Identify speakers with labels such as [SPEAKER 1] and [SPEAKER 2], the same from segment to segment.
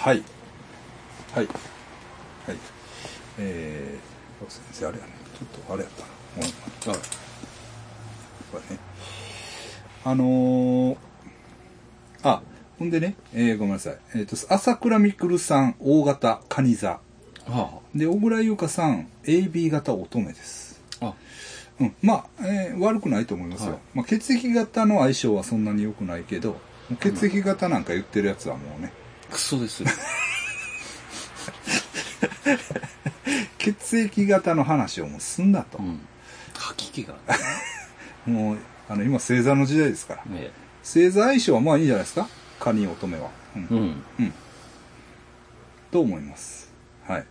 [SPEAKER 1] はい。はい。はい。えー、先生、あれやね。ちょっとあれやったな。ごめん
[SPEAKER 2] あ
[SPEAKER 1] そうだね。あのー、あ、ほんでね、えー、ごめんなさい。えっ、と、朝倉未来さん、大型、カニ座。
[SPEAKER 2] は
[SPEAKER 1] で、小倉優香さん、AB 型乙女です。
[SPEAKER 2] ああ
[SPEAKER 1] うん、まあ、えー悪くないと思いますよ、
[SPEAKER 2] はい
[SPEAKER 1] まあ、血液型の相性はそんなに良くないけどもう血液型なんか言ってるやつはもうね、
[SPEAKER 2] ク ソですよ
[SPEAKER 1] 血液型の話をもうすんだと
[SPEAKER 2] う、ん吐き気が
[SPEAKER 1] もうあの今星座の時代ですから
[SPEAKER 2] ね
[SPEAKER 1] 星座相性はまあいいんじゃないですかカニ乙女は、うん
[SPEAKER 2] うん
[SPEAKER 1] と思いますはい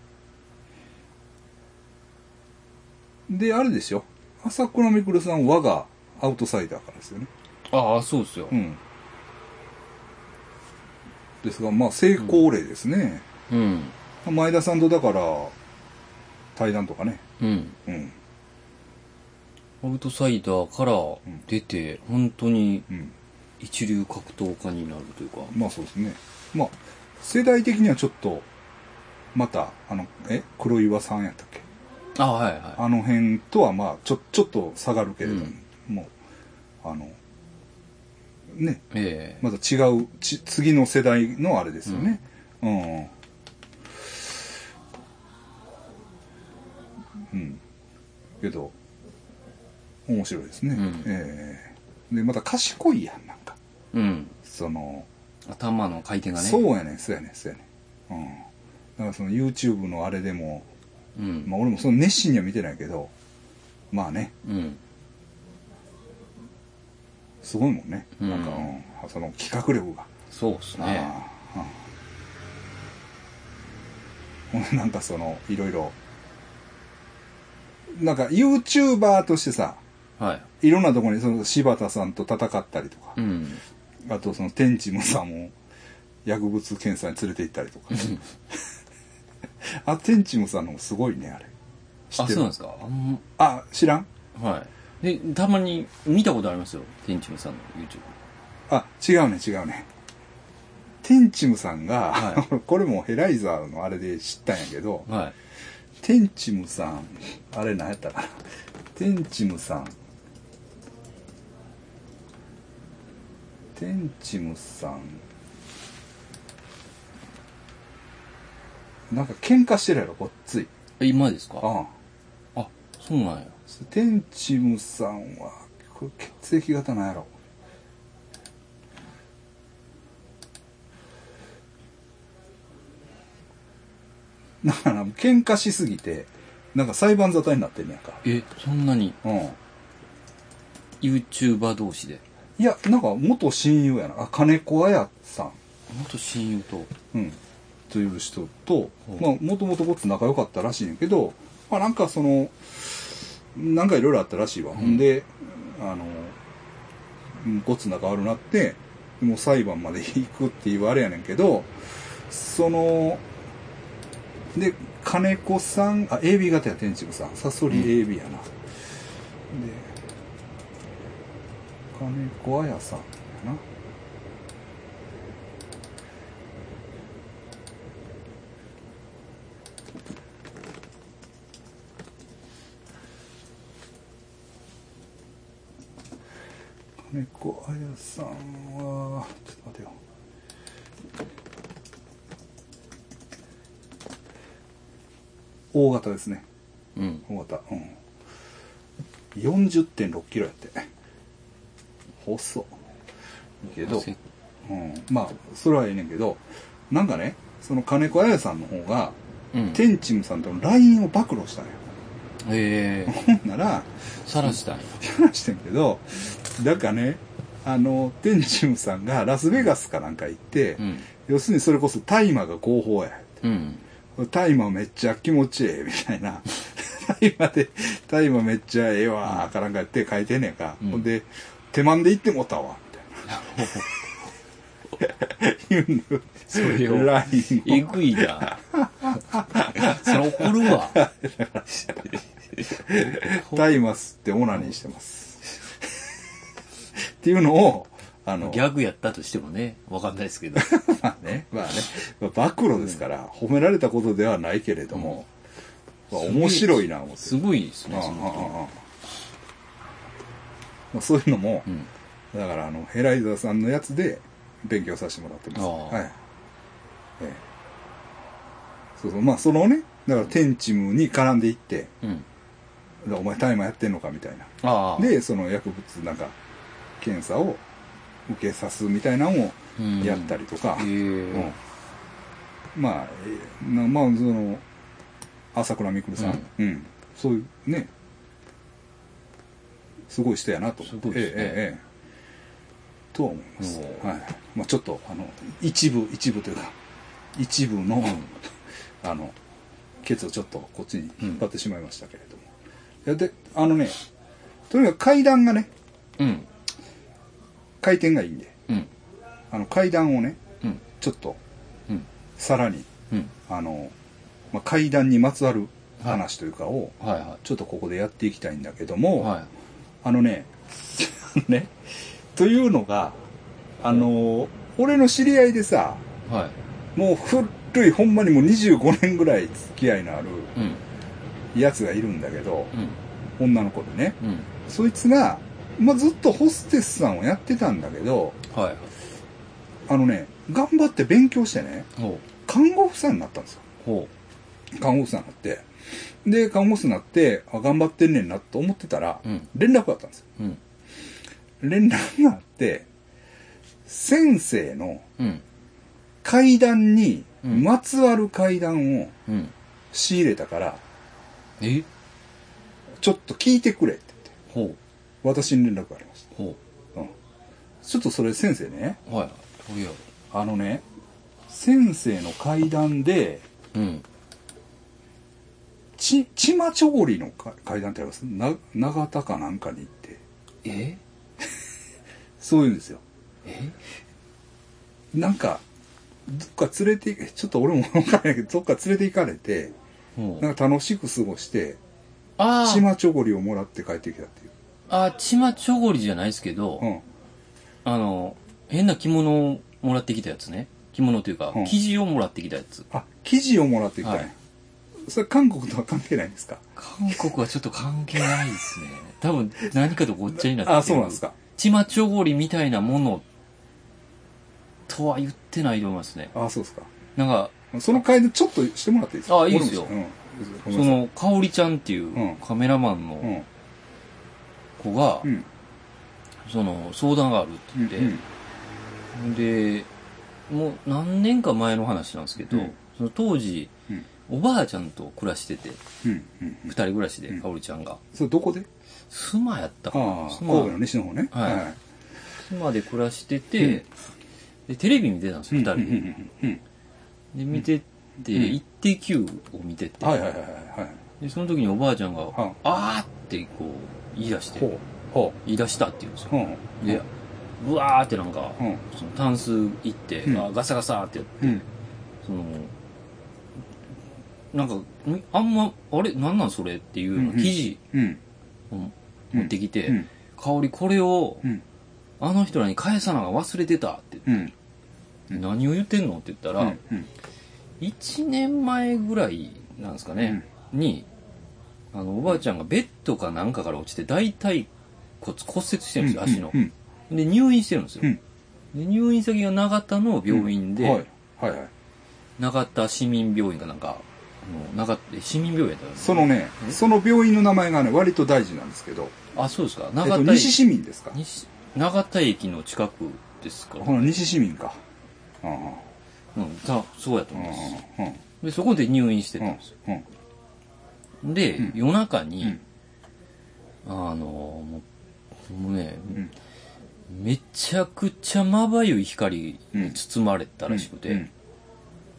[SPEAKER 1] であれでしょ朝倉未来さんは我がアウトサイダーからですよね
[SPEAKER 2] ああそうですよ
[SPEAKER 1] うんですがまあ成功例ですね、
[SPEAKER 2] うん
[SPEAKER 1] 前田さんとだから対談とかね
[SPEAKER 2] うん
[SPEAKER 1] うん
[SPEAKER 2] アウトサイダーから出て、本当に
[SPEAKER 1] うん
[SPEAKER 2] 一流格闘家になるというか、
[SPEAKER 1] まあそうですねまあ世代的にはちょっとまたあのえ黒岩さんやったっけ
[SPEAKER 2] あはいは
[SPEAKER 1] あの辺とはまあちょちょっと下がるけれども、もうあのね
[SPEAKER 2] いええ
[SPEAKER 1] また違うち次の世代のあれですよねうん、うんけど面白いですね、
[SPEAKER 2] うん
[SPEAKER 1] ええでまた賢いやんなんか
[SPEAKER 2] うん
[SPEAKER 1] その、
[SPEAKER 2] 頭の回転がね
[SPEAKER 1] そうやねんそうやねんそうやねんうんだからその YouTube のあれでも、
[SPEAKER 2] うん、
[SPEAKER 1] まあ、俺もその熱心には見てないけどまあね
[SPEAKER 2] うん
[SPEAKER 1] すごいもんね、
[SPEAKER 2] うん
[SPEAKER 1] なんか、うんその企画力が
[SPEAKER 2] そうですね
[SPEAKER 1] ああうんほんでなんかそのいろいろなんか YouTuber としてさ
[SPEAKER 2] はい
[SPEAKER 1] いろんなところにその柴田さんと戦ったりとか
[SPEAKER 2] う、ん
[SPEAKER 1] あとその天智武さんも薬物検査に連れて行ったりと かあ天智武さんのもすごいねあれ知
[SPEAKER 2] あ
[SPEAKER 1] っ
[SPEAKER 2] そ
[SPEAKER 1] て
[SPEAKER 2] う
[SPEAKER 1] る
[SPEAKER 2] なんですかあん
[SPEAKER 1] あ知らん
[SPEAKER 2] はいでたまに見たことありますよ天チムさんの YouTube
[SPEAKER 1] あ違うね違うね天智武さんが、
[SPEAKER 2] は
[SPEAKER 1] これもヘライザーのあれで知ったんやけど、
[SPEAKER 2] はい
[SPEAKER 1] テンチムさん、あれ何やったかな。テンチムさん。テンチムさん。なんか喧嘩してるやろ、ごっつい。
[SPEAKER 2] え今ですか
[SPEAKER 1] ああ。
[SPEAKER 2] あそうなんや
[SPEAKER 1] テンチムさんは、これ血液型なんやろ。だから、喧嘩しすぎて、なんか裁判沙汰になってんねやんか。
[SPEAKER 2] えそんなに
[SPEAKER 1] うん。
[SPEAKER 2] YouTuber 同士で
[SPEAKER 1] いや、なんか元親友やな。あ、金子綾さん。
[SPEAKER 2] 元親友と
[SPEAKER 1] うん。という人と
[SPEAKER 2] ほ、う
[SPEAKER 1] まあ、もともとこっつ仲良かったらしいんやけど、まあなんかその、なんかいろいろあったらしいわ。ほんで、あの、うんごっつ仲悪なって、もう裁判まで行くっていうあれやねんけど、その、で、金子さん、あ、AB 型や、天竺さん。サソリ AB やな。で、金子綾さんやな。金子綾さんはちょっと待てよ大型ですね
[SPEAKER 2] うん
[SPEAKER 1] 大型うん40.6キロやって細いけど、
[SPEAKER 2] せ
[SPEAKER 1] うん、まあそれはいいねんけどなんかねその金子綾さんの方が、
[SPEAKER 2] うん
[SPEAKER 1] テンチムさんとの LINE を暴露したのよ
[SPEAKER 2] ええ
[SPEAKER 1] ほんなら
[SPEAKER 2] さらしたんや
[SPEAKER 1] 話してんけど、なんかね、あの、テンチムさんがラスベガスかなんか行って、
[SPEAKER 2] うん
[SPEAKER 1] 要するにそれこそ大麻が合法や。
[SPEAKER 2] うん
[SPEAKER 1] 大麻めっちゃ気持ちええ、みたいな。大麻で、大麻めっちゃええわ、かなんかやって書いてんねやんか。
[SPEAKER 2] うん
[SPEAKER 1] ほんで、手間で行ってもうたわ、みたいな。いうの
[SPEAKER 2] それを
[SPEAKER 1] ラインを
[SPEAKER 2] えぐいな それ怒るわ
[SPEAKER 1] タイマスってオナニーしてます。っていうのを、あの、
[SPEAKER 2] ギャグやったとしてもね、わかんないですけ ど。
[SPEAKER 1] まあね、まあね、まあ暴露ですから、褒められたことではないけれども、まあ面白いな、思って。
[SPEAKER 2] すごいです
[SPEAKER 1] あ
[SPEAKER 2] ね、
[SPEAKER 1] あああ
[SPEAKER 2] その
[SPEAKER 1] ああまあそういうのも、
[SPEAKER 2] 人。うん。
[SPEAKER 1] だからあの、ヘライザーさんのやつで勉強させてもらってます。
[SPEAKER 2] ああ
[SPEAKER 1] はい。ええそうそう、まあそのね、だから天チムに絡んでいって、
[SPEAKER 2] うん。
[SPEAKER 1] だからお前大麻やってんのかみたいな。
[SPEAKER 2] ああ。、
[SPEAKER 1] で、その薬物なんか、検査を受けさすみたいなのをやったりとか、
[SPEAKER 2] ええ
[SPEAKER 1] うんまあ、えーなまあ、その、朝倉未来さん,、うん、そういう、ね、すごい人やなと思って。
[SPEAKER 2] すごいですね
[SPEAKER 1] ええええとは思います。
[SPEAKER 2] お
[SPEAKER 1] は
[SPEAKER 2] ー
[SPEAKER 1] い。まあ、ちょっと、あの、一部、一部というか、一部の、 あの、ケツをちょっとこっちに引っ張ってしまいましたけれども。いやで、あのね、とにかく階段がね、
[SPEAKER 2] うん。
[SPEAKER 1] 回転がいいんで、
[SPEAKER 2] うん。
[SPEAKER 1] あの階段をね、
[SPEAKER 2] うん。
[SPEAKER 1] ちょっと、
[SPEAKER 2] うん。
[SPEAKER 1] さらに、
[SPEAKER 2] うん。
[SPEAKER 1] あの、まあ、階段にまつわる話というかを、
[SPEAKER 2] はいは
[SPEAKER 1] ちょっとここでやっていきたいんだけども、
[SPEAKER 2] い。は
[SPEAKER 1] あのね、 ね、というのが、あの、俺の知り合いでさ、
[SPEAKER 2] い。は
[SPEAKER 1] もう古い、ほんまにもう25年ぐらい付き合いのある
[SPEAKER 2] い。うん。
[SPEAKER 1] やつがいるんだけど、
[SPEAKER 2] うん。
[SPEAKER 1] 女の子でね、
[SPEAKER 2] うん。
[SPEAKER 1] そいつが、まあ、ずっとホステスさんをやってたんだけど、
[SPEAKER 2] はい。
[SPEAKER 1] あのね、頑張って勉強してね、
[SPEAKER 2] ほ
[SPEAKER 1] 看護婦さんになったんですよ。
[SPEAKER 2] う。ほ
[SPEAKER 1] 看護婦さんになって。で、看護師になって、あ、頑張ってんねんなと思ってたら、
[SPEAKER 2] うん
[SPEAKER 1] 連絡があったんですよ。
[SPEAKER 2] う。うん。
[SPEAKER 1] 連絡があって、先生の
[SPEAKER 2] うん。
[SPEAKER 1] 階段に、
[SPEAKER 2] うん
[SPEAKER 1] まつわる階段を
[SPEAKER 2] うん。
[SPEAKER 1] 仕入れたから、
[SPEAKER 2] え
[SPEAKER 1] ちょっと聞いてくれって言って、
[SPEAKER 2] ほう。
[SPEAKER 1] 私に連絡がありまし
[SPEAKER 2] ほ
[SPEAKER 1] た。うん。ちょっとそれ先生ね、
[SPEAKER 2] う。はい。とりあ
[SPEAKER 1] あのね、先生の階段で、
[SPEAKER 2] えず。うん。
[SPEAKER 1] ち、ちまちょごりのか階段ってありますな、長田かなんかに行って、
[SPEAKER 2] え
[SPEAKER 1] そういうんですよ。
[SPEAKER 2] え
[SPEAKER 1] なんか、どっか連れてい、ちょっと俺もわからないけど、どっか連れて行かれて、
[SPEAKER 2] ほう
[SPEAKER 1] なんか楽しく過ごして、
[SPEAKER 2] あ
[SPEAKER 1] 島チョゴリをもらって帰ってきたっていう。
[SPEAKER 2] あ、あ、ちまちょごりじゃないですけど、
[SPEAKER 1] うん。
[SPEAKER 2] あの、変な着物をもらってきたやつね。着物というか、
[SPEAKER 1] うん
[SPEAKER 2] 生地をもらってきたやつ。
[SPEAKER 1] あ、生地をもらってきたんや
[SPEAKER 2] はい
[SPEAKER 1] それ韓国とは関係ないんですか
[SPEAKER 2] 韓国はちょっと関係ないですね。多分、何かとごっちゃになってる
[SPEAKER 1] あ、そうなんです。か。
[SPEAKER 2] ちまちょごりみたいなもの、とは言ってないと思いますね。
[SPEAKER 1] あ、そうですか。
[SPEAKER 2] なんか、
[SPEAKER 1] その階段ちょっとしてもらっていいですか
[SPEAKER 2] あいいですよ
[SPEAKER 1] 俺もうん。ご
[SPEAKER 2] そ
[SPEAKER 1] めんなさい
[SPEAKER 2] の、かおりちゃんってい
[SPEAKER 1] うん
[SPEAKER 2] うカメラマン
[SPEAKER 1] う
[SPEAKER 2] の
[SPEAKER 1] ん。
[SPEAKER 2] 子が
[SPEAKER 1] う、ん。
[SPEAKER 2] その、相談があるって言って、
[SPEAKER 1] うん
[SPEAKER 2] で、もう何年か前の話なんですけど、
[SPEAKER 1] うん
[SPEAKER 2] その当時、
[SPEAKER 1] うん
[SPEAKER 2] おばあちゃんと暮らしてて、
[SPEAKER 1] うん。うん。
[SPEAKER 2] 二人暮らしで、
[SPEAKER 1] うん
[SPEAKER 2] かおりちゃんが。
[SPEAKER 1] それどこで
[SPEAKER 2] スマやったか
[SPEAKER 1] あ
[SPEAKER 2] な。
[SPEAKER 1] あ、
[SPEAKER 2] ス
[SPEAKER 1] 神戸
[SPEAKER 2] マ
[SPEAKER 1] の、西の方ね。
[SPEAKER 2] はいスマで暮らしてて、で、テレビ見てたんです
[SPEAKER 1] うん。
[SPEAKER 2] よ、
[SPEAKER 1] う
[SPEAKER 2] 二
[SPEAKER 1] ん。う
[SPEAKER 2] 人
[SPEAKER 1] ん
[SPEAKER 2] で。
[SPEAKER 1] うん。
[SPEAKER 2] で、見てて、
[SPEAKER 1] うん
[SPEAKER 2] 一定級を見てて、
[SPEAKER 1] うん。はいはいはいはいはい。
[SPEAKER 2] で、その時におばあちゃんが、
[SPEAKER 1] は
[SPEAKER 2] あーってこう、言い出して、
[SPEAKER 1] ほう。ほ
[SPEAKER 2] 言い出したって言うんですよ
[SPEAKER 1] う。。うん。
[SPEAKER 2] で、うわーってなんか、
[SPEAKER 1] うん。
[SPEAKER 2] そのタンス行って、
[SPEAKER 1] うん
[SPEAKER 2] あガサガサってやって、
[SPEAKER 1] うん。
[SPEAKER 2] その、なんか、んあんま、あれなんなんそれっていうような記事
[SPEAKER 1] うん。
[SPEAKER 2] を持ってきて、
[SPEAKER 1] うん。
[SPEAKER 2] 香りこれを、
[SPEAKER 1] うん。
[SPEAKER 2] あの人らに返さなが忘れてたって、
[SPEAKER 1] うん。うん
[SPEAKER 2] 何を言ってんのって言った
[SPEAKER 1] う
[SPEAKER 2] ら
[SPEAKER 1] ん、。うん。
[SPEAKER 2] 1年前ぐらいなんですかね、に、あの、おばあちゃんがベッドかなんかから落ちて大腿骨骨折してるんですよ、足の
[SPEAKER 1] う。ん
[SPEAKER 2] で、入院してるんですよ。
[SPEAKER 1] うん
[SPEAKER 2] で入院先が長田の病院で、
[SPEAKER 1] はい、はいはい
[SPEAKER 2] 長田市民病院かなんか、あの長田市民病院やったんです
[SPEAKER 1] そのね
[SPEAKER 2] え
[SPEAKER 1] その病院の名前がね割と大事なんですけど、
[SPEAKER 2] あ、そうですか。
[SPEAKER 1] えっ
[SPEAKER 2] 長
[SPEAKER 1] と、
[SPEAKER 2] 田
[SPEAKER 1] 西
[SPEAKER 2] 駅、
[SPEAKER 1] 市民ですか
[SPEAKER 2] 西長田駅の近くですか。
[SPEAKER 1] この西市民かうんうん
[SPEAKER 2] うん、たそうやと
[SPEAKER 1] うん
[SPEAKER 2] 思います。
[SPEAKER 1] うん
[SPEAKER 2] で、そこで入院してたんですよ。
[SPEAKER 1] うん
[SPEAKER 2] で、
[SPEAKER 1] うん
[SPEAKER 2] 夜中に、
[SPEAKER 1] うん
[SPEAKER 2] あの、もうもうね、
[SPEAKER 1] ん
[SPEAKER 2] めちゃくちゃまばゆい光に包まれたらしくて、
[SPEAKER 1] うん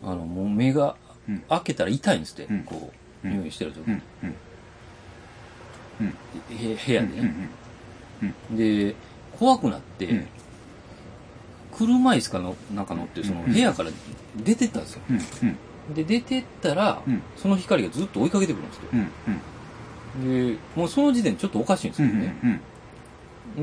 [SPEAKER 2] あの、もう目が
[SPEAKER 1] うん
[SPEAKER 2] 開けたら痛いんですって、
[SPEAKER 1] うん
[SPEAKER 2] こう、
[SPEAKER 1] うん
[SPEAKER 2] 入院してる時、
[SPEAKER 1] うんうん
[SPEAKER 2] へ部屋
[SPEAKER 1] う
[SPEAKER 2] で
[SPEAKER 1] ん
[SPEAKER 2] ね、で、怖くなって、
[SPEAKER 1] うん
[SPEAKER 2] 車椅子かのなんか乗って、その
[SPEAKER 1] うん
[SPEAKER 2] 部屋から出てったんですよ。
[SPEAKER 1] うんうん
[SPEAKER 2] で、出てったら、
[SPEAKER 1] うん
[SPEAKER 2] その光がずっと追いかけてくるんですよ。
[SPEAKER 1] うんうん
[SPEAKER 2] で、もうその時点でちょっとおかしいんです
[SPEAKER 1] うんうんう
[SPEAKER 2] よ
[SPEAKER 1] ん
[SPEAKER 2] ね。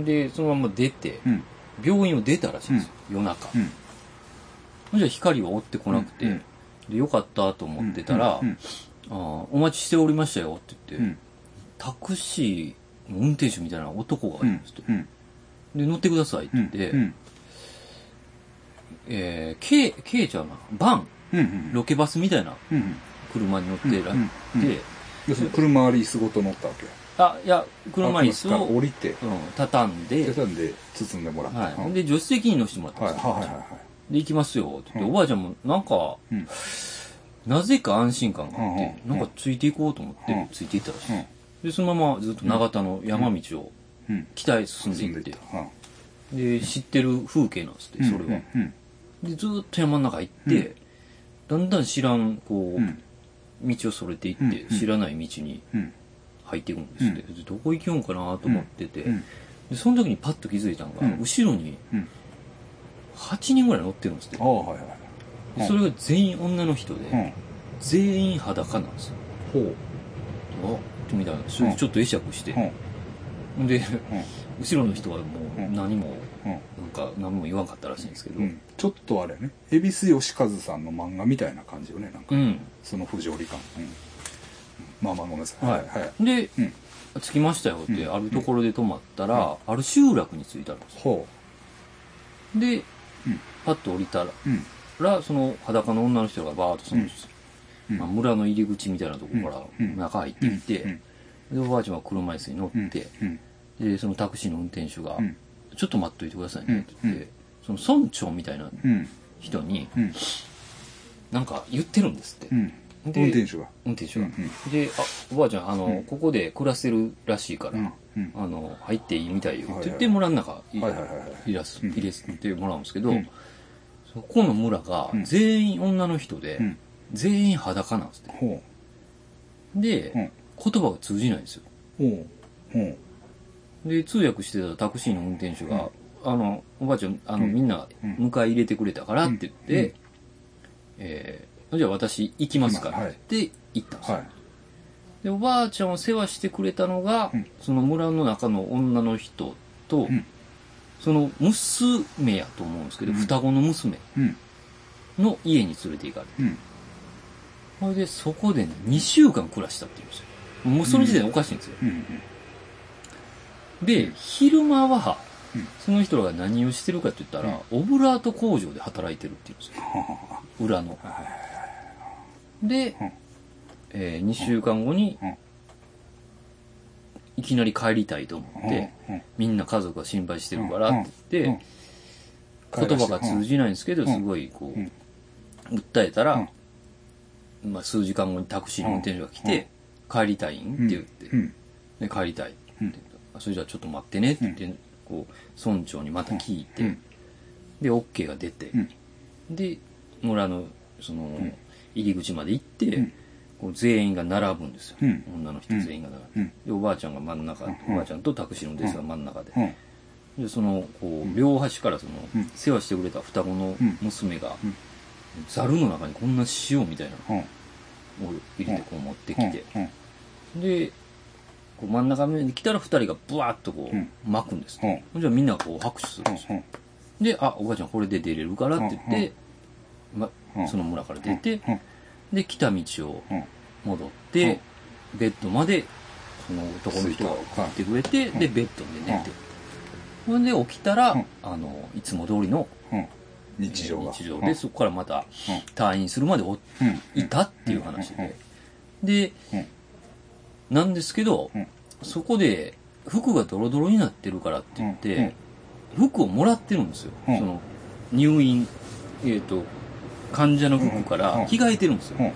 [SPEAKER 2] で、そのまま出て、
[SPEAKER 1] うん
[SPEAKER 2] 病院を出たらしいんですよ、夜中、
[SPEAKER 1] うん。
[SPEAKER 2] じゃあ光は追ってこなくて、
[SPEAKER 1] うん
[SPEAKER 2] でよかったと思ってたら「
[SPEAKER 1] うん
[SPEAKER 2] あーお待ちしておりましたよ」って言
[SPEAKER 1] う
[SPEAKER 2] って、
[SPEAKER 1] ん。
[SPEAKER 2] タクシーの運転手みたいな男が
[SPEAKER 1] う
[SPEAKER 2] いま
[SPEAKER 1] ん
[SPEAKER 2] すと、。
[SPEAKER 1] うん。
[SPEAKER 2] で乗ってくださいっ
[SPEAKER 1] う
[SPEAKER 2] て言っ
[SPEAKER 1] ん。
[SPEAKER 2] て、
[SPEAKER 1] うん。
[SPEAKER 2] えー、K, K ちゃうなバン
[SPEAKER 1] うん。うん。
[SPEAKER 2] ロケバスみたいな
[SPEAKER 1] うん。
[SPEAKER 2] 車に乗ってらっ
[SPEAKER 1] うんうんう
[SPEAKER 2] て、
[SPEAKER 1] ん要するに車あり椅子ごと乗ったわけ。
[SPEAKER 2] あいや車椅子
[SPEAKER 1] あから
[SPEAKER 2] を、
[SPEAKER 1] 降りて、
[SPEAKER 2] うん、畳んで
[SPEAKER 1] 手たんで包んでもらった。
[SPEAKER 2] は
[SPEAKER 1] う
[SPEAKER 2] い、
[SPEAKER 1] ん
[SPEAKER 2] で助手席に乗せてもらったん
[SPEAKER 1] はい。はい。
[SPEAKER 2] です
[SPEAKER 1] は
[SPEAKER 2] よ、
[SPEAKER 1] い。は
[SPEAKER 2] で行きますよって
[SPEAKER 1] う
[SPEAKER 2] 言って、
[SPEAKER 1] ん
[SPEAKER 2] おばあちゃんもなんか、
[SPEAKER 1] うん
[SPEAKER 2] なぜか安心感があって、
[SPEAKER 1] うんうん
[SPEAKER 2] なんかついていこうと思って、
[SPEAKER 1] うん
[SPEAKER 2] ついていったらしい、
[SPEAKER 1] い。
[SPEAKER 2] でそのままずっと長田の山道を
[SPEAKER 1] うん。うん。
[SPEAKER 2] 北へ進んで
[SPEAKER 1] 進ん
[SPEAKER 2] い
[SPEAKER 1] で
[SPEAKER 2] って
[SPEAKER 1] い、った。うん
[SPEAKER 2] で知ってる風景なんですってそれは、
[SPEAKER 1] うん。
[SPEAKER 2] でずっと山の中行って、だんだん知らんこう、
[SPEAKER 1] うん。
[SPEAKER 2] 道をそれていって、
[SPEAKER 1] うんうん
[SPEAKER 2] 知らない道に
[SPEAKER 1] うん。
[SPEAKER 2] 入っていくんですって、でどこ行きよんかなと思ってて、
[SPEAKER 1] うん。
[SPEAKER 2] でその時にパッと気づいたのが、
[SPEAKER 1] うん
[SPEAKER 2] 後ろに
[SPEAKER 1] うん
[SPEAKER 2] 8人ぐらい乗ってるんですって
[SPEAKER 1] ああ、はい。はい。
[SPEAKER 2] でそれが全員女の人で、
[SPEAKER 1] うん。
[SPEAKER 2] 全員裸なんですよ
[SPEAKER 1] ほう。
[SPEAKER 2] あっみたいなそれでちょっと会釈して
[SPEAKER 1] う、ん。
[SPEAKER 2] で
[SPEAKER 1] うん。
[SPEAKER 2] 後ろの人はも
[SPEAKER 1] う
[SPEAKER 2] う
[SPEAKER 1] ん
[SPEAKER 2] 何も、
[SPEAKER 1] うん。
[SPEAKER 2] なんか何も言わんかったらしいんですけど、
[SPEAKER 1] うん、ちょっとあれね恵比寿義和さんの漫画みたいな感じよねなんか
[SPEAKER 2] うん
[SPEAKER 1] その不条理感、うん、まあまあごめんなさい
[SPEAKER 2] はい
[SPEAKER 1] はい
[SPEAKER 2] で、
[SPEAKER 1] うん
[SPEAKER 2] 着きましたよって、
[SPEAKER 1] うん
[SPEAKER 2] あるところで泊まったら、ある集落に着いたんですよ
[SPEAKER 1] ほ
[SPEAKER 2] で、
[SPEAKER 1] うん
[SPEAKER 2] パッと降りた
[SPEAKER 1] ううん
[SPEAKER 2] らその裸の女の人がバーッとその、
[SPEAKER 1] うんうん
[SPEAKER 2] まあ、村の入り口みたいなところか
[SPEAKER 1] う
[SPEAKER 2] ら
[SPEAKER 1] ん
[SPEAKER 2] 中入ってきて、
[SPEAKER 1] うん
[SPEAKER 2] でおばあちゃんは車椅子に乗
[SPEAKER 1] うん
[SPEAKER 2] って、
[SPEAKER 1] うん
[SPEAKER 2] でそのタクシーの運転手が、
[SPEAKER 1] うん
[SPEAKER 2] ちょっと待っといてくださいね」って言って、
[SPEAKER 1] う
[SPEAKER 2] その村長みたいな
[SPEAKER 1] うん
[SPEAKER 2] 人に
[SPEAKER 1] うん
[SPEAKER 2] なんか言ってるんですって、
[SPEAKER 1] うん
[SPEAKER 2] で
[SPEAKER 1] 運転手が
[SPEAKER 2] 運転手が、
[SPEAKER 1] うん
[SPEAKER 2] であ「おばあちゃんあの、
[SPEAKER 1] うん
[SPEAKER 2] ここで暮らせるらしいから、
[SPEAKER 1] うんうん
[SPEAKER 2] あの入っていいみたいよ」って言っ
[SPEAKER 1] はいは
[SPEAKER 2] て
[SPEAKER 1] い
[SPEAKER 2] 村の中入
[SPEAKER 1] はいはいはいはい
[SPEAKER 2] 入らす
[SPEAKER 1] うん
[SPEAKER 2] 入れてもらうんですけど、
[SPEAKER 1] うん
[SPEAKER 2] そこの村が
[SPEAKER 1] うん
[SPEAKER 2] 全員女の人で、
[SPEAKER 1] うん
[SPEAKER 2] 全員裸なんですって
[SPEAKER 1] ほ
[SPEAKER 2] で、
[SPEAKER 1] うん
[SPEAKER 2] 言葉が通じないんですよ
[SPEAKER 1] うほうほう
[SPEAKER 2] で通訳してたタクシーの運転手が「あのおばあちゃんあの、
[SPEAKER 1] うん
[SPEAKER 2] みんな
[SPEAKER 1] うん
[SPEAKER 2] 迎え入れてくれたから」って言っ
[SPEAKER 1] う
[SPEAKER 2] て
[SPEAKER 1] ん
[SPEAKER 2] 「えーじゃあ私行きますから」
[SPEAKER 1] はい
[SPEAKER 2] って行ったんですよ、
[SPEAKER 1] はい
[SPEAKER 2] でおばあちゃんを世話してくれたのが、
[SPEAKER 1] うん
[SPEAKER 2] その村の中の女の人と、
[SPEAKER 1] ん
[SPEAKER 2] その娘やと思うんですけど、
[SPEAKER 1] うん
[SPEAKER 2] 双子の娘
[SPEAKER 1] うん
[SPEAKER 2] の家に連れて行かれて
[SPEAKER 1] うん
[SPEAKER 2] それでそこでね2週間暮らしたって言いましたよもうその時点でおかしいんですよ、
[SPEAKER 1] うん
[SPEAKER 2] で昼間は
[SPEAKER 1] うん
[SPEAKER 2] その人らが何をしてるかって言ったら、オブラート工場で働いてるって言うんですよ裏ので、
[SPEAKER 1] うん
[SPEAKER 2] え2週間後に、
[SPEAKER 1] うん
[SPEAKER 2] いきなり帰りたいと思って、
[SPEAKER 1] うん
[SPEAKER 2] みんな家族が心配してるから
[SPEAKER 1] う
[SPEAKER 2] っ
[SPEAKER 1] ん
[SPEAKER 2] て言って、
[SPEAKER 1] うん
[SPEAKER 2] 言葉が通じないんですけど、
[SPEAKER 1] うん
[SPEAKER 2] すごいこ
[SPEAKER 1] うん
[SPEAKER 2] う、訴えたら、まあ、数時間後にタクシーの運転手が来て、帰りたいんって言って、
[SPEAKER 1] うん
[SPEAKER 2] で帰りたいって
[SPEAKER 1] う
[SPEAKER 2] 言っ
[SPEAKER 1] ん
[SPEAKER 2] て、あそれじゃあちょっと待ってねって言って、こう村長にまた聞いて、
[SPEAKER 1] うん
[SPEAKER 2] で OK が出て、
[SPEAKER 1] うん
[SPEAKER 2] で村のその、
[SPEAKER 1] ん
[SPEAKER 2] 入り口まで行って、
[SPEAKER 1] ん
[SPEAKER 2] こう全員が並ぶんですよ、
[SPEAKER 1] うん
[SPEAKER 2] 女の人全員が並ぶ、
[SPEAKER 1] うん
[SPEAKER 2] でおばあちゃんが真ん中、
[SPEAKER 1] うん
[SPEAKER 2] おばあちゃんとタクシーの弟子が真ん中で、
[SPEAKER 1] うん
[SPEAKER 2] でそのこう両端からその、
[SPEAKER 1] うん
[SPEAKER 2] 世話してくれた双子の娘が、
[SPEAKER 1] うん
[SPEAKER 2] ざるの中にこんな塩みたいな
[SPEAKER 1] うん
[SPEAKER 2] のを入れてこう持って
[SPEAKER 1] う
[SPEAKER 2] き
[SPEAKER 1] ん
[SPEAKER 2] て、
[SPEAKER 1] うん
[SPEAKER 2] でこう真ん中目に来たら2人がブワーッとこ
[SPEAKER 1] うん
[SPEAKER 2] う巻くんですって、
[SPEAKER 1] うん
[SPEAKER 2] ほんじゃみんなこう拍手するんですよ、
[SPEAKER 1] うん
[SPEAKER 2] で「あおばあちゃんこれで出れるから」って言って、ま
[SPEAKER 1] うん
[SPEAKER 2] その村から出て、
[SPEAKER 1] うん
[SPEAKER 2] で来た道を
[SPEAKER 1] うん
[SPEAKER 2] 戻って、ベッドまでその男の人が送ってくれて、
[SPEAKER 1] い
[SPEAKER 2] でベッドで寝て、ほんで起きたら、
[SPEAKER 1] うん
[SPEAKER 2] あのいつも通りの
[SPEAKER 1] うん日常が
[SPEAKER 2] 日常で、そこからまた
[SPEAKER 1] うん
[SPEAKER 2] 退院するまでお
[SPEAKER 1] うん
[SPEAKER 2] いたっていう話で、で、
[SPEAKER 1] うん
[SPEAKER 2] なんですけど、
[SPEAKER 1] うん
[SPEAKER 2] そこで服がドロドロになってるからって言って、
[SPEAKER 1] うん
[SPEAKER 2] 服をもらってるんですよ、
[SPEAKER 1] うん
[SPEAKER 2] その入院えっ、と患者の服か
[SPEAKER 1] うんう
[SPEAKER 2] ら
[SPEAKER 1] ん
[SPEAKER 2] 着替えてるんですよ、
[SPEAKER 1] うんはい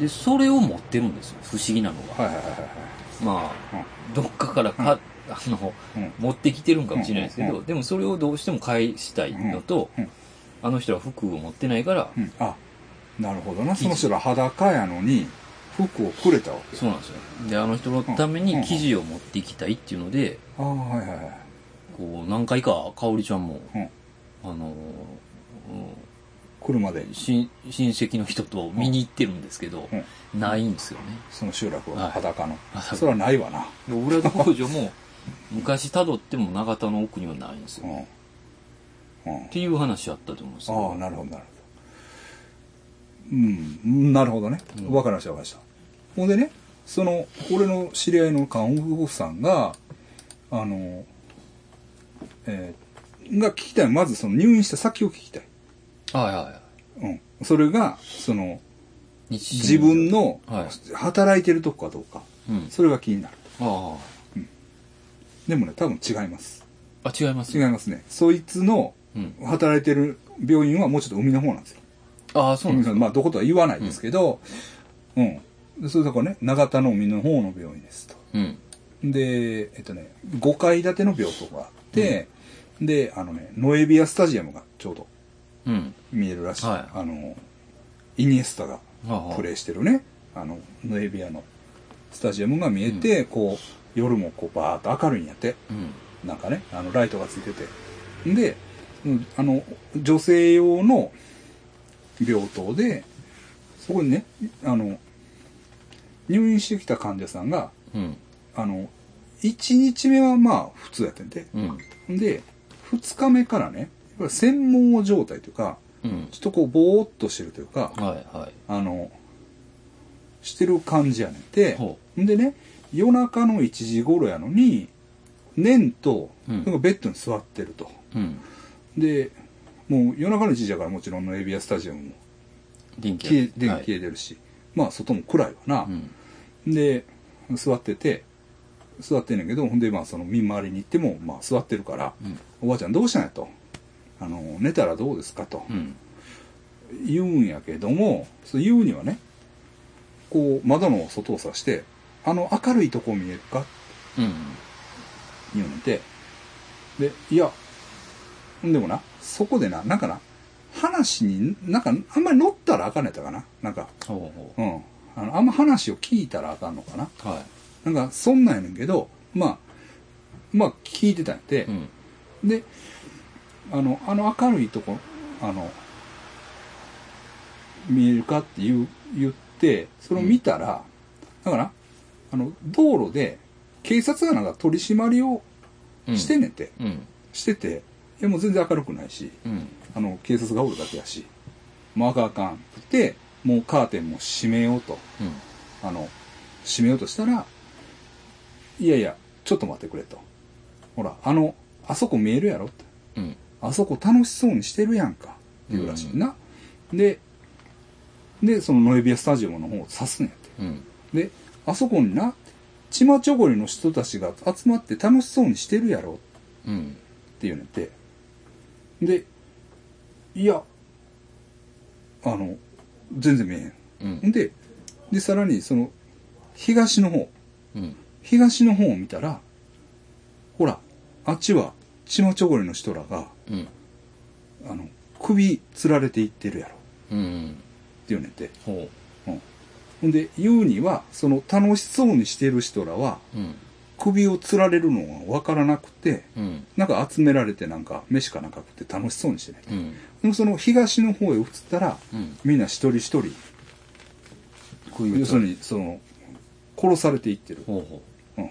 [SPEAKER 2] でそれを持ってるんですよ不思議なの
[SPEAKER 1] は
[SPEAKER 2] が、
[SPEAKER 1] いはいは
[SPEAKER 2] まあ、どっかからか、あの
[SPEAKER 1] いはいうん
[SPEAKER 2] 持ってきてるんかもしれないですけど、
[SPEAKER 1] うんうん
[SPEAKER 2] でもそれをどうしても返したいのと、
[SPEAKER 1] うんうん
[SPEAKER 2] あの人は服を持ってないから、
[SPEAKER 1] うんあなるほどなその人ら裸やのに服をくれたわけ
[SPEAKER 2] そうなんですよであの人のために生地を持っていきたいっていうので、
[SPEAKER 1] ああはいはいはい
[SPEAKER 2] こう何回か香織ちゃんも、
[SPEAKER 1] うん
[SPEAKER 2] あの
[SPEAKER 1] 車で
[SPEAKER 2] し親戚の人と見に行ってるんですけど、ないんですよね
[SPEAKER 1] その集落
[SPEAKER 2] は
[SPEAKER 1] はい裸の、
[SPEAKER 2] 裸
[SPEAKER 1] それはないわな
[SPEAKER 2] でオブラート工場も 昔辿っても永田の奥にはないんです
[SPEAKER 1] う
[SPEAKER 2] よ。
[SPEAKER 1] ん。うん。
[SPEAKER 2] っていう話あったと思うんですよ。
[SPEAKER 1] ああ、なるほど、なるほど。うん、なるほどね。わかりました、わかりました。ほんでね、その、俺の知り合いの看護婦さんが、あの、えーが聞きたい。まずその入院した先を聞きたい。
[SPEAKER 2] はいはいはい。
[SPEAKER 1] うん。それが、その、
[SPEAKER 2] 日
[SPEAKER 1] 自分の
[SPEAKER 2] はい。
[SPEAKER 1] 働いてるとこかどうか。
[SPEAKER 2] うん。
[SPEAKER 1] それが気になる。
[SPEAKER 2] あ
[SPEAKER 1] でもね、多分違います。
[SPEAKER 2] あ。あ、違います
[SPEAKER 1] 違いますね。そいつの
[SPEAKER 2] うん。
[SPEAKER 1] 働いてる病院はもうちょっと海の方なんですよ。
[SPEAKER 2] ああ、そうなんですか。
[SPEAKER 1] まあ、どことは言わないですけど、うん。でそれだからね、長田の海の方の病院ですと。
[SPEAKER 2] うん。
[SPEAKER 1] で、えっとね、5階建ての病棟があって、で、あのね、ノエビアスタジアムがちょうど
[SPEAKER 2] うん。
[SPEAKER 1] 見えるらしい。
[SPEAKER 2] はい
[SPEAKER 1] あの、イニエスタが
[SPEAKER 2] はあはあ
[SPEAKER 1] プレーしてるね、あの、ノエビアのスタジアムが見えて、こう、夜もこう、バーっと明るいんやって。
[SPEAKER 2] うん。
[SPEAKER 1] なんかね、あの、ライトがついてて。んで、うんあの、女性用の病棟で、そこにね、あの、入院してきた患者さんが、
[SPEAKER 2] うん。
[SPEAKER 1] あの、1日目はまあ普通やってんで。
[SPEAKER 2] うん。
[SPEAKER 1] んで、2日目からね、やっぱり専門状態というか、
[SPEAKER 2] うん
[SPEAKER 1] ちょ。っとこうぼーっとしてるというか、
[SPEAKER 2] はいはい。
[SPEAKER 1] あの、してる感じやねんて。
[SPEAKER 2] ほ
[SPEAKER 1] でね、夜中の1時頃やのに、念と、
[SPEAKER 2] うん
[SPEAKER 1] なんかベッドに座ってると。
[SPEAKER 2] う。うん。
[SPEAKER 1] で、もう夜中の1時やからもちろんのエビアスタジアムも
[SPEAKER 2] 電気
[SPEAKER 1] 消え、電
[SPEAKER 2] は
[SPEAKER 1] 気
[SPEAKER 2] い
[SPEAKER 1] 消えてるし、まあ外も暗いわな
[SPEAKER 2] う。ん。
[SPEAKER 1] で、座ってて、座ってんねんけど、ほんでまあその見回りに行っても、まあ座ってるから、
[SPEAKER 2] うん
[SPEAKER 1] おばあちゃんどうしたんやと。あの、寝たらどうですかと。
[SPEAKER 2] うん。
[SPEAKER 1] 言うんやけども、そう言うにはね、こう、窓の外を指して、あの明るいとこ見えるかって
[SPEAKER 2] うん。
[SPEAKER 1] 言うねんて。で、いや、でもな、そこでな、なんかな、話に、なんか、あんまり乗ったらあかんやったかな。なんか、
[SPEAKER 2] ほうほ
[SPEAKER 1] うん。あの、あんま話を聞いたらあかんのかな。
[SPEAKER 2] う。は
[SPEAKER 1] なんか、そんなんやねんけど、まあ、まあ、聞いてたんやて
[SPEAKER 2] い。う。ん。
[SPEAKER 1] で、あの、あの明るいとこ、あの、見えるかって言う言って、それを見たら、だから、あの、道路で、警察がなんか取り締まりを
[SPEAKER 2] うん
[SPEAKER 1] してんねんて、
[SPEAKER 2] うん。
[SPEAKER 1] してて、いやもう全然明るくないし、
[SPEAKER 2] うん。
[SPEAKER 1] あの、警察がおるだけやし、もうあかんあかんって、もうカーテンも閉めようと、
[SPEAKER 2] うん。
[SPEAKER 1] あの、閉めようとしたら、いやいや、ちょっと待ってくれと。ほら、あの、あそこ見えるやろって。
[SPEAKER 2] うん。
[SPEAKER 1] あそこ楽しそうにしてるやんか。っていうらしいな。で、で、そのノエビアスタジオの方を指すんやって。
[SPEAKER 2] うん。
[SPEAKER 1] で、あそこにな、チマチョゴリの人たちが集まって楽しそうにしてるやろ
[SPEAKER 2] うん。
[SPEAKER 1] っていうねって。で、いや、あの、全然見え
[SPEAKER 2] う
[SPEAKER 1] へん。
[SPEAKER 2] ん。
[SPEAKER 1] で、で、さらにその、東の方、
[SPEAKER 2] うん。
[SPEAKER 1] 東の方を見たら、ほら、あっちはチマチョゴリの人らが、
[SPEAKER 2] うん。
[SPEAKER 1] あの、首吊られていってるやろ。
[SPEAKER 2] うん。
[SPEAKER 1] っていうねんて。
[SPEAKER 2] ほ
[SPEAKER 1] うん。ほんで、言うには、その楽しそうにしてる人らは、
[SPEAKER 2] う。うん。
[SPEAKER 1] 首を吊られるのがわからなくて、
[SPEAKER 2] うん。
[SPEAKER 1] なんか集められてなんか、飯かなんか食って楽しそうにしてね。
[SPEAKER 2] うん。
[SPEAKER 1] でもその東の方へ移ったら、
[SPEAKER 2] うん。
[SPEAKER 1] みんな一人一人、
[SPEAKER 2] こういう
[SPEAKER 1] 要するに、その、殺されていってる。
[SPEAKER 2] ほうほ
[SPEAKER 1] うん。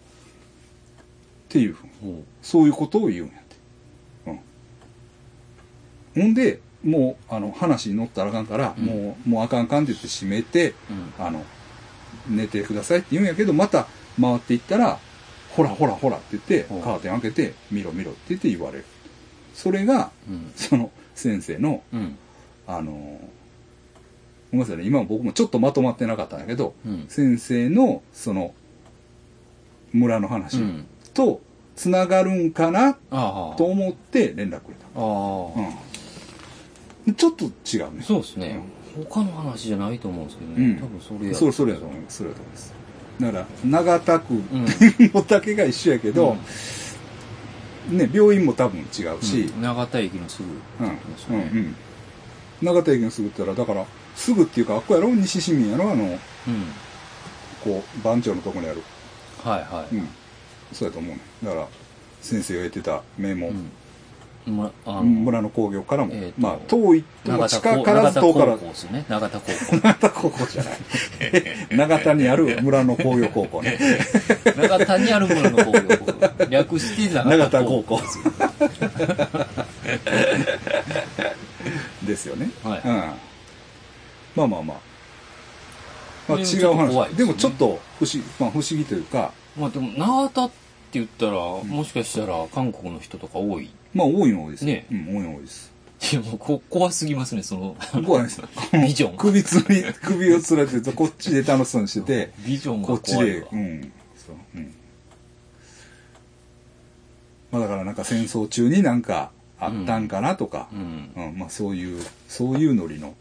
[SPEAKER 1] っていうふうに
[SPEAKER 2] う。ほ
[SPEAKER 1] そういうことを言うんやって。うん。ほんで、もう、あの、話に乗ったらあかんから、
[SPEAKER 2] うん
[SPEAKER 1] もう、もうあかんあかんって言って閉めて、
[SPEAKER 2] う。うん。
[SPEAKER 1] あの、寝てくださいって言うんやけど、また回っていったら、ほらほらほらって言って
[SPEAKER 2] うん、
[SPEAKER 1] カーテン開けて、見ろ見ろって言って言われる。それが、
[SPEAKER 2] うん。
[SPEAKER 1] その先生の、
[SPEAKER 2] うん。
[SPEAKER 1] あのーごめんなさいね、今僕もちょっとまとまってなかったんやけど、
[SPEAKER 2] うん。
[SPEAKER 1] 先生の、その、村の話
[SPEAKER 2] うん。
[SPEAKER 1] と、つながるんかな
[SPEAKER 2] ああ。
[SPEAKER 1] と思って連絡くれた。
[SPEAKER 2] あ
[SPEAKER 1] うん。ちょっと違う
[SPEAKER 2] あ。
[SPEAKER 1] ね。
[SPEAKER 2] そうですね。他の話じゃないと思うんですけど
[SPEAKER 1] うん
[SPEAKER 2] ね。多分それや。
[SPEAKER 1] そう、それだと思います。それだと思います。だから、長田区
[SPEAKER 2] うん。
[SPEAKER 1] のだけが一緒やけど、ね、病院も多分違うし、
[SPEAKER 2] うん長田駅のすぐ。
[SPEAKER 1] うん、、
[SPEAKER 2] そううんね
[SPEAKER 1] うん。長田駅のすぐって言ったら、だから、すぐっていうか、あっこやろ西市民やろあの、
[SPEAKER 2] うん。
[SPEAKER 1] こう、番長のとこにある。
[SPEAKER 2] はいは
[SPEAKER 1] う
[SPEAKER 2] い。
[SPEAKER 1] ん。そうやと思うね。だから、先生が言ってた名門、
[SPEAKER 2] うん。村あの、
[SPEAKER 1] 村の工業からも、
[SPEAKER 2] えーと
[SPEAKER 1] まあ遠いまあ
[SPEAKER 2] 長田高
[SPEAKER 1] 近からず遠から
[SPEAKER 2] 長田高校ですよね。長田高
[SPEAKER 1] 長田高校じゃない 長田にある村の工業高校ね
[SPEAKER 2] 校。長田にある村の工業高校。略して長
[SPEAKER 1] 長
[SPEAKER 2] 田
[SPEAKER 1] 田高
[SPEAKER 2] 高校
[SPEAKER 1] 校
[SPEAKER 2] ですよ。
[SPEAKER 1] ですよね、
[SPEAKER 2] はい
[SPEAKER 1] うん、まあまあまあまあ
[SPEAKER 2] でも
[SPEAKER 1] 違
[SPEAKER 2] ちょ
[SPEAKER 1] う
[SPEAKER 2] っと
[SPEAKER 1] 話
[SPEAKER 2] 怖
[SPEAKER 1] で,、
[SPEAKER 2] いですね
[SPEAKER 1] もちょっと不思,、まあ、不思議というか
[SPEAKER 2] まあでも、長田って言ったら、もしかしたら韓国の人とか多い。
[SPEAKER 1] まあ多いの多いですよ
[SPEAKER 2] ね
[SPEAKER 1] うん、多いの多いです
[SPEAKER 2] いや、もうこ怖すぎますね、その、
[SPEAKER 1] 怖いです
[SPEAKER 2] ビジョンが。
[SPEAKER 1] 首つり首をつられてこっちで楽しそうにしてて
[SPEAKER 2] ビジョン
[SPEAKER 1] こ
[SPEAKER 2] が
[SPEAKER 1] っち
[SPEAKER 2] 怖い
[SPEAKER 1] で
[SPEAKER 2] わ。
[SPEAKER 1] うんそううんまあだからなんか戦争中になんかあったんかなとか
[SPEAKER 2] う、ん。
[SPEAKER 1] うんまあそういうそういうノリの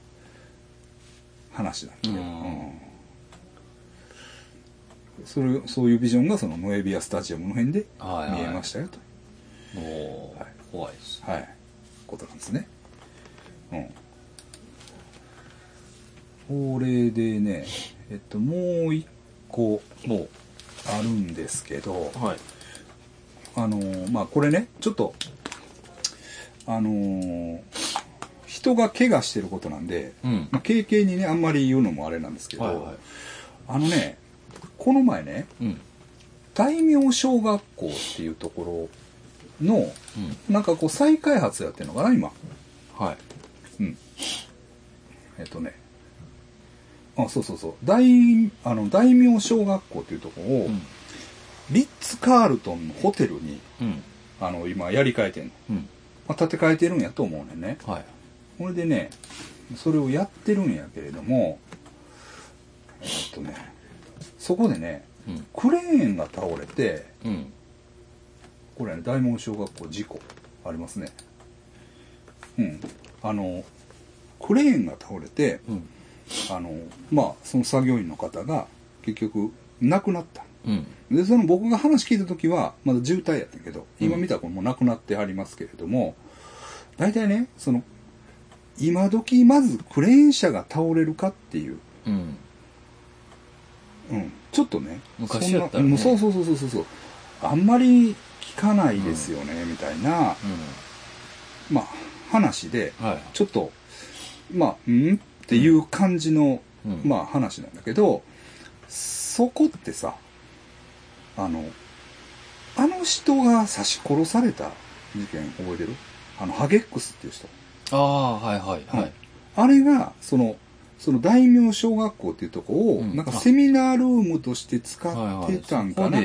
[SPEAKER 1] 話なんだけど、
[SPEAKER 2] うん
[SPEAKER 1] うんそれそういうビジョンがそのノエビアスタジアムの辺で
[SPEAKER 2] はいはい
[SPEAKER 1] 見えましたよと
[SPEAKER 2] もう、怖いです。
[SPEAKER 1] はい、ことなんですね、うん、これでねえっともう一個
[SPEAKER 2] も
[SPEAKER 1] あるんですけど
[SPEAKER 2] う、はい。
[SPEAKER 1] あのーまあこれねちょっとあのー人が怪我してることなんで、
[SPEAKER 2] うん。
[SPEAKER 1] まあ、経験にねあんまり言うのもあれなんですけど、
[SPEAKER 2] はいは
[SPEAKER 1] あのねこの前ね
[SPEAKER 2] い。うん。
[SPEAKER 1] 大名小学校っていうところの
[SPEAKER 2] うん。
[SPEAKER 1] なんかこう再開発やってるのかな今
[SPEAKER 2] はい。
[SPEAKER 1] うんえっとねあそうそうそう大あの大名小学校っていうところを、
[SPEAKER 2] うん。
[SPEAKER 1] リッツ・カールトンのホテルに
[SPEAKER 2] うん。
[SPEAKER 1] あの今やり替えてんの、
[SPEAKER 2] うん。
[SPEAKER 1] まあ、建て替えてるんやと思うねんね
[SPEAKER 2] はい。
[SPEAKER 1] それでねそれをやってるんやけれどもえっとねそこでね
[SPEAKER 2] うん。
[SPEAKER 1] クレーンが倒れて
[SPEAKER 2] うん。
[SPEAKER 1] これね大門小学校事故ありますねうんあのクレーンが倒れて
[SPEAKER 2] うん。
[SPEAKER 1] あのまあその作業員の方が結局亡くなった
[SPEAKER 2] うん。
[SPEAKER 1] でその僕が話聞いた時はまだ渋滞やったけど今
[SPEAKER 2] うん
[SPEAKER 1] 見たらこれもうなくなってありますけれども、大体ねその今時まずクレーン車が倒れるかっていう、
[SPEAKER 2] うん。
[SPEAKER 1] うん、ちょっとね
[SPEAKER 2] 昔やったらね
[SPEAKER 1] そんなうんそうそうそうそうそうあんまり聞かないですよね、みたいな、まあ、話で
[SPEAKER 2] うん。はい。
[SPEAKER 1] ちょっとまあうんっていう感じの、
[SPEAKER 2] うん
[SPEAKER 1] まあ、話なんだけどそこってさあのあの人が刺し殺された事件覚えてるあのハゲックスっていう人
[SPEAKER 2] ああ、はいはいはい。
[SPEAKER 1] あれがそのその大名小学校っていうとこを、
[SPEAKER 2] うん
[SPEAKER 1] なんか
[SPEAKER 2] あ
[SPEAKER 1] セミナールームとして使
[SPEAKER 2] は
[SPEAKER 1] っ
[SPEAKER 2] いは
[SPEAKER 1] て
[SPEAKER 2] い。
[SPEAKER 1] たんかな、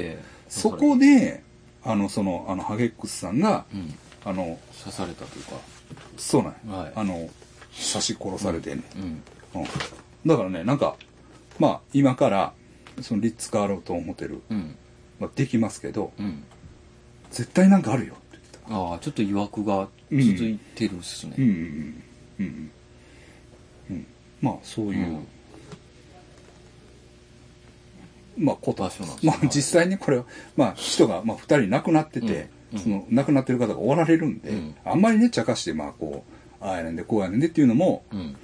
[SPEAKER 1] そ
[SPEAKER 2] で
[SPEAKER 1] こであのそのあのハゲックスさんが
[SPEAKER 2] うん、
[SPEAKER 1] あの
[SPEAKER 2] 刺されたというか、
[SPEAKER 1] そうなんや
[SPEAKER 2] はい。
[SPEAKER 1] あの刺し殺されてんねん
[SPEAKER 2] うん、
[SPEAKER 1] うん、だからねなんかまあ今からそのリッツ・カーロトンホテル
[SPEAKER 2] うん、
[SPEAKER 1] はできますけど
[SPEAKER 2] うん。
[SPEAKER 1] 絶対なんかあるよって言
[SPEAKER 2] ああ、ちょっと疑惑が続いてるっすね。
[SPEAKER 1] ってたうんうんうんうんうんまあそういう、
[SPEAKER 2] うん
[SPEAKER 1] まあこと
[SPEAKER 2] 場所なんですね
[SPEAKER 1] まあ実際にこれはまあ人がまあ2人亡くなってて、
[SPEAKER 2] うんうん
[SPEAKER 1] その亡くなってる方がおられるんで、
[SPEAKER 2] うん
[SPEAKER 1] あんまりね茶化してまあこうああやねんでこうやねんでっていうのも、
[SPEAKER 2] うん、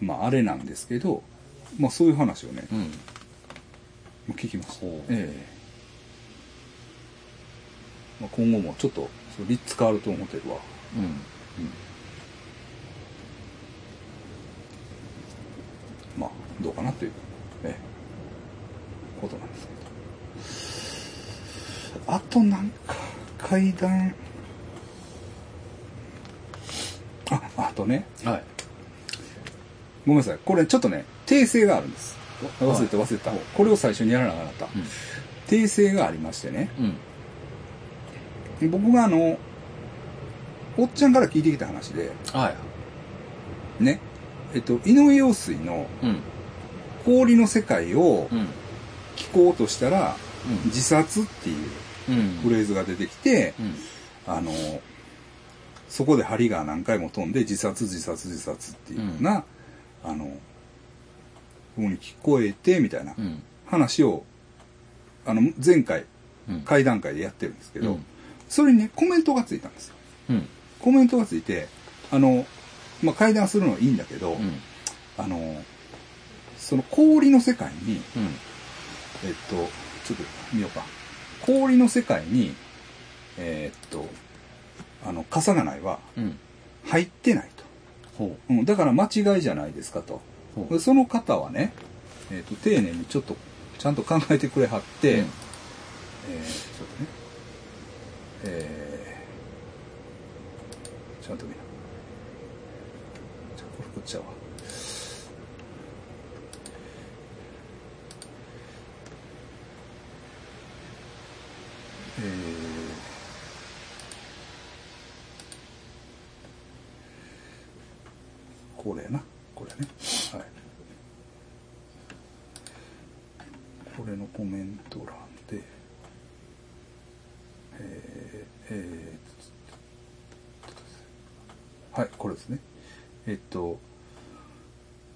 [SPEAKER 1] まあ、あれなんですけど、まあ、そういう話をね、
[SPEAKER 2] うん。
[SPEAKER 1] 聞きました、
[SPEAKER 2] ほう
[SPEAKER 1] ええまあ、今後もちょっとそうリッツ・カールトンホテルは
[SPEAKER 2] うん。
[SPEAKER 1] まあどうかなという、ええことなんですけどあとなんか階段ああとね
[SPEAKER 2] はい。
[SPEAKER 1] ごめんなさいこれちょっとね訂正があるんです
[SPEAKER 2] お
[SPEAKER 1] 忘れて忘れた、
[SPEAKER 2] はい
[SPEAKER 1] これを最初にやらなかった、訂正がありましてね
[SPEAKER 2] うん、うん、
[SPEAKER 1] 僕があのおっちゃんから聞いてきた話で
[SPEAKER 2] はい。
[SPEAKER 1] ねえっと井上陽水の
[SPEAKER 2] うん、
[SPEAKER 1] 氷の世界を
[SPEAKER 2] うん、
[SPEAKER 1] 聞こうとしたら
[SPEAKER 2] うん
[SPEAKER 1] 自殺っていう
[SPEAKER 2] うん。
[SPEAKER 1] フレーズが出てきて
[SPEAKER 2] うん、
[SPEAKER 1] あのそこで針が何回も飛んで自殺自殺自殺っていうような、あの風に聞こえてみたいな
[SPEAKER 2] うん、
[SPEAKER 1] 話をあの前回
[SPEAKER 2] うん。
[SPEAKER 1] 会談会でやってるんですけど、
[SPEAKER 2] うん
[SPEAKER 1] それにねコメントがついたんですよ
[SPEAKER 2] うん、
[SPEAKER 1] コメントがついてあの、まあ、会談するのはいいんだけど、
[SPEAKER 2] うん、
[SPEAKER 1] あのその氷の世界に
[SPEAKER 2] うん。
[SPEAKER 1] えっとちょっと見ようか氷の世界にえっとあの、傘がないは
[SPEAKER 2] うん。
[SPEAKER 1] 入ってないと。
[SPEAKER 2] ほ
[SPEAKER 1] うん、だから間違いじゃないですかと。
[SPEAKER 2] う。ほう。
[SPEAKER 1] でその方はね、えっと丁寧にちょっとちゃんと考えてくれはって、え
[SPEAKER 2] うん
[SPEAKER 1] ーちょっとねえー、ちょっと見なじゃあこれこっちやわえーこれやなこれねはいこれのコメント欄でえーえーはいこれですねえっと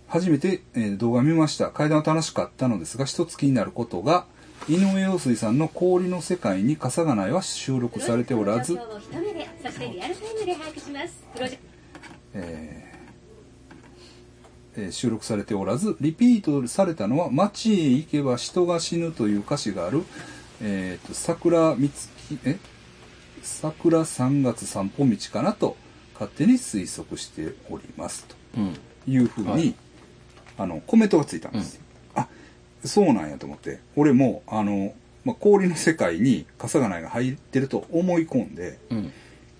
[SPEAKER 1] 初めて、えー動画見ました階段は楽しかったのですが一つ気になることが井上陽水さんの氷の世界に笠がないは収録されておらず
[SPEAKER 3] プロジェクトの状況を一目でそしてリアルタイムで把握しますプロジェク
[SPEAKER 1] えーえー収録されておらずリピートされたのは「街へ行けば人が死ぬ」という歌詞がある、えーと桜三月え桜三月散歩道かなと勝手に推測しておりますと
[SPEAKER 2] うん。
[SPEAKER 1] いうふうに、
[SPEAKER 2] はい
[SPEAKER 1] あのコメントがついたんです、あそうなんやと思って俺もあの、まあ、氷の世界に笠がないが入ってると思い込んで、
[SPEAKER 2] うん。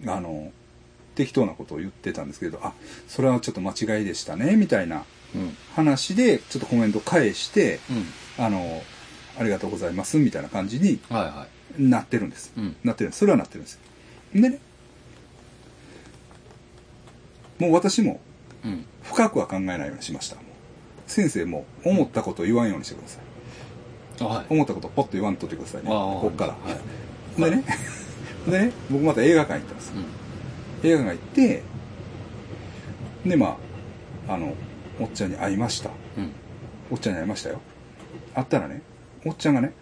[SPEAKER 1] あの適当なことを言ってたんですけどあそれはちょっと間違いでしたねみたいな
[SPEAKER 2] うん。
[SPEAKER 1] 話でちょっとコメント返して
[SPEAKER 2] うん。
[SPEAKER 1] あのありがとうございますみたいな感じに
[SPEAKER 2] はいは
[SPEAKER 1] なってるんです、
[SPEAKER 2] うん
[SPEAKER 1] なってるんですそれはなってるんですよでねもう私も
[SPEAKER 2] い。うん。
[SPEAKER 1] 深くは考えないようにしましたもう先生も思ったことを言わんようにしてください
[SPEAKER 2] あはい。
[SPEAKER 1] 思ったことをポッと言わんとってくださいね
[SPEAKER 2] ああ
[SPEAKER 1] こっから、、
[SPEAKER 2] はい
[SPEAKER 1] でねでね僕また映画館行ったんです映画館行ってでまああのおっちゃんに会いました
[SPEAKER 2] うん。うん。
[SPEAKER 1] おっちゃんに会いましたよ会ったらねおっちゃんがね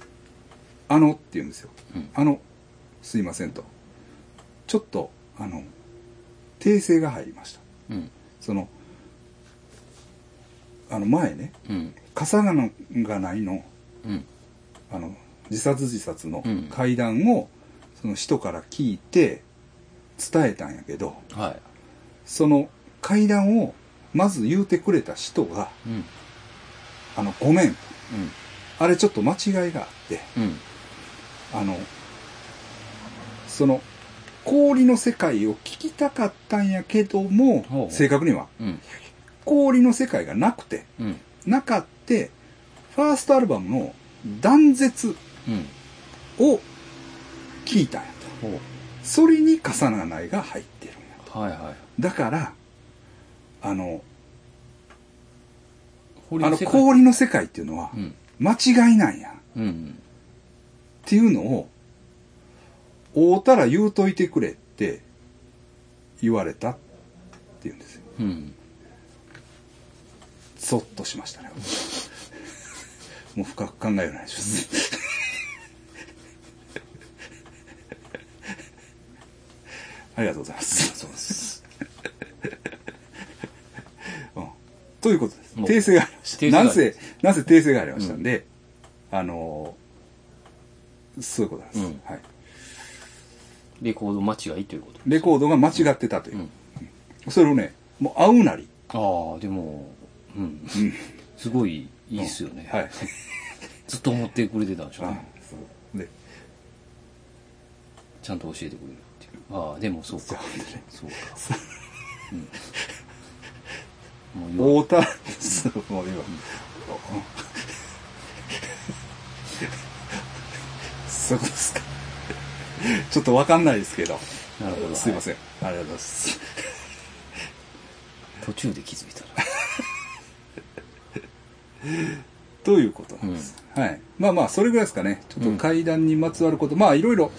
[SPEAKER 1] 「あの」って言うんですよ「
[SPEAKER 2] うん
[SPEAKER 1] あのすいません」とちょっとあの訂正が入りました
[SPEAKER 2] うん。
[SPEAKER 1] そのあの前ね
[SPEAKER 2] うん。
[SPEAKER 1] 傘がのがないの
[SPEAKER 2] うん。
[SPEAKER 1] あの自殺自殺の
[SPEAKER 2] うん
[SPEAKER 1] 会談を、その人から聞いて伝えたんやけど、
[SPEAKER 2] はい。
[SPEAKER 1] その階段をまず言うてくれた人が
[SPEAKER 2] うん。うん。
[SPEAKER 1] 「あのごめん」あれちょっと間違いがあって
[SPEAKER 2] うん。
[SPEAKER 1] あのその氷の世界を聞きたかったんやけど
[SPEAKER 2] ほ
[SPEAKER 1] も
[SPEAKER 2] う
[SPEAKER 1] 正確には
[SPEAKER 2] うん。
[SPEAKER 1] 氷の世界がなくて
[SPEAKER 2] うん。
[SPEAKER 1] なかってファーストアルバムの「断絶
[SPEAKER 2] うん。」
[SPEAKER 1] を聞いたんやと
[SPEAKER 2] ほ
[SPEAKER 1] それに「重ならない」が入ってるんや
[SPEAKER 2] う。はいはい。
[SPEAKER 1] だからあの
[SPEAKER 2] 氷
[SPEAKER 1] あ
[SPEAKER 2] の
[SPEAKER 1] の
[SPEAKER 2] 世界
[SPEAKER 1] 氷の世界っていうのは
[SPEAKER 2] うん。
[SPEAKER 1] 間違いなんや、
[SPEAKER 2] うん。
[SPEAKER 1] っていうのを、会うたら言うといてくれって言われたって言うんですよ。
[SPEAKER 2] うん。
[SPEAKER 1] ゾッとしましたね。 もう深く考えようないでし ます。ありがとうございます。そうです。と いうことです。
[SPEAKER 2] もう
[SPEAKER 1] 訂正がありました。
[SPEAKER 2] 訂正が
[SPEAKER 1] な
[SPEAKER 2] あります
[SPEAKER 1] ぜ、なぜ訂正がありましたんで、あのーそういうことなんです、
[SPEAKER 2] うん
[SPEAKER 1] はい。
[SPEAKER 2] レコード間違いということ。
[SPEAKER 1] レコードが間違ってたというう。
[SPEAKER 2] ん。
[SPEAKER 1] それをね、もう会うなり。
[SPEAKER 2] ああ、でも、うん。
[SPEAKER 1] うん
[SPEAKER 2] すごいいいっすよね。
[SPEAKER 1] はい。
[SPEAKER 2] ずっと思ってくれてたんでしょう
[SPEAKER 1] あ
[SPEAKER 2] ね。
[SPEAKER 1] そうで、
[SPEAKER 2] ちゃんと教えてくれるっていう。ああ、でもそう
[SPEAKER 1] じゃ
[SPEAKER 2] か
[SPEAKER 1] あ。でね、
[SPEAKER 2] そうか。うん。もう言わ
[SPEAKER 1] 大田、そう、もう今。そうですか。ちょっとわかんないですけど。
[SPEAKER 2] なるほど。
[SPEAKER 1] すいませ
[SPEAKER 2] ん。
[SPEAKER 1] ん。ありがとうございます。
[SPEAKER 2] 途中で気づいたら。
[SPEAKER 1] ということなんです。はい。まあまあ、それぐらいですかね。ちょっと階段にまつわること。まあ、いろいろ、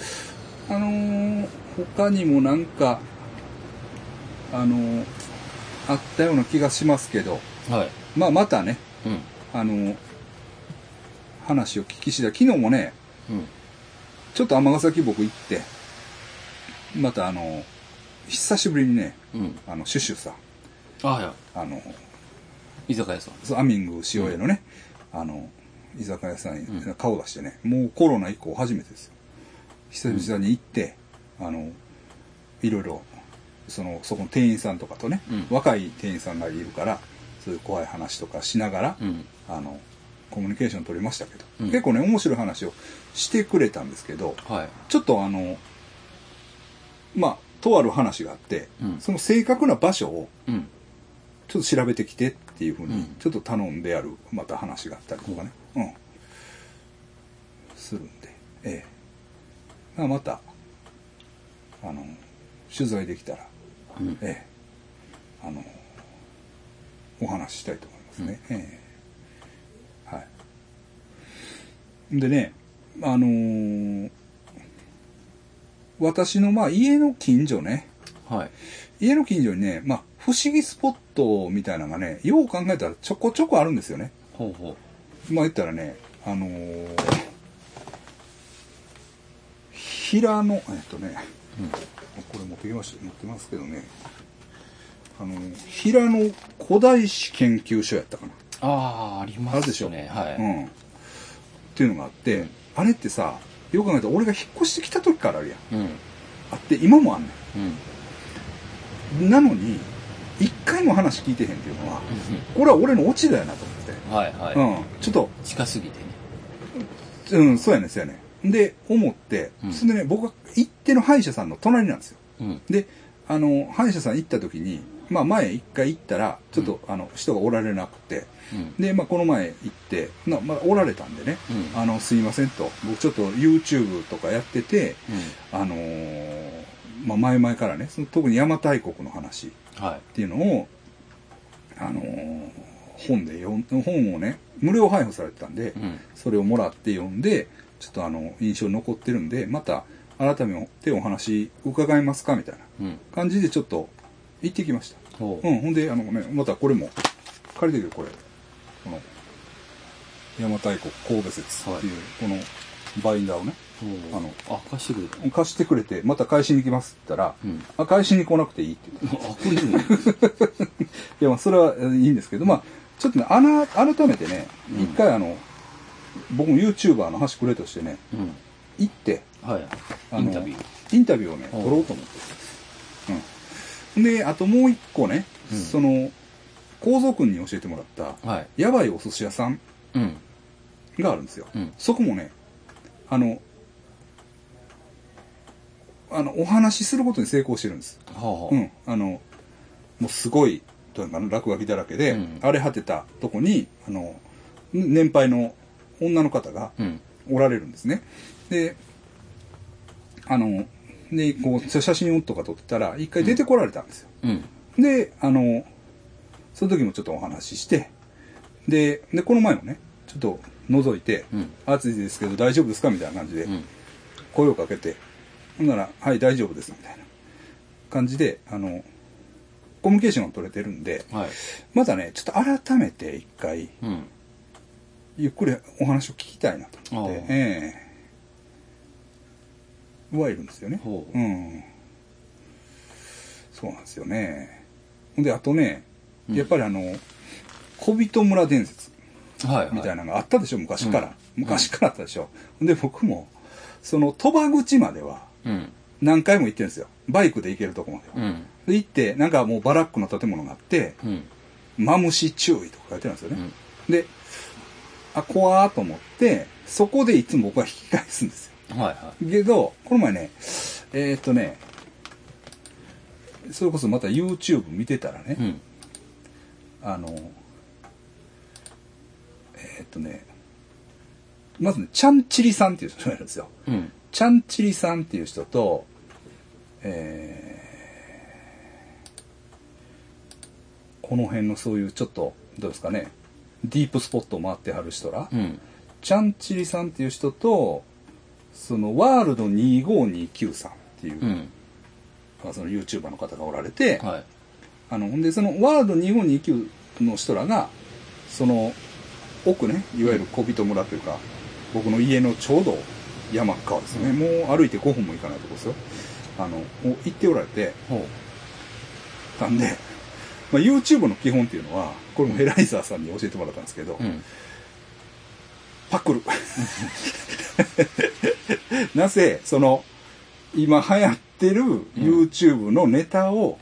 [SPEAKER 1] あのー他にもなんか、あのーあったような気がしますけど、
[SPEAKER 2] はい。
[SPEAKER 1] まあ、またね、
[SPEAKER 2] うん。
[SPEAKER 1] あのー話を聞きしだ昨日もね、
[SPEAKER 2] うん。
[SPEAKER 1] ちょっと尼崎僕行って、またあのー久しぶりにね、
[SPEAKER 2] うん。
[SPEAKER 1] あの、シュシュさん、
[SPEAKER 2] ああ、いや。
[SPEAKER 1] あのー
[SPEAKER 2] 居酒屋さん。
[SPEAKER 1] そうアミング塩屋のね、あの居酒屋さんに顔出してね、もうコロナ以降初めてですよ久々に行って、あのいろいろそのそこの店員さんとかとね、
[SPEAKER 2] うん
[SPEAKER 1] 若い店員さんがいるからそういう怖い話とかしながら、
[SPEAKER 2] うん
[SPEAKER 1] あのコミュニケーション取りましたけど、
[SPEAKER 2] うん
[SPEAKER 1] 結構ね面白い話をしてくれたんですけど
[SPEAKER 2] はい
[SPEAKER 1] ちょっとあのまあとある話があって、
[SPEAKER 2] うん
[SPEAKER 1] その正確な場所を
[SPEAKER 2] うん
[SPEAKER 1] ちょっと調べてきてっていうふう
[SPEAKER 2] う
[SPEAKER 1] に
[SPEAKER 2] ん
[SPEAKER 1] ちょっと頼んであるまた話があったりとかね、うんするんでええまあまたあの取材できたら、
[SPEAKER 2] うん
[SPEAKER 1] ええあのお話ししたいと思いますね、ええはいでねあのー私のまあ家の近所ね、
[SPEAKER 2] はい
[SPEAKER 1] 家の近所にね、まあ、不思議スポットみたいなのがね、よう考えたらちょこちょこあるんですよね。
[SPEAKER 2] ほうほ
[SPEAKER 1] まあ言ったらね、あのー、平野、えっとね、
[SPEAKER 2] う、うん、
[SPEAKER 1] これ持ってきました、持ってますけどね、あのー、平野古代史研究所やったかな。
[SPEAKER 2] あああり
[SPEAKER 1] あ
[SPEAKER 2] ま
[SPEAKER 1] るでし
[SPEAKER 2] す
[SPEAKER 1] ょ
[SPEAKER 2] ねはい、
[SPEAKER 1] うん。っていうのがあって、あれってさ、よく考えたら俺が引っ越してきた時からあるやん。
[SPEAKER 2] うん
[SPEAKER 1] あって、今もあんねん。
[SPEAKER 2] うん
[SPEAKER 1] なのに、一回も話聞いてへんっていうのは、これは俺のオチだよなと思って。
[SPEAKER 2] うんはいはい、
[SPEAKER 1] うん。ちょっと、
[SPEAKER 2] 近すぎてね
[SPEAKER 1] うん、そうやねん、そうやねん。で、思って
[SPEAKER 2] う、ん
[SPEAKER 1] それでね、僕が行っての歯医者さんの隣なんですよ。
[SPEAKER 2] うん
[SPEAKER 1] で、あの、歯医者さん行った時に、まあ前一回行ったら、ちょっと、あの、人がおられなくて、
[SPEAKER 2] うん
[SPEAKER 1] で、まあこの前行って、なまあおられたんでね、
[SPEAKER 2] うん
[SPEAKER 1] あの、すいませんと、僕ちょっと YouTube とかやってて、
[SPEAKER 2] う
[SPEAKER 1] あのーまあ前々からね、その特に邪馬台国の話、
[SPEAKER 2] んはい
[SPEAKER 1] っていうのを、あのー本で読ん、本をね、無料配布されてたんで、
[SPEAKER 2] うん
[SPEAKER 1] それをもらって読んで、ちょっとあの、印象に残ってるんで、また改めてお話伺いますかみたいな
[SPEAKER 2] うん
[SPEAKER 1] 感じでちょっと行ってきました。
[SPEAKER 2] ほう、
[SPEAKER 1] うん、ほんで、あのね、またこれも、借りてるよ、これ。この、邪馬台国神戸説っていう、このバインダーをね、
[SPEAKER 2] ほう
[SPEAKER 1] あの
[SPEAKER 2] あ貸してくれた
[SPEAKER 1] 貸してくれて、また返しに行きますって言ったら、
[SPEAKER 2] うん
[SPEAKER 1] あ、返しに来なくていいって言って。
[SPEAKER 2] あこれでもいい
[SPEAKER 1] いや、まあ、それはいいんですけど、まあ、ちょっとね、あな、改めてね、
[SPEAKER 2] うん
[SPEAKER 1] 一回あの、僕も YouTuber の端くれとしてね、
[SPEAKER 2] うん
[SPEAKER 1] 行って、
[SPEAKER 2] はい
[SPEAKER 1] あ
[SPEAKER 2] イ
[SPEAKER 1] の
[SPEAKER 2] ンタビュー
[SPEAKER 1] インタビューをね、
[SPEAKER 2] うん
[SPEAKER 1] 撮ろうと思って。うん。で、あともう一個ね、
[SPEAKER 2] うん
[SPEAKER 1] その、構造君に教えてもらった、
[SPEAKER 2] はい
[SPEAKER 1] やばいお寿司屋さん
[SPEAKER 2] うん
[SPEAKER 1] があるんですよ。
[SPEAKER 2] うん
[SPEAKER 1] そこもね、あの、あの、お話しすることに成功してるんです。
[SPEAKER 2] はあはあ
[SPEAKER 1] うん、あの、もうすごい、どういうのかな、落書きだらけで、
[SPEAKER 2] うん
[SPEAKER 1] 荒れ果てたとこに、あの、年配の女の方が
[SPEAKER 2] うん
[SPEAKER 1] おられるんですね。で、あの、で、こう、写真をとか撮ってたら、一回出てこられたんですよ。
[SPEAKER 2] うん
[SPEAKER 1] で、あの、その時もちょっとお話しして、で、で、この前もね、ちょっと覗いて、
[SPEAKER 2] うん
[SPEAKER 1] 暑いですけど大丈夫ですかみたいな感じで、
[SPEAKER 2] うん
[SPEAKER 1] 声をかけて、ほんなら、はい、大丈夫です、みたいな感じで、あの、コミュニケーションが取れてるんで、
[SPEAKER 2] はい
[SPEAKER 1] まだね、ちょっと改めて一回、
[SPEAKER 2] うん
[SPEAKER 1] ゆっくりお話を聞きたいなと思って
[SPEAKER 2] ああ、
[SPEAKER 1] ええはいるんですよね。
[SPEAKER 2] ほう
[SPEAKER 1] うん。そうなんですよね。ほんで、あとね、
[SPEAKER 2] うん
[SPEAKER 1] やっぱりあの、小人村伝説。
[SPEAKER 2] はいはい
[SPEAKER 1] みたいなのがあったでしょ、昔から。昔からあったでしょ。で、僕も、その、鳥羽口までは、
[SPEAKER 2] うん
[SPEAKER 1] 何回も行ってるんですよ。バイクで行けるとこまでは。
[SPEAKER 2] うん
[SPEAKER 1] で、行って、なんかもうバラックの建物があって、
[SPEAKER 2] うん
[SPEAKER 1] マムシ注意とか書いてあるんですよ
[SPEAKER 2] う
[SPEAKER 1] ね。
[SPEAKER 2] ん
[SPEAKER 1] で、あ、怖ーと思って、そこでいつも僕は引き返すんですよ。
[SPEAKER 2] はいは
[SPEAKER 1] けど、この前ね、えーっとね、それこそまた YouTube 見てたらね
[SPEAKER 2] い、うん
[SPEAKER 1] あの、えーっとね、まずね、ちゃんちりさんっていう人がいるんですよ。
[SPEAKER 2] うん
[SPEAKER 1] ちゃんちりさんっていう人と、えーこの辺のそういうちょっと、どうですかね、ディープスポットを回ってはる人ら、
[SPEAKER 2] うん
[SPEAKER 1] ちゃんちりさんっていう人と、そのワールド2529さんっていう、
[SPEAKER 2] うん
[SPEAKER 1] まあその YouTuber の方がおられて、
[SPEAKER 2] はい
[SPEAKER 1] あの、ほんで、そのワールド2529の人らが、その、奥ね、いわゆる小人村というか、僕の家のちょうど山っ側ですね。もう歩いて5分も行かないとこですよ。あの、を行っておられて、
[SPEAKER 2] ほ
[SPEAKER 1] たんで、まあ、YouTube の基本っていうのは、これもヘライザーさんに教えてもらったんですけど、
[SPEAKER 2] ううん
[SPEAKER 1] パクる。なぜ、その、今流行っってる YouTube のネタを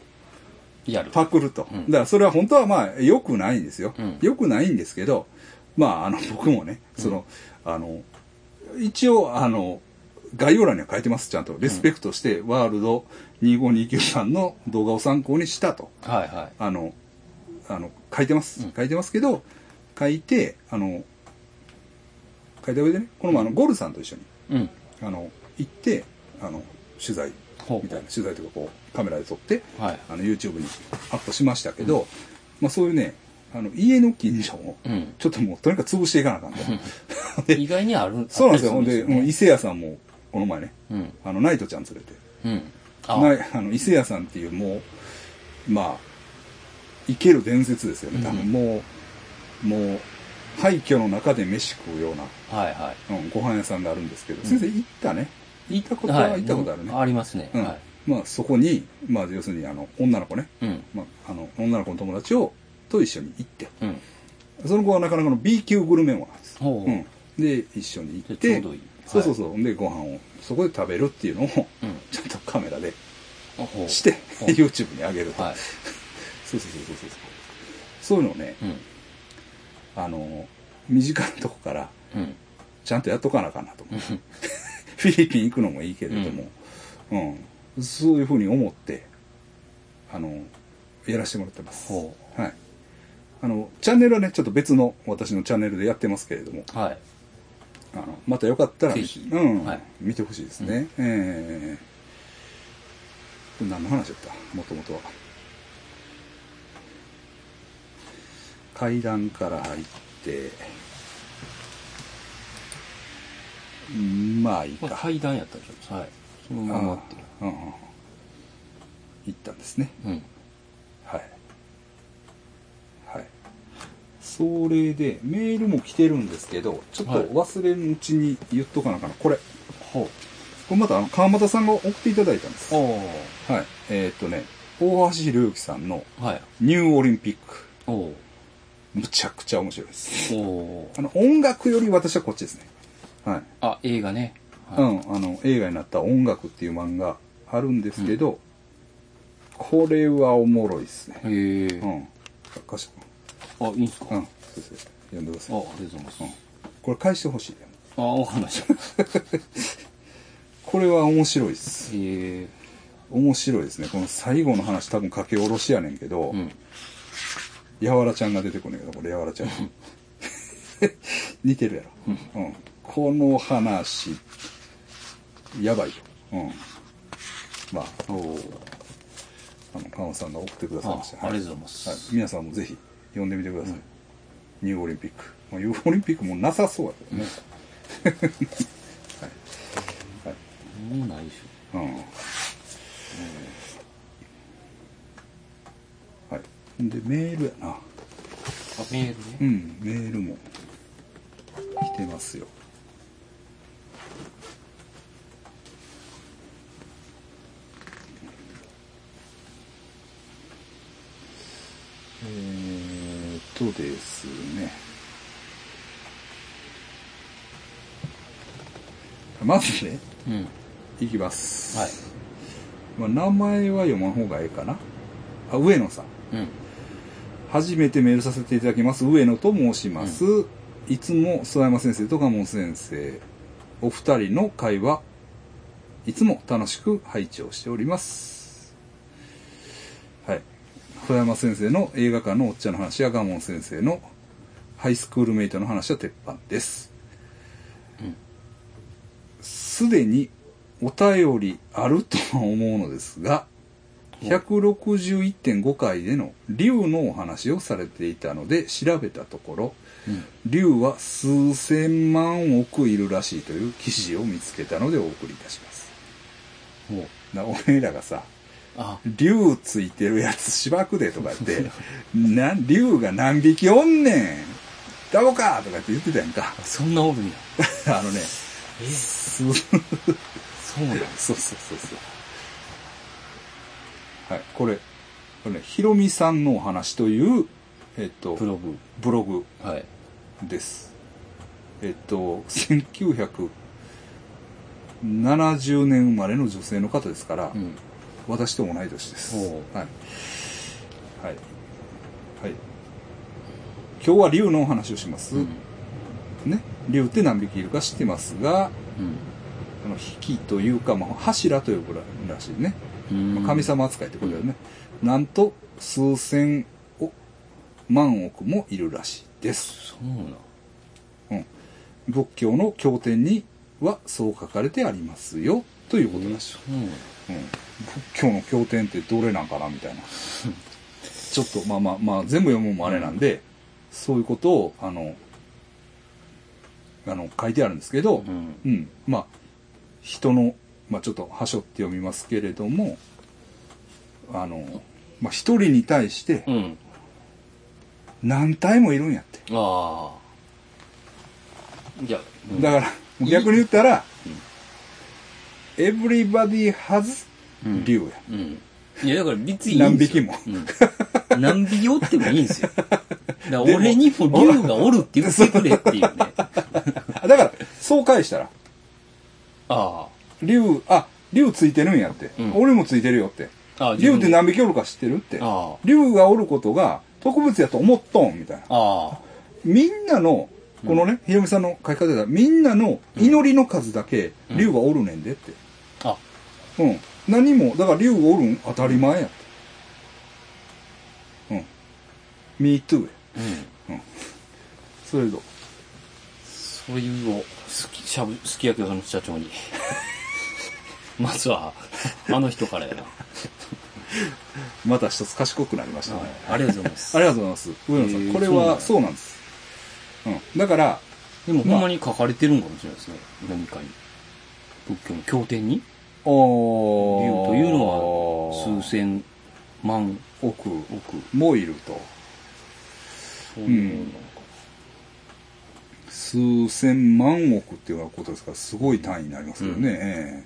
[SPEAKER 2] やる。
[SPEAKER 1] パクると。
[SPEAKER 2] うん
[SPEAKER 1] だからそれは本当はまあ良くないんですよ
[SPEAKER 2] うん。
[SPEAKER 1] 良、くないんですけど、まああの僕もね、その、あの、一応あの、概要欄には書いてます、ちゃんと。リスペクトして、ワールド2529さんの動画を参考にしたと。
[SPEAKER 2] はいはい。
[SPEAKER 1] あの、あの、書いてます
[SPEAKER 2] うん。
[SPEAKER 1] 書いてますけど、書いて、あの、書いた上でね、この前あの、ゴルさんと一緒に、
[SPEAKER 2] うん。
[SPEAKER 1] あの、行って、あの、取材、
[SPEAKER 2] ほ
[SPEAKER 1] みたいな、取材というかこう、カメラで撮って、
[SPEAKER 2] う。はい。
[SPEAKER 1] あの YouTube にアップしましたけど、まあそういうね、あの家の近所を
[SPEAKER 2] うん。
[SPEAKER 1] ちょっともうとにかく潰していかなあかん と。で
[SPEAKER 2] 意外にある。
[SPEAKER 1] そうなんですよ。ほんで、
[SPEAKER 2] あったり
[SPEAKER 1] もう
[SPEAKER 2] る
[SPEAKER 1] 伊勢屋さんもこの前ね、
[SPEAKER 2] んですよね
[SPEAKER 1] あのナイトちゃん連れて、
[SPEAKER 2] うん。うん。あ、
[SPEAKER 1] ないあの伊勢屋さんっていうもう、まあ、生ける伝説ですよね。多
[SPEAKER 2] う
[SPEAKER 1] 分
[SPEAKER 2] ん
[SPEAKER 1] もう、もう、廃墟の中で飯食うような、
[SPEAKER 2] はいは
[SPEAKER 1] うん、ご飯屋さんがあるんですけど、先生行ったね。
[SPEAKER 2] い。
[SPEAKER 1] 行ったこと
[SPEAKER 2] は
[SPEAKER 1] は、
[SPEAKER 2] い
[SPEAKER 1] 行ったことあるね。
[SPEAKER 2] ありますね。
[SPEAKER 1] うん
[SPEAKER 2] は
[SPEAKER 1] まあそこに、まあ要するにあの女の子ね、
[SPEAKER 2] い。うん。
[SPEAKER 1] まあ、あの女の子の友達をと一緒に行って
[SPEAKER 2] うん。
[SPEAKER 1] その子はなかなかの B 級グルメマンです、
[SPEAKER 2] ほう
[SPEAKER 1] うん、で一緒に行っ
[SPEAKER 2] で
[SPEAKER 1] て
[SPEAKER 2] ちょうどいい
[SPEAKER 1] そうそうそう、でご飯をそこで食べるっていうのを ち
[SPEAKER 2] うん。
[SPEAKER 1] ゃんとカメラで
[SPEAKER 2] あほう。
[SPEAKER 1] して
[SPEAKER 2] ほう
[SPEAKER 1] YouTube に上げると、
[SPEAKER 2] はい。
[SPEAKER 1] そうそうそうそうそうそういうのをね
[SPEAKER 2] うん。
[SPEAKER 1] あの身近なとこから
[SPEAKER 2] うん。
[SPEAKER 1] ちゃんとやっとかなあかんなと思う フィリピン行くのもいいけれども、うんそういうふうに思ってあのやらせてもらってます
[SPEAKER 2] ほ
[SPEAKER 1] はい。あの、チャンネルはね、ちょっと別の私のチャンネルでやってますけれども、
[SPEAKER 2] う。はい。
[SPEAKER 1] あの、またよかったら、
[SPEAKER 2] ぜひ
[SPEAKER 1] うん、
[SPEAKER 2] はい
[SPEAKER 1] 見てほしいですね。ええ何の話だったもともとは。階段から入って、うんまあいい
[SPEAKER 2] まあ、
[SPEAKER 1] か。
[SPEAKER 2] 階段やったでしょ。はい。その
[SPEAKER 1] あ
[SPEAKER 2] ままってる。
[SPEAKER 1] あうんうんうん行ったんですね。
[SPEAKER 2] うん。
[SPEAKER 1] はい。はい。それで、メールも来てるんですけど、ちょっと
[SPEAKER 2] はい
[SPEAKER 1] 忘れんうちに言っとかなあかな。これ。こ
[SPEAKER 2] ほ
[SPEAKER 1] れまた、あの、川又さんが送っていただいたんです。
[SPEAKER 2] う。
[SPEAKER 1] はい。
[SPEAKER 2] お
[SPEAKER 1] えーっとね、大橋宏之さんの
[SPEAKER 2] お。はい。
[SPEAKER 1] ニューオリンピック。
[SPEAKER 2] おお。
[SPEAKER 1] むちゃくちゃ面白いです。
[SPEAKER 2] おお
[SPEAKER 1] あ。の、音楽より私はこっちですね。はい。
[SPEAKER 2] あ、映画ね。
[SPEAKER 1] う
[SPEAKER 2] は
[SPEAKER 1] ん、あの、映画になった音楽っていう漫画あるんですけど、これはおもろいですね
[SPEAKER 2] い。。へえ
[SPEAKER 1] う。ん。かし
[SPEAKER 2] あ、いいんすか
[SPEAKER 1] こう
[SPEAKER 2] あ、あ
[SPEAKER 1] ん。先生、読んでください。
[SPEAKER 2] りがとうございます。
[SPEAKER 1] これ返してほしい。
[SPEAKER 2] あ、わかりました。
[SPEAKER 1] これは面白いです。
[SPEAKER 2] へえ。
[SPEAKER 1] 面白いですね。この最後の話多分書き下ろしやねんけど、
[SPEAKER 2] うん。
[SPEAKER 1] やわらちゃんが出てこねえけど、これやわらちゃん。 似てるやろ。うん。この話、やばいよ。うん。まあ、
[SPEAKER 2] おお。
[SPEAKER 1] あの、川本さんが送ってください
[SPEAKER 2] あ
[SPEAKER 1] ました。
[SPEAKER 2] ありがとうご
[SPEAKER 1] は
[SPEAKER 2] ざいま
[SPEAKER 1] い。はい
[SPEAKER 2] す。
[SPEAKER 1] 皆さんもぜひ読んでみてください。ニューオリンピック。まあ、ニューオリンピックもなさそうやけどね。
[SPEAKER 2] もうないでし
[SPEAKER 1] うんはい。で、メールやな。
[SPEAKER 2] ょ。あ、メール
[SPEAKER 1] う
[SPEAKER 2] ね。
[SPEAKER 1] ん、メールも来てますよ。えーっとですね。まずね、
[SPEAKER 2] うん。
[SPEAKER 1] いきます。
[SPEAKER 2] はい。
[SPEAKER 1] まあ、名前は読まん方がいいかな。あ、上野さん。
[SPEAKER 2] うん。
[SPEAKER 1] 初めてメールさせていただきます上野と申します、いつも諏訪山先生と蒲生先生お二人の会話いつも楽しく拝聴しておりますはい諏訪山先生の映画館のおっちゃんの話や蒲生先生のハイスクールメイトの話は鉄板です
[SPEAKER 2] うん
[SPEAKER 1] すで、にお便りあるとは思うのですが161.5回での竜のお話をされていたので調べたところ
[SPEAKER 2] うん。
[SPEAKER 1] 竜は数千万億いるらしいという記事を見つけたのでお送りいたします
[SPEAKER 2] もう。
[SPEAKER 1] な俺らがさ
[SPEAKER 2] あ、
[SPEAKER 1] 竜ついてるやつしばくでとか言 ってな竜が何匹おんねんダボかとかって言ってたやんか
[SPEAKER 2] そんなおるんや。
[SPEAKER 1] あのね
[SPEAKER 2] え
[SPEAKER 1] す
[SPEAKER 2] そうなん
[SPEAKER 1] そうそうそうそう。はい、これ、これね、ひろみさんのお話という、えっと、
[SPEAKER 2] ブログ。
[SPEAKER 1] ブログ
[SPEAKER 2] はい。
[SPEAKER 1] です。えっと、1900、 70年生まれの女性の方ですから、
[SPEAKER 2] うん。
[SPEAKER 1] 私と同い年です。
[SPEAKER 2] ほ
[SPEAKER 1] はい。はい。はい。今日は竜のお話をします。
[SPEAKER 2] うん。
[SPEAKER 1] ね。竜って何匹いるか知ってますが、あの、引きというか、まあ、柱と呼ぶらしいね。
[SPEAKER 2] うん。
[SPEAKER 1] まあ神様扱いってことだよね。なんと、数千億、万億もいるらしいです。
[SPEAKER 2] そうなん。
[SPEAKER 1] うん。仏教の経典にはそう書かれてありますよ、ということらしい。
[SPEAKER 2] そうなん。
[SPEAKER 1] うん、仏教の経典ってどれなんかなみたいなちょっとまあまあまあ全部読むのもあれなんで、そういうことをあのあの書いてあるんですけど、
[SPEAKER 2] うん
[SPEAKER 1] まあ人の、まあ、ちょっと端折って読みますけれどもあの、まあ、一人に対して
[SPEAKER 2] うん。
[SPEAKER 1] 何体もいるんやって、
[SPEAKER 2] ああ。いや、うん
[SPEAKER 1] だから逆に言ったら「everybody has
[SPEAKER 2] うん
[SPEAKER 1] 竜や」
[SPEAKER 2] うん。いや、だから別にいいんですよ。
[SPEAKER 1] 何匹
[SPEAKER 2] うん。何匹おってもいいんですよ。だから俺にも竜がおるって言ってくれっていうね。あ
[SPEAKER 1] あだからそう返したら
[SPEAKER 2] あ。
[SPEAKER 1] 竜、あ、竜ついてるんやって。
[SPEAKER 2] うん
[SPEAKER 1] 俺もついてるよって。
[SPEAKER 2] あ自
[SPEAKER 1] 竜っ
[SPEAKER 2] 分
[SPEAKER 1] て何匹おるか知ってるって
[SPEAKER 2] ああ。
[SPEAKER 1] 竜がおることが特別やと思っとんみたいな。
[SPEAKER 2] ああ。
[SPEAKER 1] みんなの、このね、ひろみさんの書き方だみんなの祈りの数だけ
[SPEAKER 2] ん
[SPEAKER 1] 竜がおるねんでって。
[SPEAKER 2] あ、
[SPEAKER 1] うん。何も、だから竜がおるん当たり前やって。うん。me too や。
[SPEAKER 2] うん。
[SPEAKER 1] それぞ。
[SPEAKER 2] そういうを、すき、しゃぶ、すき焼き屋の社長に。まずは、あの人か らやな。
[SPEAKER 1] また一つ賢くなりましたね。
[SPEAKER 2] ありがとうございます。
[SPEAKER 1] ありがとうございます。上野さ
[SPEAKER 2] へ
[SPEAKER 1] ん、
[SPEAKER 2] え
[SPEAKER 1] これ
[SPEAKER 2] そうなん
[SPEAKER 1] は
[SPEAKER 2] や
[SPEAKER 1] そうなんです。うん。だから、
[SPEAKER 2] でも、ほんまに書かれてるんかもしれないですね。何かに。仏教の経典に
[SPEAKER 1] お
[SPEAKER 2] 竜というのは、数千万
[SPEAKER 1] 億
[SPEAKER 2] 億。
[SPEAKER 1] もいると
[SPEAKER 2] そういうのなのか。
[SPEAKER 1] 数千万億っていうようなことですからすごい単位になりますけどね、え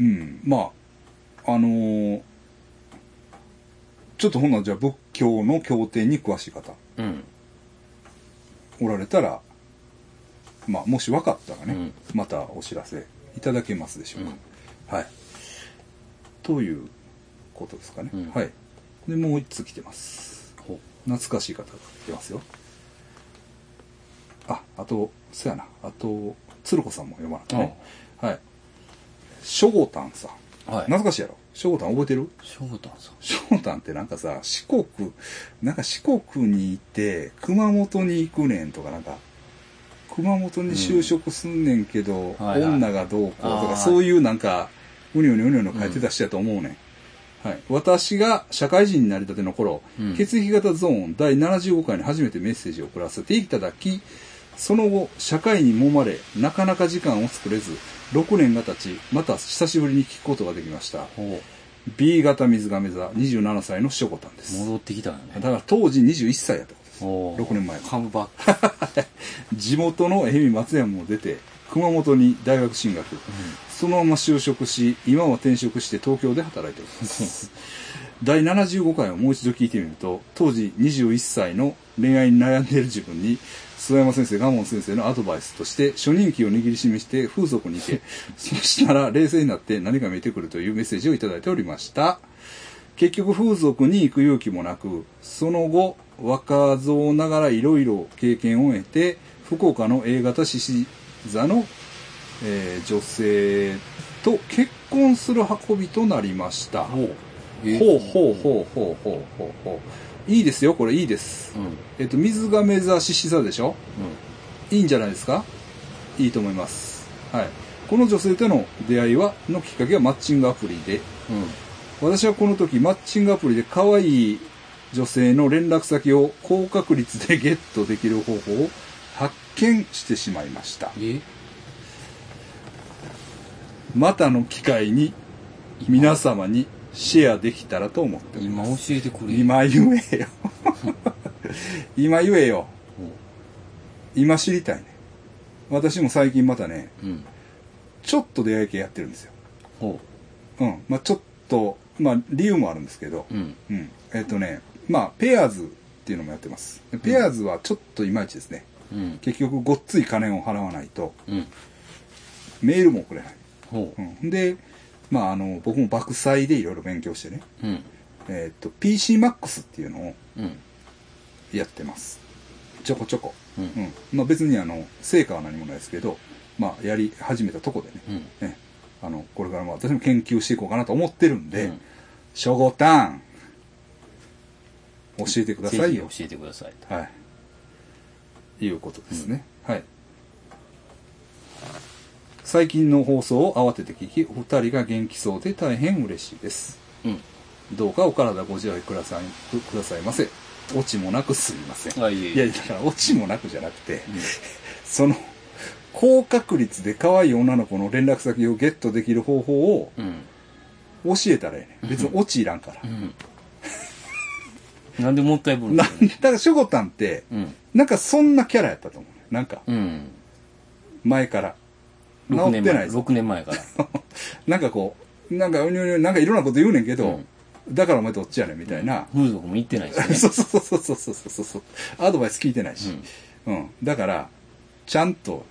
[SPEAKER 1] えうんまああのーちょっとほんならじゃあ仏教の経典に詳しい方
[SPEAKER 2] うん。
[SPEAKER 1] おられたらまあもし分かったらね、
[SPEAKER 2] うん
[SPEAKER 1] またお知らせいただけますでしょうか、はいということですかね、
[SPEAKER 2] うん
[SPEAKER 1] はいでもう一つ来てます
[SPEAKER 2] ほ
[SPEAKER 1] 懐かしい方がいますよああとそやなあと鶴子さんも読まなきゃねはいしょごたんさん
[SPEAKER 2] はい。
[SPEAKER 1] 懐かしいやろしょごたん覚えてる
[SPEAKER 2] 翔太さん。
[SPEAKER 1] しょごたんってなんかさ四国なんか四国にいて熊本に行くねんとかなんか熊本に就職すんねんけど、
[SPEAKER 2] はいはい
[SPEAKER 1] 女がどうこうと
[SPEAKER 2] あー
[SPEAKER 1] かそういうなんかうにょうにょうにょうにょ書いてた人やと思うねん、はい、私が社会人になりたての頃、
[SPEAKER 2] うん
[SPEAKER 1] 血液型ゾーン第75回に初めてメッセージを送らせていただきその後社会に揉まれなかなか時間を作れず6年が経ちまた久しぶりに聞くことができました
[SPEAKER 2] ほ
[SPEAKER 1] B 型水亀座27歳のしょこたんです
[SPEAKER 2] 戻ってきたよ
[SPEAKER 1] だ
[SPEAKER 2] ね。
[SPEAKER 1] から当時21歳やったことです
[SPEAKER 2] ほ
[SPEAKER 1] 6年前
[SPEAKER 2] カムバック。
[SPEAKER 1] 地元の愛媛松山も出て熊本に大学進学、そのまま就職し今は転職して東京で働いております第75回をもう一度聞いてみると当時21歳の恋愛に悩んでいる自分に諏訪山先生蒲門先生のアドバイスとして初任給を握りしめして風俗に行け そしたら冷静になって何か見えてくるというメッセージをいただいておりました結局風俗に行く勇気もなくその後若造ながらいろいろ経験を得て福岡の A 型獅子座の、えー女性と結婚する運びとなりましたほう
[SPEAKER 2] えー
[SPEAKER 1] ほうほうほうほうほうほういいですよこれいいです、
[SPEAKER 2] うん。うん。
[SPEAKER 1] えっと水亀座獅子座でしょいいんじゃないですかいいと思いますはいこの女性との出会いはのきっかけはマッチングアプリで
[SPEAKER 2] うん。
[SPEAKER 1] 私はこの時マッチングアプリで可愛い女性の連絡先を高確率でゲットできる方法を発見してしまいました
[SPEAKER 2] え
[SPEAKER 1] またの機会に皆様にシェアできたらと思っており
[SPEAKER 2] 今
[SPEAKER 1] ま
[SPEAKER 2] 教
[SPEAKER 1] す
[SPEAKER 2] えてくれ。
[SPEAKER 1] 今言 えよ今言えよ今知りたいね私も最近またね
[SPEAKER 2] うん。
[SPEAKER 1] ちょっと出会い系やってるんですよ
[SPEAKER 2] ほ
[SPEAKER 1] うんまあちょっとまあ理由もあるんですけど
[SPEAKER 2] う。うん。
[SPEAKER 1] うん、えっ、とねまあペアーズっていうのもやってますでペアーズはちょっといまいちですね、
[SPEAKER 2] うん。
[SPEAKER 1] 結局ごっつい金を払わないと
[SPEAKER 2] うん。
[SPEAKER 1] メールも送れない。
[SPEAKER 2] ほう。
[SPEAKER 1] うん、で、まあ、あの、僕も爆災でいろいろ勉強してね、
[SPEAKER 2] うん。
[SPEAKER 1] えーっと、PCMAX っていうのを
[SPEAKER 2] うん。
[SPEAKER 1] やってます。ちょこちょこ。
[SPEAKER 2] うん
[SPEAKER 1] うん。まあ、別にあの、成果は何もないですけど、まあ、やり始めたとこでね、
[SPEAKER 2] うん。
[SPEAKER 1] ね、あの、これからも私も研究していこうかなと思ってるんで、
[SPEAKER 2] うん
[SPEAKER 1] 初号タン、教えてくだ
[SPEAKER 2] ぜ
[SPEAKER 1] さい
[SPEAKER 2] ひ
[SPEAKER 1] よ
[SPEAKER 2] 教。えてください。
[SPEAKER 1] はい。いうことですね。はい。最近の放送を慌てて聞き、お二人が元気そうで大変嬉しいです。
[SPEAKER 2] うん。
[SPEAKER 1] どうかお体ご自愛ください、くくださいませ。オチもなくすみません。
[SPEAKER 2] あ、いえ
[SPEAKER 1] い
[SPEAKER 2] い
[SPEAKER 1] や、
[SPEAKER 2] え。
[SPEAKER 1] だからオチもなくじゃなくて、 その、高確率で可愛い女の子の連絡先をゲットできる方法を
[SPEAKER 2] うん。
[SPEAKER 1] 教えたらええねん。別にオチいらんから
[SPEAKER 2] う。ん。なんでもったいぶるん
[SPEAKER 1] な
[SPEAKER 2] だ
[SPEAKER 1] んだから、ショコタンって、
[SPEAKER 2] うん。
[SPEAKER 1] なんかそんなキャラやったと思うね。なんか、
[SPEAKER 2] うん。
[SPEAKER 1] 前から。治
[SPEAKER 2] 6
[SPEAKER 1] って
[SPEAKER 2] 年
[SPEAKER 1] な
[SPEAKER 2] 前。
[SPEAKER 1] いぞ。
[SPEAKER 2] 6年前から。
[SPEAKER 1] なんかこう、なんか、うにょうにょなんかいろんなこと言うねんけ
[SPEAKER 2] う
[SPEAKER 1] ど
[SPEAKER 2] ん、
[SPEAKER 1] だからお前どっちやねんみたいな。
[SPEAKER 2] 風俗も行ってないしね。
[SPEAKER 1] そうそうそうそうそうそうそう。アドバイス聞いてないし。うん。だから、ちゃんと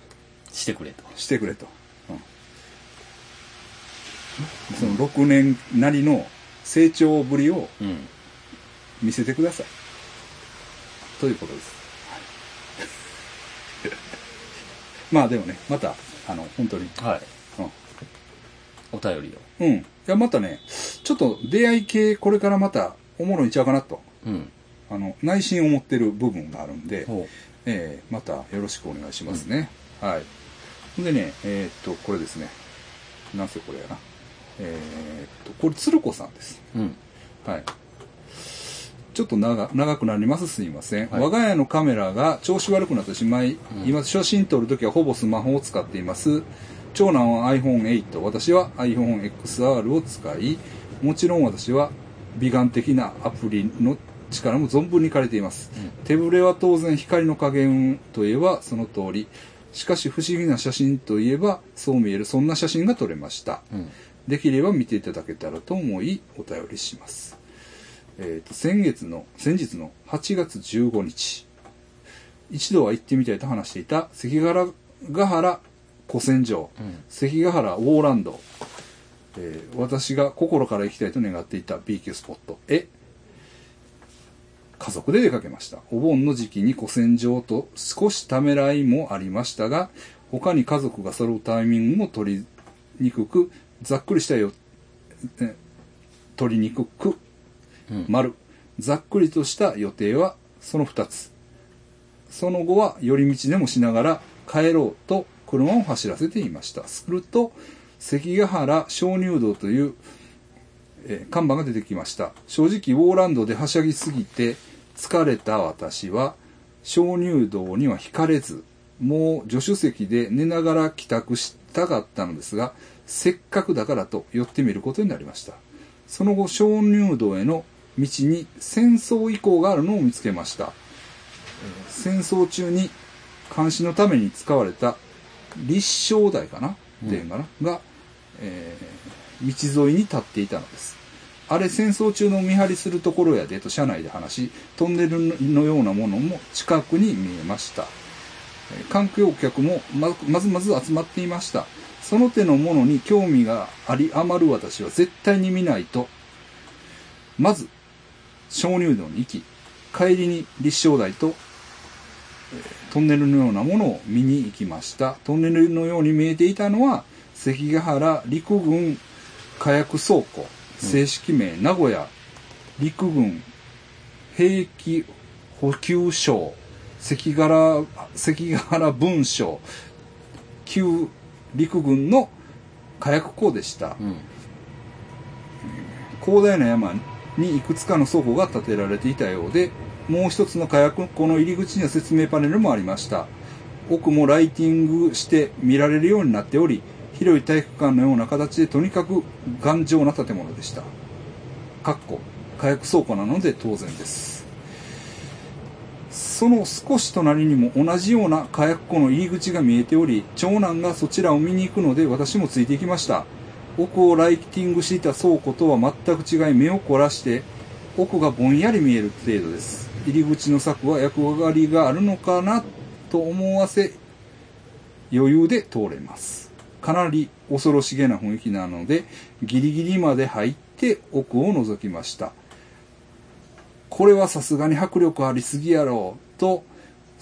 [SPEAKER 2] してくれと。
[SPEAKER 1] してくれと。うん。その6年なりの成長ぶりを
[SPEAKER 2] うん。
[SPEAKER 1] 見せてください。ということです。はい、まあ でもね、また、あの、本当に。
[SPEAKER 2] はい。
[SPEAKER 1] うん
[SPEAKER 2] お便りを。
[SPEAKER 1] うん。いや、またね、ちょっと出会い系、これからまた、おもろいんちゃうかなと、
[SPEAKER 2] うん。
[SPEAKER 1] あの、内心思ってる部分があるんで、
[SPEAKER 2] ほ
[SPEAKER 1] えーまたよろしくお願いしますね。はい。ほんでね、えーっと、これですね。なんせこれやな。えーっと、これ、鶴子さんです。
[SPEAKER 2] う。うん。
[SPEAKER 1] はい。ちょっと長長くなりますすいません、
[SPEAKER 2] はい
[SPEAKER 1] 我が家のカメラが調子悪くなってしまい、
[SPEAKER 2] ん
[SPEAKER 1] 今写真撮るときはほぼスマホを使っています長男は iPhone8 私は iPhoneXR を使いもちろん私は美顔的なアプリの力も存分に借りています、手ぶれは当然光の加減といえばその通りしかし不思議な写真といえばそう見えるそんな写真が撮れました、
[SPEAKER 2] うん。
[SPEAKER 1] できれば見ていただけたらと思いお便りします。えっ、と、先月の、先日の8月15日、一度は行ってみたいと話していた関ヶ原ヶ原古戦場、
[SPEAKER 2] うん
[SPEAKER 1] 関ヶ原ウォーランド、えー私が心から行きたいと願っていた B 級スポットへ、家族で出かけました。お盆の時期に古戦場と少しためらいもありましたが、他に家族が揃うタイミングも取りにくく、ざっくりしたよ、え取りにくく、
[SPEAKER 2] うん
[SPEAKER 1] 丸。ざっくりとした予定はその2つ。その後は寄り道でもしながら帰ろうと車を走らせていました。すると、関ヶ原鍾乳洞というえー看板が出てきました正直ウォーランドではしゃぎすぎて疲れた私は鍾乳洞には惹かれずもう助手席で寝ながら帰宅したかったのですがせっかくだからと寄ってみることになりましたその後鍾乳洞への道に戦争遺構があるのを見つけました戦争中に監視のために使われた立正台かなっていうのかな、が、えー道沿いに立っていたのですあれ戦争中の見張りするところやでと車内で話しトンネルのようなものも近くに見えましたえー観光客もままずまず集まっていましたその手のものに興味があり余る私は絶対に見ないとまず鍾乳洞に行き帰りに立正台とトンネルのようなものを見に行きました。トンネルのように見えていたのは、関ヶ原陸軍火薬倉庫、正式名、名古屋陸軍兵器補給省、関ヶ原、関ヶ原文書、旧陸軍の火薬庫でした。
[SPEAKER 2] うん。
[SPEAKER 1] 広大な山にいくつかの倉庫が建てられていたようでもう一つの火薬庫の入り口には説明パネルもありました奥もライティングして見られるようになっており広い体育館のような形でとにかく頑丈な建物でしたかっこ火薬倉庫なので当然ですその少し隣にも同じような火薬庫の入り口が見えており長男がそちらを見に行くので私もついていきました奥をライティングしていた倉庫とは全く違い目を凝らして奥がぼんやり見える程度です入り口の柵は役割があるのかなと思わせ余裕で通れますかなり恐ろしげな雰囲気なので、ギリギリまで入って奥を覗きました。これはさすがに迫力ありすぎやろうと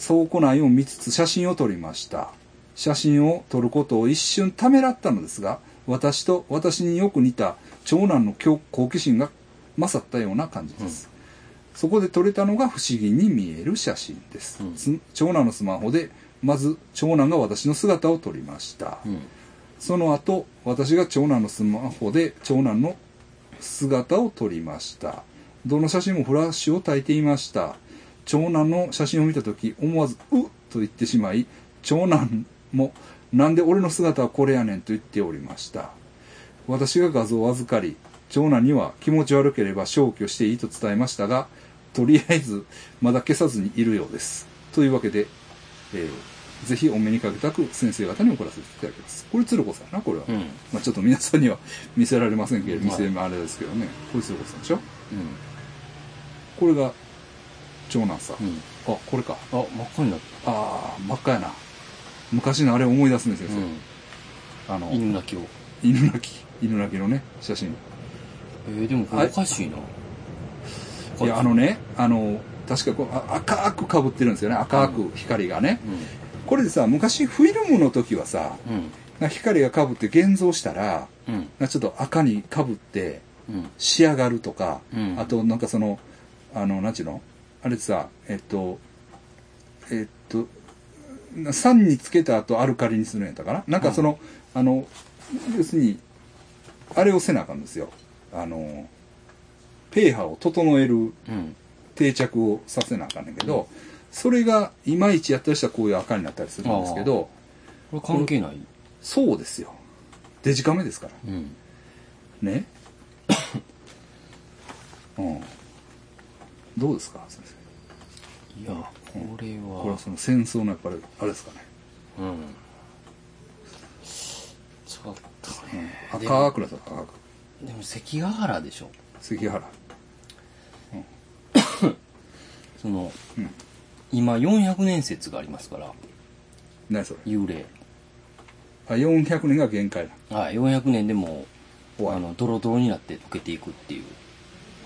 [SPEAKER 1] 倉庫内を見つつ写真を撮りました写真を撮ることを一瞬ためらったのですが私と私によく似た長男の興好奇心が勝ったような感じです、そこで撮れたのが不思議に見える写真です、
[SPEAKER 2] うん
[SPEAKER 1] つ長男のスマホでまず長男が私の姿を撮りました、
[SPEAKER 2] うん。
[SPEAKER 1] その後私が長男のスマホで長男の姿を撮りましたどの写真もフラッシュを焚いていました長男の写真を見た時思わず「うっ!」と言ってしまい長男も「なんで俺の姿はこれやねん」と言っておりました私が画像を預かり長男には気持ち悪ければ消去していいと伝えましたがとりあえずまだ消さずにいるようですというわけで、えーぜひお目にかけたく先生方に送らせていただきますこれ鶴子さんやなこれは、
[SPEAKER 2] うん。うん。
[SPEAKER 1] まあ、ちょっと皆さんには 見せられませんけれど見
[SPEAKER 2] はい
[SPEAKER 1] せもあれですけどね、これ鶴子さんでしょこれが長男さん、
[SPEAKER 2] うん。
[SPEAKER 1] あこれか
[SPEAKER 2] あ、真っ赤になっ
[SPEAKER 1] ああ真っ赤やな昔のあれ思い出すね先
[SPEAKER 2] た。
[SPEAKER 1] 生、
[SPEAKER 2] う
[SPEAKER 1] あの
[SPEAKER 2] ん。犬鳴きを。
[SPEAKER 1] 犬鳴き犬鳴きのね写真
[SPEAKER 2] えー、でもこれおかしいな。
[SPEAKER 1] いやあの。ねあの確かこうあ赤くかぶってるんですよね赤く光がね、これでさ昔フィルムの時はさ
[SPEAKER 2] うん。うん。
[SPEAKER 1] な光がかぶって現像したら
[SPEAKER 2] うん。
[SPEAKER 1] なちょっと赤にかぶって
[SPEAKER 2] うん。
[SPEAKER 1] 仕上がるとか、
[SPEAKER 2] うん
[SPEAKER 1] あとなんかそのあの何ちゅうのあれさえっとえっとな酸につけた後アルカリにするんやったかななんかその、あの要するにあれをせなあかんですよあのペーハを整える
[SPEAKER 2] うん。
[SPEAKER 1] 定着をさせなあかんねんけど、それがいまいちやったりしたらこういう赤になったりするんですけど
[SPEAKER 2] これ関係ない。
[SPEAKER 1] そうですよデジカメですから
[SPEAKER 2] うん。
[SPEAKER 1] ね うんどうですか先生
[SPEAKER 2] いや、これは。
[SPEAKER 1] これはその戦争のやっぱりあれですかね
[SPEAKER 2] うん。ちょっとね。
[SPEAKER 1] 赤くなった赤く
[SPEAKER 2] でも関ヶ原でしょ。
[SPEAKER 1] 関ヶ原
[SPEAKER 2] その、
[SPEAKER 1] うん
[SPEAKER 2] 今400年説がありますから、
[SPEAKER 1] 何それ
[SPEAKER 2] 幽霊。
[SPEAKER 1] あ400年が限界だ
[SPEAKER 2] はい、400年でもう、
[SPEAKER 1] 怖い
[SPEAKER 2] あの、ドロドロになって溶けていくっていう。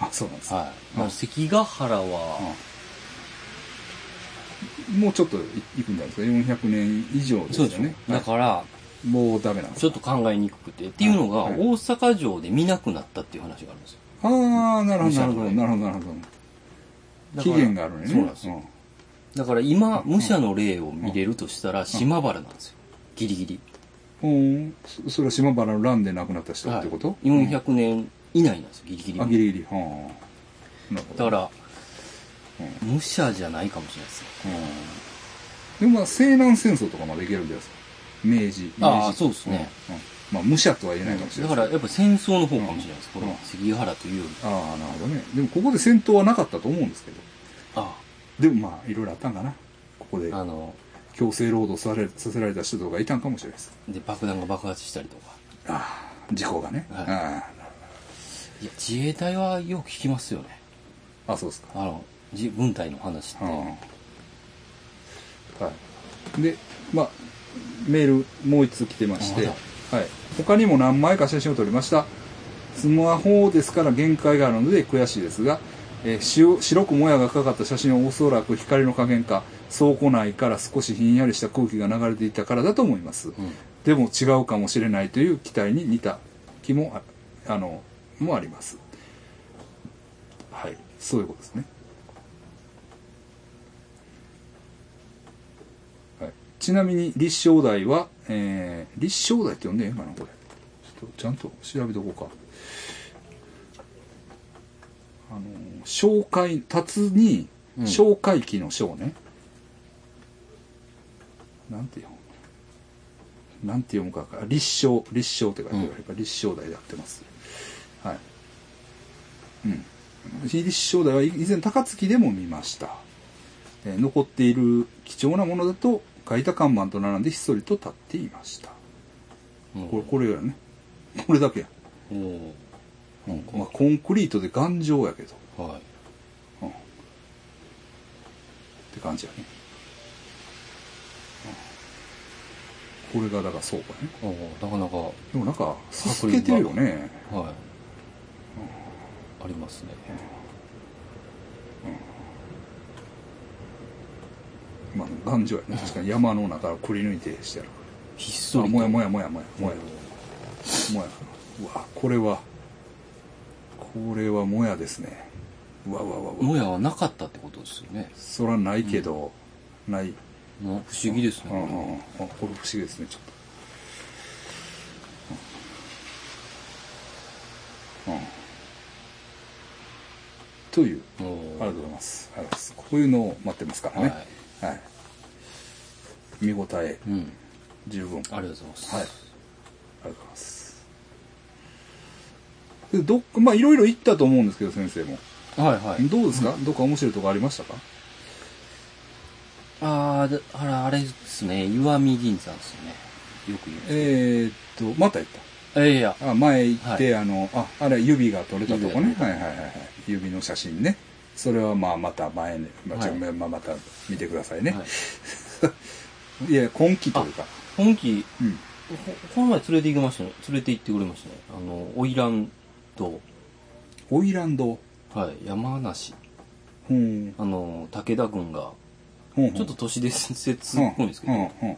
[SPEAKER 1] あそうなんです、
[SPEAKER 2] はい。まあ、関ヶ原は、
[SPEAKER 1] もうちょっといいくんじゃないですか400年以上です
[SPEAKER 2] そう
[SPEAKER 1] よ
[SPEAKER 2] でしょ、
[SPEAKER 1] ね
[SPEAKER 2] だ
[SPEAKER 1] は
[SPEAKER 2] から、
[SPEAKER 1] いもうダメなんです
[SPEAKER 2] ちょっと考えにくくて。っていうのが、
[SPEAKER 1] はい
[SPEAKER 2] 大阪城で見なくなったっていう話があるんですよ。
[SPEAKER 1] ああなるほどなるほど
[SPEAKER 2] 武者の
[SPEAKER 1] なるほどなるほど
[SPEAKER 2] だ
[SPEAKER 1] 期
[SPEAKER 2] から
[SPEAKER 1] 限があるのね
[SPEAKER 2] そうなんですよ。だから今、武者の霊を見れるとしたら、島原なんですよ。ギリギリ。
[SPEAKER 1] うんうんそそれは島原の乱で亡くなった人ってこと、
[SPEAKER 2] はい、400年以内なんですよ、ギリギリ。
[SPEAKER 1] あギリギリはあなるほど
[SPEAKER 2] だから、武者じゃないかもしれないですね。
[SPEAKER 1] でもまあ西南戦争とかまでいけるんじゃないですか明治明治
[SPEAKER 2] ああそうですね、
[SPEAKER 1] うんうんまあ武者とは言えないかもしれ
[SPEAKER 2] だ
[SPEAKER 1] ない
[SPEAKER 2] からやっぱ戦争の方かもしれないです、
[SPEAKER 1] うん
[SPEAKER 2] この関ヶ原というより
[SPEAKER 1] ああなるほどねでもここで戦闘はなかったと思うんですけど
[SPEAKER 2] あ
[SPEAKER 1] でもまあいろいろあったんかなここで
[SPEAKER 2] あの
[SPEAKER 1] 強制労働されさせられた人とかいたんかもしれないです
[SPEAKER 2] で爆弾が爆発したりとか
[SPEAKER 1] ああ事故がね、
[SPEAKER 2] はい
[SPEAKER 1] あ
[SPEAKER 2] いや自衛隊はよく聞きますよね
[SPEAKER 1] ああそうですか
[SPEAKER 2] あのじ軍隊の話って、
[SPEAKER 1] うんはい、で、まあ、メールもう一通来てまして、
[SPEAKER 2] あ
[SPEAKER 1] は
[SPEAKER 2] ま
[SPEAKER 1] い、他にも何枚か写真を撮りましたスマホですから限界があるので悔しいですが、えー白白くもやがかかった写真はおそらく光の加減か倉庫内から少しひんやりした空気が流れていたからだと思います、
[SPEAKER 2] うん
[SPEAKER 1] でも違うかもしれないという期待に似た気もああのもありますはいそういうことですねはい、ちなみに立正大は、えー、立正大って呼んでええんかなこれちょっとちゃんと調べとこうかあのー紹介立つに
[SPEAKER 2] うん
[SPEAKER 1] 紹介機の章ね、なんて読むなんて読むかわか立正立正って書いてある、
[SPEAKER 2] うん
[SPEAKER 1] やっぱ立正大でやってますはいうん立正大は以前高槻でも見ましたえー残っている貴重なものだと書いた看板と並んでひっそりと立っていました
[SPEAKER 2] もう
[SPEAKER 1] これこれやねこれだけや、
[SPEAKER 2] も
[SPEAKER 1] うんまあ、コンクリートで頑丈やけど、
[SPEAKER 2] うはい
[SPEAKER 1] うんって感じやね、うんこれがだからそうかね
[SPEAKER 2] おーなかなか、は
[SPEAKER 1] でもなんか続けてるよね
[SPEAKER 2] い。ありますね。
[SPEAKER 1] まあ頑丈やね確かに山の中をくり抜いてしてやる
[SPEAKER 2] ひっ
[SPEAKER 1] あ
[SPEAKER 2] そりと。
[SPEAKER 1] もやもやもやもやもやもやうわこれはこれはもやですねうわうわうわうわ
[SPEAKER 2] もやはなかったってことですよね。
[SPEAKER 1] そらないけど、ない
[SPEAKER 2] な不思議ですね。
[SPEAKER 1] うんう
[SPEAKER 2] これ
[SPEAKER 1] んうんあこれ不思議ですねちょっと、うんうんという
[SPEAKER 2] お
[SPEAKER 1] あり
[SPEAKER 2] ー
[SPEAKER 1] がとうございますありがとうございますこういうのを待ってますからねはい、見応え
[SPEAKER 2] うん。
[SPEAKER 1] 十分
[SPEAKER 2] ありがとうございます。
[SPEAKER 1] はいありがとうございます。でどっか、まあいろいろ行ったと思うんですけど、先生も。
[SPEAKER 2] はいはい。
[SPEAKER 1] どうですか、どっか面白いとこありましたか
[SPEAKER 2] あーであら、あれですね。岩見銀山ですよね。よく言う。
[SPEAKER 1] えー、っと、また行っ
[SPEAKER 2] えいや。
[SPEAKER 1] た。あ、前行って、あの、あ、あれ指が取れたとこね
[SPEAKER 2] 指。が
[SPEAKER 1] はいはいはいはい。指の写真ね。それはまあまた前ね、まあ、ちょ
[SPEAKER 2] は
[SPEAKER 1] まあまた見てくださいね。
[SPEAKER 2] はい
[SPEAKER 1] い、や、今季というか。
[SPEAKER 2] 本気、
[SPEAKER 1] うん。
[SPEAKER 2] ほこの前連れて行きましたね。連れて行ってくれましたね。あの、花魁と、
[SPEAKER 1] オイランド。
[SPEAKER 2] はい、山梨。
[SPEAKER 1] ほん。
[SPEAKER 2] あの、武田軍が、
[SPEAKER 1] ほんほん
[SPEAKER 2] ちょっと、都市伝説っぽいんですけど、
[SPEAKER 1] うんうんうん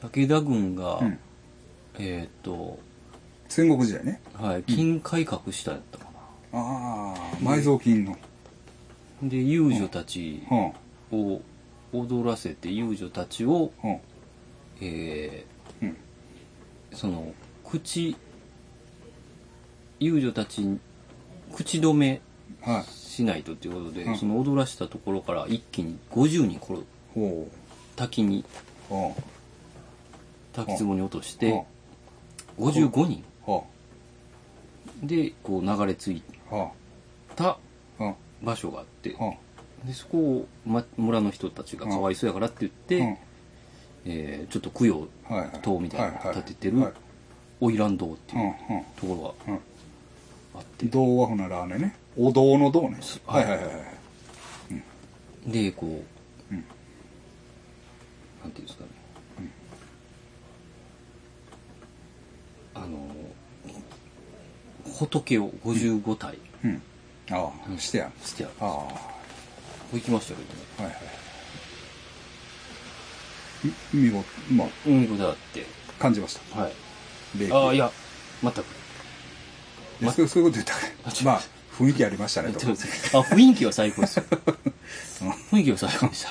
[SPEAKER 2] 武田軍が、
[SPEAKER 1] うん
[SPEAKER 2] えーっと、
[SPEAKER 1] 戦国時代ね。
[SPEAKER 2] はい、金改革したやったか
[SPEAKER 1] ああ、埋蔵金の。
[SPEAKER 2] な。で、遊女たち
[SPEAKER 1] うん。うん
[SPEAKER 2] を踊らせて、遊女たちを、。え
[SPEAKER 1] うん。
[SPEAKER 2] ーその、口、遊女たち、口止め
[SPEAKER 1] はい。
[SPEAKER 2] しないとっていうことで、
[SPEAKER 1] うん
[SPEAKER 2] その踊らしたところから一気に50人これ
[SPEAKER 1] ほ
[SPEAKER 2] 滝に
[SPEAKER 1] う。うん。
[SPEAKER 2] 滝壺に落とし
[SPEAKER 1] は
[SPEAKER 2] て55人
[SPEAKER 1] あ、は
[SPEAKER 2] でこう流れ着い
[SPEAKER 1] あ、は
[SPEAKER 2] た
[SPEAKER 1] あ、は
[SPEAKER 2] 場所があって
[SPEAKER 1] あ、は
[SPEAKER 2] でそこを、ま、村の人たちがかわいそうやからって言って、えーちょっと供養
[SPEAKER 1] あ、はいはい。
[SPEAKER 2] 塔みたいなのを建ててる
[SPEAKER 1] はいはい
[SPEAKER 2] 花魁堂っていう
[SPEAKER 1] うん、うん
[SPEAKER 2] とこ
[SPEAKER 1] う
[SPEAKER 2] ろ
[SPEAKER 1] ん。
[SPEAKER 2] があって
[SPEAKER 1] 銅はほなラーメンね。お堂の銅ね。は
[SPEAKER 2] はいい
[SPEAKER 1] はいはいはい。
[SPEAKER 2] でこう、
[SPEAKER 1] うん
[SPEAKER 2] なんていうんですかね、あの仏を55体
[SPEAKER 1] うん。ああ、してやん。
[SPEAKER 2] してある、
[SPEAKER 1] ああ、
[SPEAKER 2] こ
[SPEAKER 1] は
[SPEAKER 2] う行きましたけどね
[SPEAKER 1] いはい。み見事、まあ、
[SPEAKER 2] 海ことあって
[SPEAKER 1] 感じました。
[SPEAKER 2] はい
[SPEAKER 1] 礼儀
[SPEAKER 2] ああいや全く
[SPEAKER 1] いやそうそういうこと言ったらまあ、雰囲気ありましたねと。
[SPEAKER 2] あ雰囲気は最高です よ雰囲気は最高でした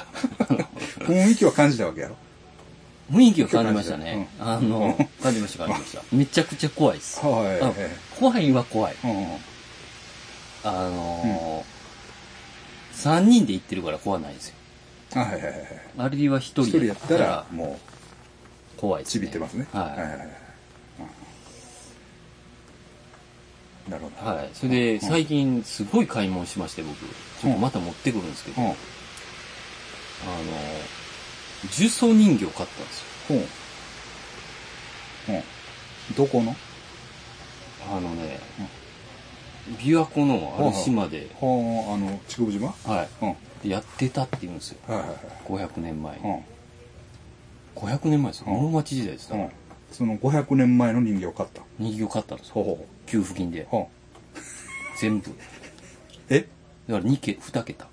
[SPEAKER 1] 雰囲気は感じたわ けやろ。
[SPEAKER 2] 雰囲気を感じましたね、あの感じました感じましためちゃくちゃ怖いです、
[SPEAKER 1] はい
[SPEAKER 2] あ怖いは怖い
[SPEAKER 1] うんうん。
[SPEAKER 2] あのー3人で行ってるから怖ないんですよ。
[SPEAKER 1] はいはいはいはい。
[SPEAKER 2] あるいは1
[SPEAKER 1] 一
[SPEAKER 2] 人
[SPEAKER 1] 人やったら、もう。
[SPEAKER 2] 怖いです、
[SPEAKER 1] ち
[SPEAKER 2] ね。
[SPEAKER 1] びってますね。
[SPEAKER 2] は
[SPEAKER 1] はいうんなる
[SPEAKER 2] い。
[SPEAKER 1] ほ
[SPEAKER 2] はい。それで、最近すごい買い物しまして、僕。ちょっとまた持ってくるんですけど、
[SPEAKER 1] ど。
[SPEAKER 2] あ
[SPEAKER 1] うん。
[SPEAKER 2] のー重曹人形買ったんですよ。
[SPEAKER 1] ほう。うん。どこの
[SPEAKER 2] あのね、琵琶湖のある島で、
[SPEAKER 1] ほう、あの、竹生島
[SPEAKER 2] は
[SPEAKER 1] うん。はい
[SPEAKER 2] い。やってたって言うんですよ。
[SPEAKER 1] はいはい。
[SPEAKER 2] 500年前に。
[SPEAKER 1] うん。
[SPEAKER 2] 500年前ですよ。
[SPEAKER 1] うん
[SPEAKER 2] 室町時代ですか
[SPEAKER 1] う
[SPEAKER 2] ら、
[SPEAKER 1] ん。その500年前の人形を買った。
[SPEAKER 2] 人形買ったんですよ。
[SPEAKER 1] ほうほ
[SPEAKER 2] 給付金で
[SPEAKER 1] う。。ほ
[SPEAKER 2] 全部。
[SPEAKER 1] う。え
[SPEAKER 2] だから2桁、2桁、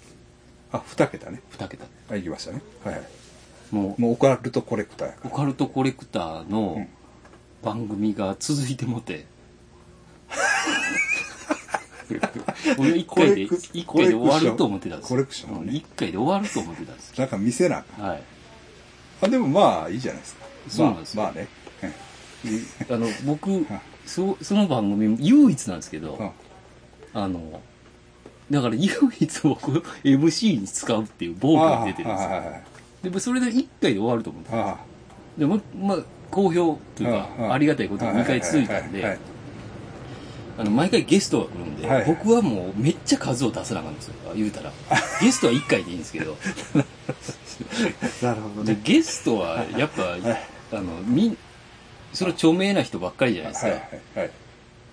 [SPEAKER 1] あ、二桁ね。
[SPEAKER 2] 2桁。
[SPEAKER 1] はい、行きましたね。はいはい。
[SPEAKER 2] もう、
[SPEAKER 1] もうオカルトコレクターやか
[SPEAKER 2] オカルトコレクターの番組が続いても て。俺は一回で、
[SPEAKER 1] コレク
[SPEAKER 2] 一回で終わると思ってたんです
[SPEAKER 1] コレクションコレクションね
[SPEAKER 2] うん一回で終わると思ってたんです。
[SPEAKER 1] ら。なんか見せなあかん
[SPEAKER 2] はい。
[SPEAKER 1] あ、でもまあ、いいじゃないですか。
[SPEAKER 2] そうなんですよ
[SPEAKER 1] まあまあね。
[SPEAKER 2] あの、僕、そその番組、唯一なんですけ
[SPEAKER 1] うん。
[SPEAKER 2] ど、あの、だから 唯一僕、MC に使うっていう暴
[SPEAKER 1] ああ、
[SPEAKER 2] 挙
[SPEAKER 1] は
[SPEAKER 2] に
[SPEAKER 1] い
[SPEAKER 2] 出てるんで
[SPEAKER 1] はいはい。
[SPEAKER 2] すよ。で、それで一回で終わると思ってた。
[SPEAKER 1] あ
[SPEAKER 2] でも、まあ、好評という
[SPEAKER 1] ああ
[SPEAKER 2] か、ありがたいことが2回続いたん
[SPEAKER 1] はいはいはいはい
[SPEAKER 2] で、あの、毎回ゲストが来るんで、
[SPEAKER 1] はいはい
[SPEAKER 2] 僕はもうめっちゃ数を出さなあかんですよ。言うたら。ゲストは1回でいいんですけ ど、
[SPEAKER 1] あ。なるほど
[SPEAKER 2] で。ゲストはやっぱ、あの、みん、それは著名な人ばっかりじゃないです
[SPEAKER 1] は
[SPEAKER 2] か。
[SPEAKER 1] いはいはい。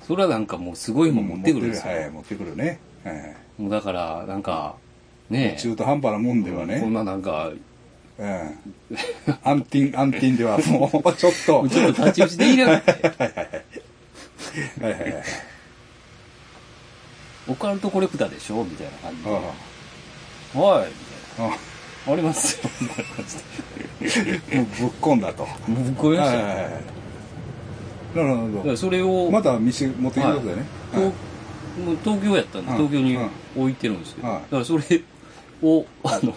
[SPEAKER 2] それはなんかもうすごいもん持ってくるんですよ。
[SPEAKER 1] はい、持ってくるね。はい
[SPEAKER 2] もうだから、なんか、ねえ
[SPEAKER 1] 中途半端なもんでは
[SPEAKER 2] こん
[SPEAKER 1] ね。
[SPEAKER 2] ななんか、
[SPEAKER 1] ええアンテ ィン、アンティンではもう、ちょっ と。
[SPEAKER 2] ちょっと太刀打ちでき なくて、
[SPEAKER 1] はいはいはい。
[SPEAKER 2] オカルトコレクターでしょみたいな感じで。
[SPEAKER 1] あ
[SPEAKER 2] はい、み
[SPEAKER 1] ああ
[SPEAKER 2] たいな。ありますよ。
[SPEAKER 1] あ、もうぶっこんだと。は
[SPEAKER 2] もうぶっこみ
[SPEAKER 1] い
[SPEAKER 2] まし
[SPEAKER 1] は
[SPEAKER 2] た
[SPEAKER 1] い
[SPEAKER 2] よ。
[SPEAKER 1] はい。なるほど
[SPEAKER 2] だ
[SPEAKER 1] な
[SPEAKER 2] か
[SPEAKER 1] る
[SPEAKER 2] らそれを、
[SPEAKER 1] ほど。まだ店持ってきたことだよね。
[SPEAKER 2] 東もう東京やったんで、
[SPEAKER 1] うん
[SPEAKER 2] 東京に
[SPEAKER 1] うん
[SPEAKER 2] 置いてるんですけど、
[SPEAKER 1] はい
[SPEAKER 2] だからそれを、あの、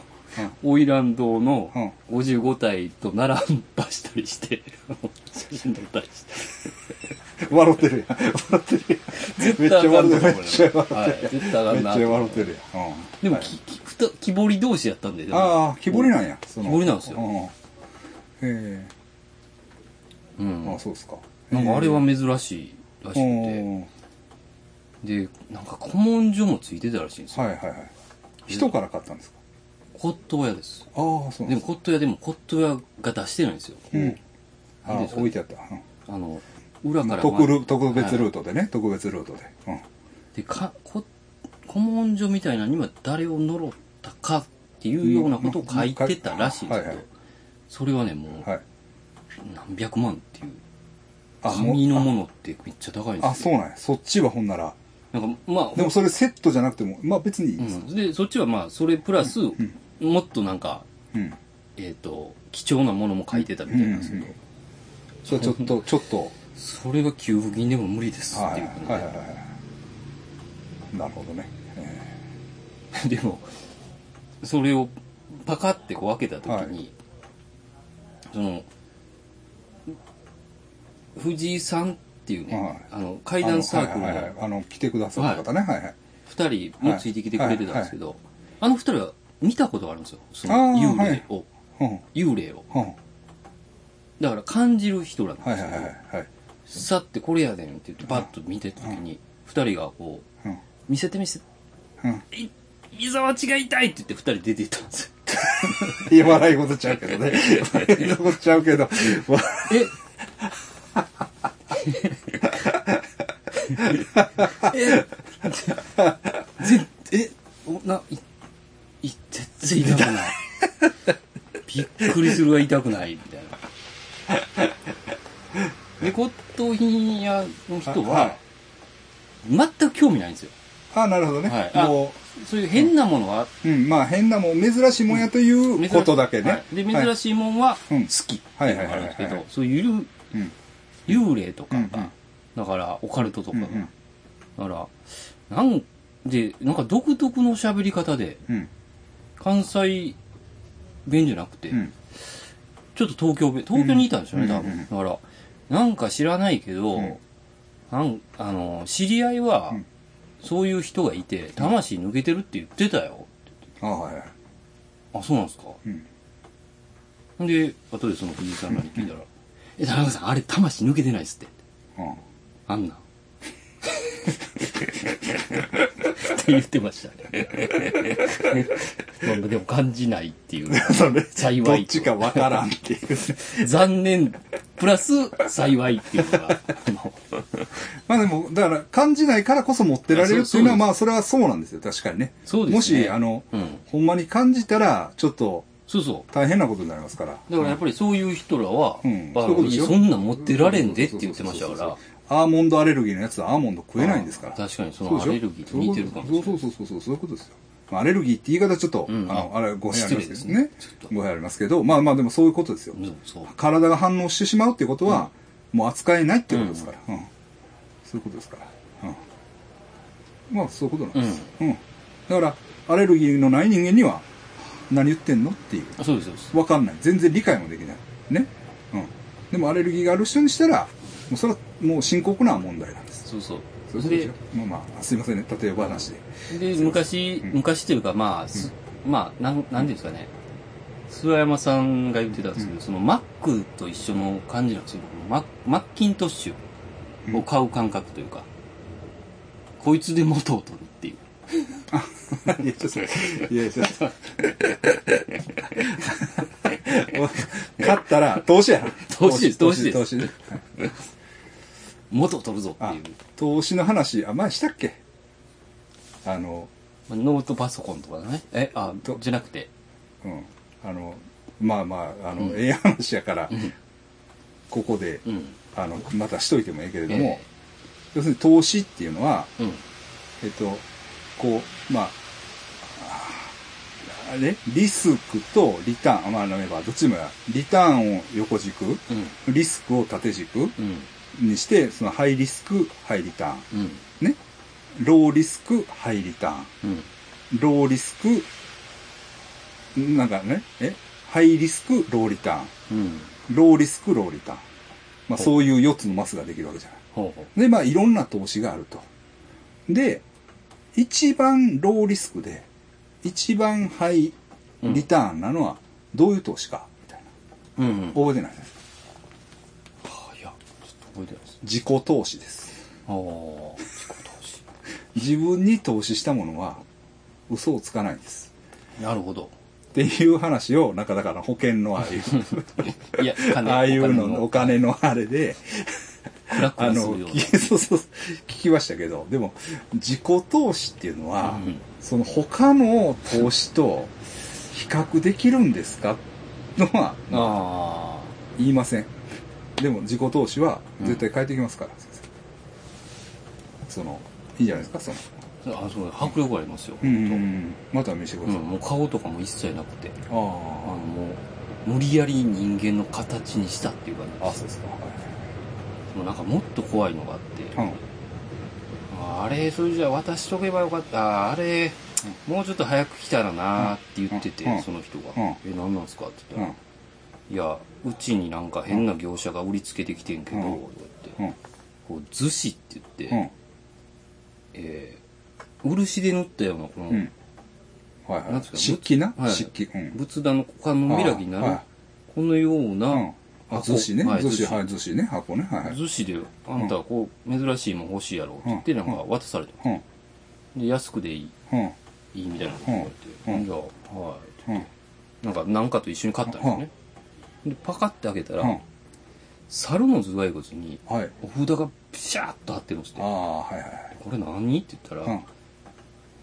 [SPEAKER 2] オイランドの55体と並ばしたり して、写真撮ったりして。
[SPEAKER 1] うん笑ってるやん。笑ってるやん。めっちゃ笑ってる。めっちゃ笑
[SPEAKER 2] はい、絶対あ
[SPEAKER 1] って
[SPEAKER 2] か
[SPEAKER 1] る。
[SPEAKER 2] ん
[SPEAKER 1] め
[SPEAKER 2] な
[SPEAKER 1] っ
[SPEAKER 2] と
[SPEAKER 1] ちゃ笑ってるやん。うん
[SPEAKER 2] でも、
[SPEAKER 1] はい
[SPEAKER 2] ききくと木彫り同士やったんで、でも
[SPEAKER 1] ああ、木彫りなんや。その
[SPEAKER 2] 木彫りなんですよ
[SPEAKER 1] うへえ。
[SPEAKER 2] うん
[SPEAKER 1] ああ、そうですか。
[SPEAKER 2] なんかあれ
[SPEAKER 1] は
[SPEAKER 2] は珍しいらしくて、で、なんか古文書もついてたらしいんですよ。
[SPEAKER 1] はいはいはい。人から買ったんですか
[SPEAKER 2] 骨董屋です。
[SPEAKER 1] ああ、そうなんで
[SPEAKER 2] で
[SPEAKER 1] す
[SPEAKER 2] も
[SPEAKER 1] か。
[SPEAKER 2] 骨董屋でも骨董屋が出してないんですよ。
[SPEAKER 1] うん。あ
[SPEAKER 2] いい
[SPEAKER 1] あ
[SPEAKER 2] ですか
[SPEAKER 1] 置いてあった。うん
[SPEAKER 2] あの、裏から、まあ
[SPEAKER 1] 特ル特別ルートでね、特別ルートで。うん
[SPEAKER 2] でかこ古文書みたいなのには誰を呪ったかっていうようなことを書いてたらしいんですけど、
[SPEAKER 1] はいはい
[SPEAKER 2] それはねもう
[SPEAKER 1] はい。
[SPEAKER 2] 何百万っていう
[SPEAKER 1] あ
[SPEAKER 2] 紙の
[SPEAKER 1] もう
[SPEAKER 2] ものってめっちゃ高いん
[SPEAKER 1] あ、あ
[SPEAKER 2] です
[SPEAKER 1] そう
[SPEAKER 2] よ
[SPEAKER 1] なんや。そっちはほんなら。
[SPEAKER 2] なんかまあ
[SPEAKER 1] でもそれセットじゃなくても、まあ別にいいです。
[SPEAKER 2] うん、でそっちはまあそれプラス、もっとなんか
[SPEAKER 1] うん。
[SPEAKER 2] えっ、と貴重なものも書いてたみたいなんですけど、
[SPEAKER 1] うんうんそれちょっ と、ちょっと。
[SPEAKER 2] それが給付金でも無理ですっ
[SPEAKER 1] は
[SPEAKER 2] て
[SPEAKER 1] い
[SPEAKER 2] いうことで、
[SPEAKER 1] はいはいはい。なるほどね。え
[SPEAKER 2] でもそれをパカってこう開けた時に、
[SPEAKER 1] はい
[SPEAKER 2] その藤井さんっていうね、
[SPEAKER 1] はい
[SPEAKER 2] あの
[SPEAKER 1] え
[SPEAKER 2] 階段サー
[SPEAKER 1] あ
[SPEAKER 2] クル
[SPEAKER 1] のはいはい
[SPEAKER 2] の
[SPEAKER 1] はいあの、来てくださった方ね。はいはい。
[SPEAKER 2] 2人もついてきてくれてたんですけど、あの2人は見たことがあるんですよその
[SPEAKER 1] あー
[SPEAKER 2] 幽
[SPEAKER 1] は
[SPEAKER 2] 霊
[SPEAKER 1] い
[SPEAKER 2] を、
[SPEAKER 1] うん。うん。
[SPEAKER 2] 幽霊を
[SPEAKER 1] はい
[SPEAKER 2] だから感じる人らなんです
[SPEAKER 1] はい
[SPEAKER 2] けど、
[SPEAKER 1] はいはい。
[SPEAKER 2] さってこれやでんって言ってパッと見てた時に、2人がこう
[SPEAKER 1] うん。
[SPEAKER 2] 「見せて見せて
[SPEAKER 1] うん。
[SPEAKER 2] い伊沢違いたい!」って言って2人出て行ったんですよ
[SPEAKER 1] いや、笑い事ちゃうけどね。笑い事ちゃうけ ど。わ
[SPEAKER 2] ええぜえおないい全然痛くないびっくりするが痛くないみたいなで骨董品屋の人
[SPEAKER 1] は
[SPEAKER 2] はい全く興味ないんですよ
[SPEAKER 1] あ、なるほどね。
[SPEAKER 2] はいあ
[SPEAKER 1] も
[SPEAKER 2] そういう変なものは
[SPEAKER 1] う、うん、まあ変なもん、珍しいもんやということだけね。
[SPEAKER 2] はいで珍
[SPEAKER 1] い。
[SPEAKER 2] しいもんは好
[SPEAKER 1] うん
[SPEAKER 2] きっていうのがあるんですけ
[SPEAKER 1] はいはいはいは
[SPEAKER 2] ど
[SPEAKER 1] い
[SPEAKER 2] そういう
[SPEAKER 1] うん。
[SPEAKER 2] 幽霊とかが、
[SPEAKER 1] うんうん
[SPEAKER 2] だからオカルトとか
[SPEAKER 1] うんう
[SPEAKER 2] が、
[SPEAKER 1] ん。
[SPEAKER 2] だからなんでなんか独特の喋り方で
[SPEAKER 1] うん。
[SPEAKER 2] 関西弁じゃなくて、
[SPEAKER 1] うん。
[SPEAKER 2] ちょっと東京弁東京にいたんでしょうね、
[SPEAKER 1] うん
[SPEAKER 2] 多分、
[SPEAKER 1] うんうん
[SPEAKER 2] だからなんか知らないけど、
[SPEAKER 1] うん
[SPEAKER 2] なんあの知り合いは、
[SPEAKER 1] うん
[SPEAKER 2] そういう人がいて魂抜けてるって言ってたよ
[SPEAKER 1] あはいはい。
[SPEAKER 2] あそうなんですか
[SPEAKER 1] うん。
[SPEAKER 2] で後でその藤井さんらに聞いたら「え田中さんあれ魂抜けてないっす」って
[SPEAKER 1] うん。
[SPEAKER 2] あんな。って言ってましたね。 まあでも感じないっていう。
[SPEAKER 1] それ、
[SPEAKER 2] 幸い
[SPEAKER 1] どっちかわからんっていう。
[SPEAKER 2] 残念、プラス幸いっていうのが。あの
[SPEAKER 1] まあでも、だから、感じないからこそ持ってられるっていうのは、
[SPEAKER 2] あそうそうです
[SPEAKER 1] まあそれはそうなんですよ、確かにね。
[SPEAKER 2] そうですね
[SPEAKER 1] もし、あの、
[SPEAKER 2] うん
[SPEAKER 1] ほんまに感じたら、ちょっと
[SPEAKER 2] そうそ
[SPEAKER 1] 大変なことになりますから。
[SPEAKER 2] う。だからやっぱりそういう人らは、
[SPEAKER 1] うん
[SPEAKER 2] あ
[SPEAKER 1] そういうことでしょ
[SPEAKER 2] そんなん持ってられんでって言ってましたから。
[SPEAKER 1] アーモンドアレルギーのやつはアーモンド食えないんですから。
[SPEAKER 2] 確かにそ
[SPEAKER 1] そう
[SPEAKER 2] の
[SPEAKER 1] で
[SPEAKER 2] ア
[SPEAKER 1] しょ
[SPEAKER 2] レルギーと似てるかもしれない。
[SPEAKER 1] そうそうそうそうそうそういうことですよまあアレルギーって言い方ちょっと、
[SPEAKER 2] うん
[SPEAKER 1] あのあれ語弊ありますけどね
[SPEAKER 2] 失礼ですねちょっと
[SPEAKER 1] 語弊ありますけどまあまあでもそういうことですよ、
[SPEAKER 2] うんそう
[SPEAKER 1] 体が反応してしまうっていうことは、もう扱えないっていうことですから、うんそういうことですから、うん、まあそういうことなんです、うんだからアレルギーのない人間には何言ってんのっていう
[SPEAKER 2] あそうです、そうです。
[SPEAKER 1] わかんない全然理解もできないね、うん、でもアレルギーがある人にしたらもうそれはもう深刻な問題なんです
[SPEAKER 2] そうそう。
[SPEAKER 1] そういうことでしょまあまあ、すいませんね、例え 話で。
[SPEAKER 2] で昔、昔というかまあ、すまあなんなんていうんですかね諏訪山さんが言ってたんですけど、そのマックと一緒の感じなんですよ僕ママッキントッシュを買う感覚というか、こいつで元を取るっていう
[SPEAKER 1] いや、ちょっと、いや、ちょっと。勝ったら、投資やな。
[SPEAKER 2] 投資です
[SPEAKER 1] 投
[SPEAKER 2] 投
[SPEAKER 1] 資
[SPEAKER 2] 資
[SPEAKER 1] ね。
[SPEAKER 2] で
[SPEAKER 1] はい
[SPEAKER 2] 元を取るぞって
[SPEAKER 1] あ
[SPEAKER 2] いう、
[SPEAKER 1] 投資の話、あ、前したっけあの、
[SPEAKER 2] まあノートパソコンとかねえあ
[SPEAKER 1] と
[SPEAKER 2] じゃなくて
[SPEAKER 1] うん。あの、まあまあ、あの、
[SPEAKER 2] うん
[SPEAKER 1] ええ話やから、
[SPEAKER 2] ん
[SPEAKER 1] ここで、
[SPEAKER 2] うん。
[SPEAKER 1] あの、またしといてもええけれども、
[SPEAKER 2] え
[SPEAKER 1] 要するに投資っていうのは、
[SPEAKER 2] えうん。
[SPEAKER 1] えっと、こう、まあ、あーあれリスクとリターン、まあ、なれば、どっちでもや、リターンを横軸、
[SPEAKER 2] うん。
[SPEAKER 1] リスクを縦軸
[SPEAKER 2] うん。
[SPEAKER 1] にして、そのハイリスク、ハイリター
[SPEAKER 2] うん。
[SPEAKER 1] ン、ね。ローリスク、ハイリターン。
[SPEAKER 2] うん。
[SPEAKER 1] ローリスク、なんかね、えハイリスク、ローリター
[SPEAKER 2] うん。
[SPEAKER 1] ン。ローリスク、ローリターン。まあ
[SPEAKER 2] ほう
[SPEAKER 1] そういう4つのマスができるわけじゃない。
[SPEAKER 2] ほうほ
[SPEAKER 1] で、まあいろんな投資があると。で、一番ローリスクで、一番ハイリターンなのは、どういう投資か、みたいな。
[SPEAKER 2] う。うん。うん。
[SPEAKER 1] 覚えてないです。
[SPEAKER 2] あいや、ちょっと覚えてないです。
[SPEAKER 1] 自己投資です。
[SPEAKER 2] ああ、自己投資。
[SPEAKER 1] 自分に投資したものは、嘘をつかないんです。
[SPEAKER 2] なるほど。
[SPEAKER 1] っていう話を、なんかだから保険のああいう。
[SPEAKER 2] いや、金
[SPEAKER 1] ああいうののお金のあれで、
[SPEAKER 2] クラック
[SPEAKER 1] あ
[SPEAKER 2] ラす
[SPEAKER 1] の、
[SPEAKER 2] るような。
[SPEAKER 1] 聞き そうそう、聞きましたけど、でも、自己投資っていうのは、
[SPEAKER 2] うん
[SPEAKER 1] その他の投資と比較できるんですかのは
[SPEAKER 2] あ
[SPEAKER 1] 言いません。でも、自己投資は絶対変えていきますから、先生その、いいんじゃないですか、その。
[SPEAKER 2] あ。あ、そう、迫力ありますよ。
[SPEAKER 1] う
[SPEAKER 2] 本当
[SPEAKER 1] ん、また見せてく
[SPEAKER 2] う
[SPEAKER 1] だ
[SPEAKER 2] ん
[SPEAKER 1] さい。
[SPEAKER 2] もう顔とかも一切なくて、あ
[SPEAKER 1] あ
[SPEAKER 2] のもう、無理やり人間の形にしたっていう感じ
[SPEAKER 1] あ、あ、そうですか。はい
[SPEAKER 2] もうなんかもっと怖いのがあって、
[SPEAKER 1] うん
[SPEAKER 2] あれ、それじゃ渡しとけばよかった、あれ、もうちょっと早く来たらなーって言ってて、
[SPEAKER 1] うん
[SPEAKER 2] その人が、
[SPEAKER 1] うん
[SPEAKER 2] え、何なんすかって言
[SPEAKER 1] う
[SPEAKER 2] った
[SPEAKER 1] ん
[SPEAKER 2] ら、いや、うちになんか変な業者が売りつけてきてんけど、
[SPEAKER 1] うん
[SPEAKER 2] とか言って、
[SPEAKER 1] うん、
[SPEAKER 2] こう、図紙って言って、
[SPEAKER 1] うん、
[SPEAKER 2] えー漆で塗ったような、この、
[SPEAKER 1] うん。はい
[SPEAKER 2] な
[SPEAKER 1] は
[SPEAKER 2] ん
[SPEAKER 1] い
[SPEAKER 2] です。か
[SPEAKER 1] 漆器な
[SPEAKER 2] はい
[SPEAKER 1] 漆器。うん。
[SPEAKER 2] 仏壇の股間の開きになる、
[SPEAKER 1] あーはい
[SPEAKER 2] このような、
[SPEAKER 1] うん。あ、
[SPEAKER 2] 箱
[SPEAKER 1] 寿司ね。
[SPEAKER 2] はい
[SPEAKER 1] 寿司、
[SPEAKER 2] 図紙
[SPEAKER 1] はい、寿司ね。箱ね。はいはい。
[SPEAKER 2] 図紙で、あんたはこう、珍しいもん欲しいやろって言って、
[SPEAKER 1] うん
[SPEAKER 2] なんか渡されて、
[SPEAKER 1] うん。
[SPEAKER 2] で、安くでいい、
[SPEAKER 1] うん。
[SPEAKER 2] いいみたいなこと言
[SPEAKER 1] うん
[SPEAKER 2] われて、じゃあ、はい。
[SPEAKER 1] うん。
[SPEAKER 2] なんか、なんかと一緒に買ったんですよね。で、パカって開けたら、
[SPEAKER 1] うん。
[SPEAKER 2] 猿の頭蓋骨に、
[SPEAKER 1] はい。
[SPEAKER 2] お札がピシャーっと貼ってるんですっ
[SPEAKER 1] あ
[SPEAKER 2] て。
[SPEAKER 1] あ、はいはいはい。
[SPEAKER 2] これ何って言った
[SPEAKER 1] うん。
[SPEAKER 2] ら、なん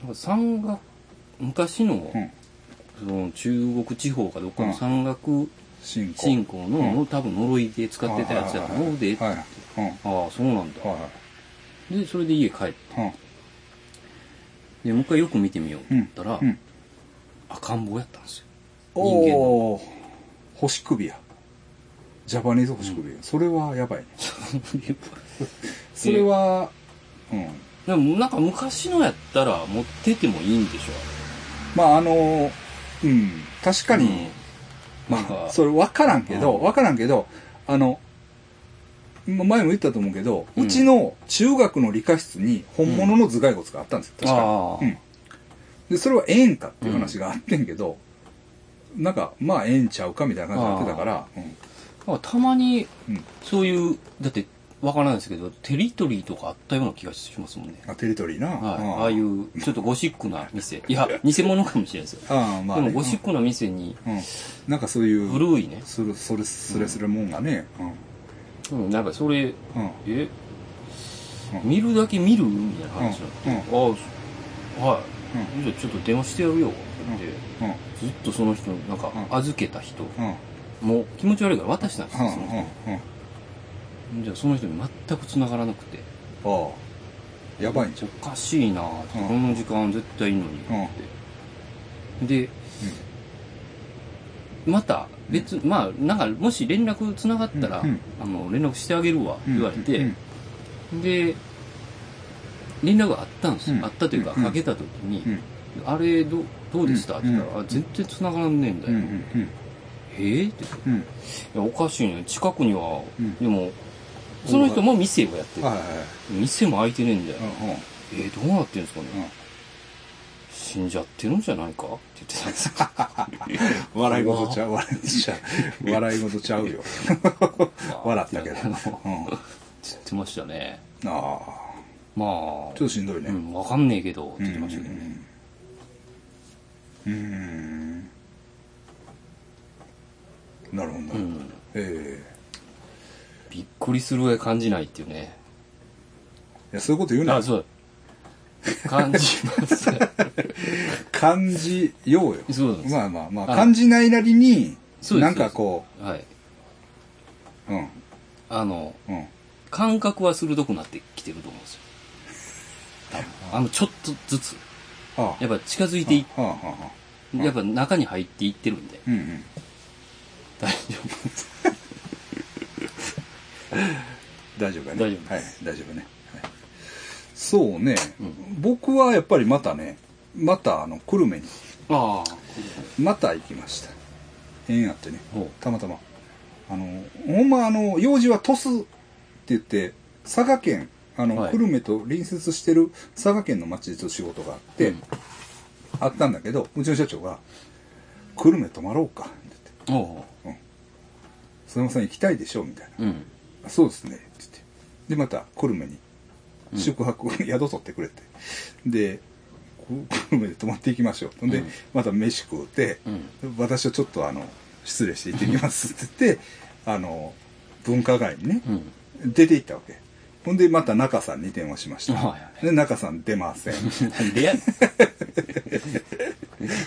[SPEAKER 2] か山岳、昔の、
[SPEAKER 1] うん。
[SPEAKER 2] その中国地方かどっかの
[SPEAKER 1] うん
[SPEAKER 2] 山岳
[SPEAKER 1] 進行。
[SPEAKER 2] 信仰の、
[SPEAKER 1] うん
[SPEAKER 2] 多分呪いで使ってたやつやと思うで、
[SPEAKER 1] はいはい。うん。
[SPEAKER 2] ああ、そうなんだ。
[SPEAKER 1] は
[SPEAKER 2] で、それで家帰って、
[SPEAKER 1] いはい。
[SPEAKER 2] で、もう一回よく見てみようって言ったら、
[SPEAKER 1] うん。うん。
[SPEAKER 2] 赤ん坊やったんですよ。 人間の。
[SPEAKER 1] おー。星首や。ジャパニーズ星首や。それはやばいね。それは、うん。
[SPEAKER 2] でもなんか昔のやったら持っててもいいんでしょ
[SPEAKER 1] まあ、あの、うん。確か
[SPEAKER 2] あれ
[SPEAKER 1] に、
[SPEAKER 2] うん
[SPEAKER 1] ま
[SPEAKER 2] なんか
[SPEAKER 1] あ、それ分からんけど、
[SPEAKER 2] うん
[SPEAKER 1] 分からんけど、あの、ま前も言ったと思うけど、
[SPEAKER 2] う
[SPEAKER 1] うんちの中学の理科室に本物の頭蓋骨があったんですよ、確
[SPEAKER 2] あ
[SPEAKER 1] か
[SPEAKER 2] あ
[SPEAKER 1] に。うん。で、それはええんかっていう話があってんけど、なんか、まあええんちゃうかみたいな感じになってたから、うん。
[SPEAKER 2] なんかたまに
[SPEAKER 1] うん、
[SPEAKER 2] そういう、だって、わからないですけど、テリトリーとかあったような気がしますもんね。
[SPEAKER 1] あ、テリトリーな。
[SPEAKER 2] はい。
[SPEAKER 1] うん
[SPEAKER 2] ああい。う、ちょっとゴシックな店。いや、偽物かもしれないですよ。
[SPEAKER 1] ああ、まあ、
[SPEAKER 2] で
[SPEAKER 1] ね。
[SPEAKER 2] もゴシックな店に、
[SPEAKER 1] うん。うんなんかそういう、
[SPEAKER 2] 古いね。
[SPEAKER 1] する、それ、それするもんがね、うん。
[SPEAKER 2] うん、なんかそれ、
[SPEAKER 1] うん。
[SPEAKER 2] え
[SPEAKER 1] うん
[SPEAKER 2] 見るだけ見るみたいな話になって、ああ、は
[SPEAKER 1] う
[SPEAKER 2] い。じゃあちょっと電話してやるよ。って言って、
[SPEAKER 1] ん。うん。
[SPEAKER 2] ずっとその人、なんか
[SPEAKER 1] う、ん
[SPEAKER 2] 預けた人、
[SPEAKER 1] うん。
[SPEAKER 2] もう気持ち悪いから渡したんです
[SPEAKER 1] う
[SPEAKER 2] よ、
[SPEAKER 1] ん
[SPEAKER 2] その。
[SPEAKER 1] うん。
[SPEAKER 2] 人
[SPEAKER 1] うん。
[SPEAKER 2] に。じゃあその人に全く繋がらなくて。
[SPEAKER 1] ああ。やばいんちゃ
[SPEAKER 2] おかしいなぁって、
[SPEAKER 1] うん
[SPEAKER 2] この時間絶対いいのに
[SPEAKER 1] うん
[SPEAKER 2] って。で、また別、まあ、なんか、もし連絡つながったら、
[SPEAKER 1] うんうん
[SPEAKER 2] あの、連絡してあげるわっ
[SPEAKER 1] う
[SPEAKER 2] て
[SPEAKER 1] うん
[SPEAKER 2] 言われて、
[SPEAKER 1] うん
[SPEAKER 2] で、連絡があったんですよ。
[SPEAKER 1] うん
[SPEAKER 2] あったというか、
[SPEAKER 1] うん
[SPEAKER 2] かけた時に、
[SPEAKER 1] うん
[SPEAKER 2] あれど、どうでした、
[SPEAKER 1] うん
[SPEAKER 2] って言ったら、
[SPEAKER 1] うん
[SPEAKER 2] あ、全然繋がらんねえんだ
[SPEAKER 1] う
[SPEAKER 2] よ。
[SPEAKER 1] ん
[SPEAKER 2] へ
[SPEAKER 1] うん
[SPEAKER 2] えって。い
[SPEAKER 1] うんうん
[SPEAKER 2] や、おかしいね。近くには、
[SPEAKER 1] うん
[SPEAKER 2] でも、その人も店をやってる
[SPEAKER 1] はい。はいはい
[SPEAKER 2] 店も開いてねえんだよ。
[SPEAKER 1] うんうん
[SPEAKER 2] えー、どうなってるんですかね、
[SPEAKER 1] うん
[SPEAKER 2] 死んじゃってるんじゃないかって言ってたんですよ。
[SPEAKER 1] 笑い事ちゃう笑い事ちゃう笑い事ちゃうよ 笑ったけど
[SPEAKER 2] あの
[SPEAKER 1] うん
[SPEAKER 2] 言ってましたね。
[SPEAKER 1] あ
[SPEAKER 2] まあ、
[SPEAKER 1] あちょっとしんどいね
[SPEAKER 2] うん、わかんねえけど、って言ってましたけどね。
[SPEAKER 1] うんうんなるほどなる
[SPEAKER 2] う
[SPEAKER 1] ほど
[SPEAKER 2] ん。
[SPEAKER 1] え
[SPEAKER 2] びっくりするぐらい感じないっていうね。
[SPEAKER 1] えいやそういうこと言うな
[SPEAKER 2] あ、そう。感じ ます。
[SPEAKER 1] 感じようよ
[SPEAKER 2] そうなんです
[SPEAKER 1] まあまあまあ
[SPEAKER 2] あの
[SPEAKER 1] 感じないなりに
[SPEAKER 2] そうです
[SPEAKER 1] なんかこ
[SPEAKER 2] はい。
[SPEAKER 1] う、うん、
[SPEAKER 2] あの、
[SPEAKER 1] うん。
[SPEAKER 2] 感覚は鋭くなってきてると思うんですよ。多分あの、ちょっとずつ、
[SPEAKER 1] あ
[SPEAKER 2] やっぱ近づいてい、
[SPEAKER 1] あ、はあ、はあ、はあ。
[SPEAKER 2] やっぱ中に入っていってるんで、
[SPEAKER 1] うんうん。
[SPEAKER 2] 大丈夫。
[SPEAKER 1] 大丈夫やね。
[SPEAKER 2] 大丈夫
[SPEAKER 1] は
[SPEAKER 2] で
[SPEAKER 1] い、大丈夫ね。はいそうね、僕はやっぱりまたね、またあの、久留米に、
[SPEAKER 2] ああ。
[SPEAKER 1] また行きました。縁あってね。
[SPEAKER 2] ほ
[SPEAKER 1] たまたま。あの、ほんまあの、用事は鳥栖って言って、佐賀県、あの、
[SPEAKER 2] はい
[SPEAKER 1] 久留米と隣接してる佐賀県の町でちょっと仕事があって、
[SPEAKER 2] うん
[SPEAKER 1] あったんだけど、うちの社長が、久留米泊まろうか、って言って、
[SPEAKER 2] う。お
[SPEAKER 1] すみません、行きたいでしょう、みたいな。
[SPEAKER 2] う。うん。
[SPEAKER 1] そうですね、って言って。で、また、久留米に、宿泊、宿取ってくれて。で、こ久留米で泊まっていきましょう。ほんで、
[SPEAKER 2] うん
[SPEAKER 1] また飯食うて、私はちょっとあの、失礼して行ってきますって言って、あの、文化街にね、
[SPEAKER 2] うん。
[SPEAKER 1] 出て行ったわけ。ほんで、また中さんに電話しまし
[SPEAKER 2] は
[SPEAKER 1] た。で、中さん出ま せん。
[SPEAKER 2] なんでやねん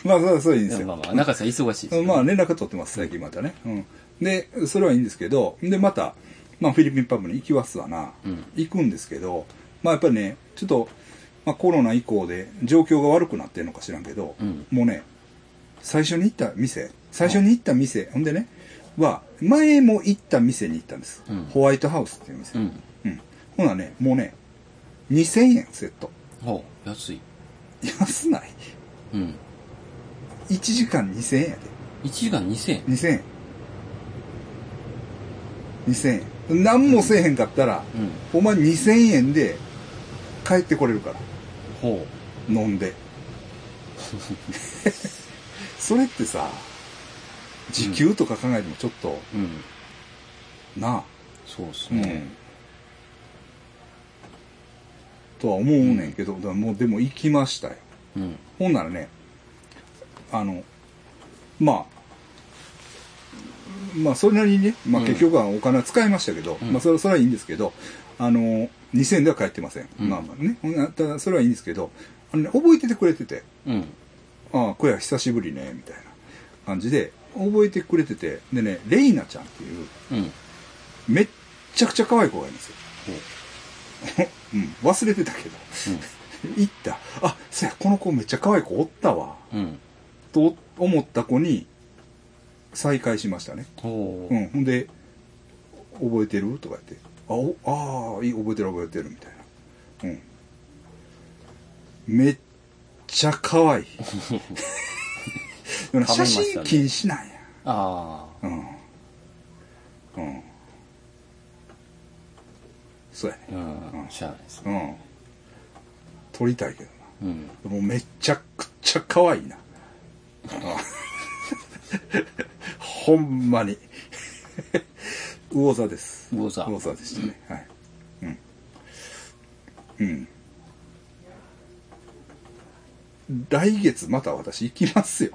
[SPEAKER 1] まあ、それはそれいいんですよ。
[SPEAKER 2] まあまあ、中さん忙しいです
[SPEAKER 1] まあ連絡取ってます、最近またね。うん。で、それはいいんですけど、で、また、まあフィリピンパブに行きますわな。
[SPEAKER 2] うん
[SPEAKER 1] 行くんですけど、まあやっぱりね、ちょっと、まあコロナ以降で状況が悪くなってるのか知らんけど、
[SPEAKER 2] うん
[SPEAKER 1] もうね、最初に行った店、最初に行った店、ほんでね、は、前も行った店に行ったんです。
[SPEAKER 2] うん
[SPEAKER 1] ホワイトハウスっていう店。
[SPEAKER 2] う
[SPEAKER 1] うん。
[SPEAKER 2] ん。
[SPEAKER 1] ほなね、もうね、2000円セット。
[SPEAKER 2] ほう。安い。
[SPEAKER 1] 安ない。
[SPEAKER 2] うん。
[SPEAKER 1] 1時間2000円やで。
[SPEAKER 2] 1時間2000円。
[SPEAKER 1] 2000円2000円何もせえへんかったら、
[SPEAKER 2] うん。
[SPEAKER 1] お前2000円で帰ってこれるから
[SPEAKER 2] ほう。
[SPEAKER 1] 飲んでそれってさ時給とか考えてもちょっと、
[SPEAKER 2] うん。
[SPEAKER 1] なあ
[SPEAKER 2] そうっす
[SPEAKER 1] うん、
[SPEAKER 2] ね。
[SPEAKER 1] とは思うねんけど、だからもうでも行きましたよ
[SPEAKER 2] うん。
[SPEAKER 1] ほんならね、あの、まあ、まあ、それなりにね、まあ、
[SPEAKER 2] うん
[SPEAKER 1] 結局はお金は使いましたけど、
[SPEAKER 2] うん
[SPEAKER 1] まあ、それは、それはいいんですけど、あの、2000円では返ってません。
[SPEAKER 2] うん
[SPEAKER 1] まあまあね、ほんなただ、それはいいんですけど、あのね、覚えててくれてて、
[SPEAKER 2] うん。
[SPEAKER 1] ああ、これは久しぶりね、みたいな感じで、覚えてくれてて、でね、レイナちゃんっていう、
[SPEAKER 2] うん。
[SPEAKER 1] めっちゃくちゃ可愛い子がいるんですよ。
[SPEAKER 2] ほ
[SPEAKER 1] うん、忘れてたけど、
[SPEAKER 2] う。
[SPEAKER 1] 行った。あ、そや、この子めっちゃ可愛い子おったわ。
[SPEAKER 2] うん。うん。
[SPEAKER 1] と思った子に再会しましたね。
[SPEAKER 2] ほう。
[SPEAKER 1] うん、ほんで「覚えてる?」とか言って「あおあーいい覚えてる覚えてる」みたいな、うん、めっちゃ可 愛いでもな
[SPEAKER 2] 食べま
[SPEAKER 1] 写
[SPEAKER 2] したね
[SPEAKER 1] 真禁止なんや、
[SPEAKER 2] あ
[SPEAKER 1] うんうんそうやね
[SPEAKER 2] あ。うん。しゃあないですね。
[SPEAKER 1] うん撮りたいけどな
[SPEAKER 2] うん。
[SPEAKER 1] もうめちゃくちゃ可愛いな。 ほんまに。魚座です。
[SPEAKER 2] 魚座
[SPEAKER 1] 魚座でしたね。はい。うん。うん。来月また私行きますよ。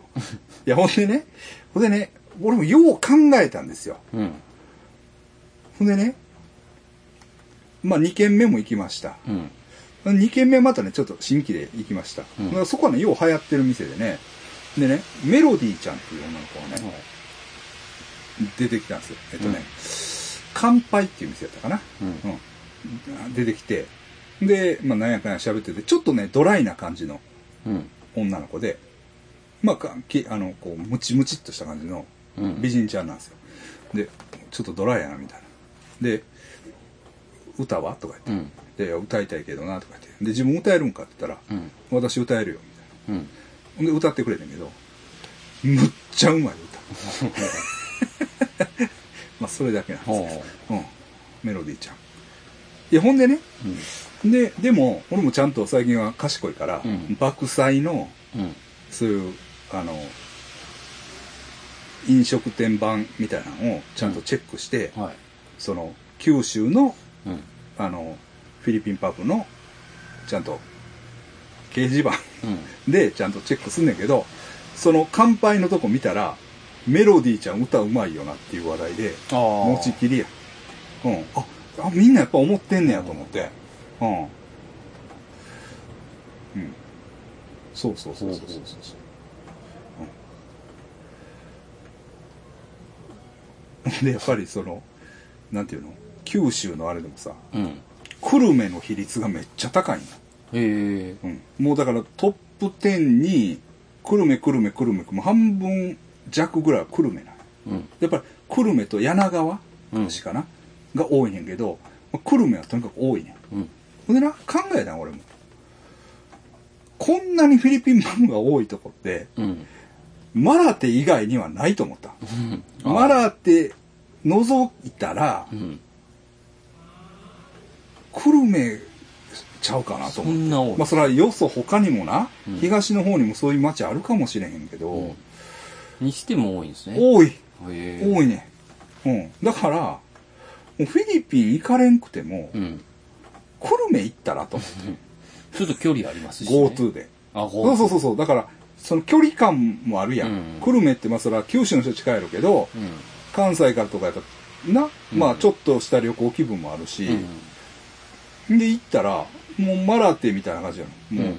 [SPEAKER 1] いや、ほんでね、ほんでね、俺もよう考えたんですよ。
[SPEAKER 2] うん。
[SPEAKER 1] ほんでね、まあ2軒目も行きました。
[SPEAKER 2] うん。
[SPEAKER 1] 2軒目またね、ちょっと新規で行きました。
[SPEAKER 2] うん
[SPEAKER 1] だからそこはね、よう流行ってる店でね。でね、メロディーちゃんっていう女の子がね、出てきたんですよ。えっとね、
[SPEAKER 2] うん
[SPEAKER 1] 乾杯っていう店だったかな。
[SPEAKER 2] うん。
[SPEAKER 1] うん。出てきて、で、まあ、なんやかんや喋ってて、ちょっとね、ドライな感じの
[SPEAKER 2] うん。
[SPEAKER 1] 女の子で、まあ、かきあの、こう、ムチムチっとした感じの
[SPEAKER 2] うん。
[SPEAKER 1] 美人ちゃんなんですよ。で、ちょっとドライやな、みたいな。で、歌はとか
[SPEAKER 2] う
[SPEAKER 1] 言って。
[SPEAKER 2] ん。
[SPEAKER 1] でいや、歌いたいけどな、とか言って。で、自分歌えるんかって言ったら、
[SPEAKER 2] うん。
[SPEAKER 1] 私歌えるよみたいな
[SPEAKER 2] うん。
[SPEAKER 1] ほんで歌ってくれたんやけどむっちゃうまい 歌まあそれだけなんです
[SPEAKER 2] ほ
[SPEAKER 1] けど、うん、メロディーちゃんいやほんでね
[SPEAKER 2] う。うん。
[SPEAKER 1] ででも俺もちゃんと最近は賢いから、
[SPEAKER 2] うん
[SPEAKER 1] 爆災の
[SPEAKER 2] うん。
[SPEAKER 1] そういうあの飲食店版みたいなのをちゃんとチェックして、
[SPEAKER 2] はい。
[SPEAKER 1] その九州の
[SPEAKER 2] うん。
[SPEAKER 1] あのフィリピンパブのちゃんと掲示板
[SPEAKER 2] うん。
[SPEAKER 1] でちゃんとチェックすんねんけどその乾杯のとこ見たらメロディーちゃん歌うまいよなっていう話題で
[SPEAKER 2] ああ。
[SPEAKER 1] 持ちきりやうんああみんなやっぱ思ってんねやと思ってうん、うん、そうそうそうそうそうそう、うん、でやっぱりそのなんていうの九州のあれでもさ
[SPEAKER 2] うん。
[SPEAKER 1] 久留米の比率がめっちゃ高いんだ、
[SPEAKER 2] へえ。
[SPEAKER 1] うん、もうだからトップ10に久留米久留米久留米もう半分弱ぐらいは久留米なんや
[SPEAKER 2] うん。
[SPEAKER 1] やっぱり久留米と柳川
[SPEAKER 2] うん
[SPEAKER 1] 市かな、が多いねんけどまあ久留米はとにかく多いねん
[SPEAKER 2] うん。
[SPEAKER 1] ほんでな考えたん俺もこんなにフィリピンマムが多いとこって
[SPEAKER 2] うん。
[SPEAKER 1] マラテ以外にはないと思った
[SPEAKER 2] うん
[SPEAKER 1] マラテ覗いたら
[SPEAKER 2] うん。
[SPEAKER 1] 久留米ちゃうかなと
[SPEAKER 2] そ
[SPEAKER 1] 思って
[SPEAKER 2] んな多い
[SPEAKER 1] まあ。それはよそ他にもな、
[SPEAKER 2] うん
[SPEAKER 1] 東の方にもそういう町あるかもしれへんけど、
[SPEAKER 2] うんにしても多いんですね。
[SPEAKER 1] 多い
[SPEAKER 2] へえ。
[SPEAKER 1] 多いねうんだからもうフィリピン行かれんくても、
[SPEAKER 2] うん。
[SPEAKER 1] 久留米行ったらと思 って
[SPEAKER 2] ちょっと距離ありますし、ね。
[SPEAKER 1] GoTo で
[SPEAKER 2] あ、GoTo。
[SPEAKER 1] そうそうそうそうだからその距離感もあるやん、
[SPEAKER 2] うん
[SPEAKER 1] 久留米ってまあそれは九州の人近いやろうけど
[SPEAKER 2] うん。
[SPEAKER 1] 関西からとかやったらな、まあちょっとした旅行気分もあるし、
[SPEAKER 2] う
[SPEAKER 1] で行ったらもうマラテみたいな感じや
[SPEAKER 2] ん。
[SPEAKER 1] のもう、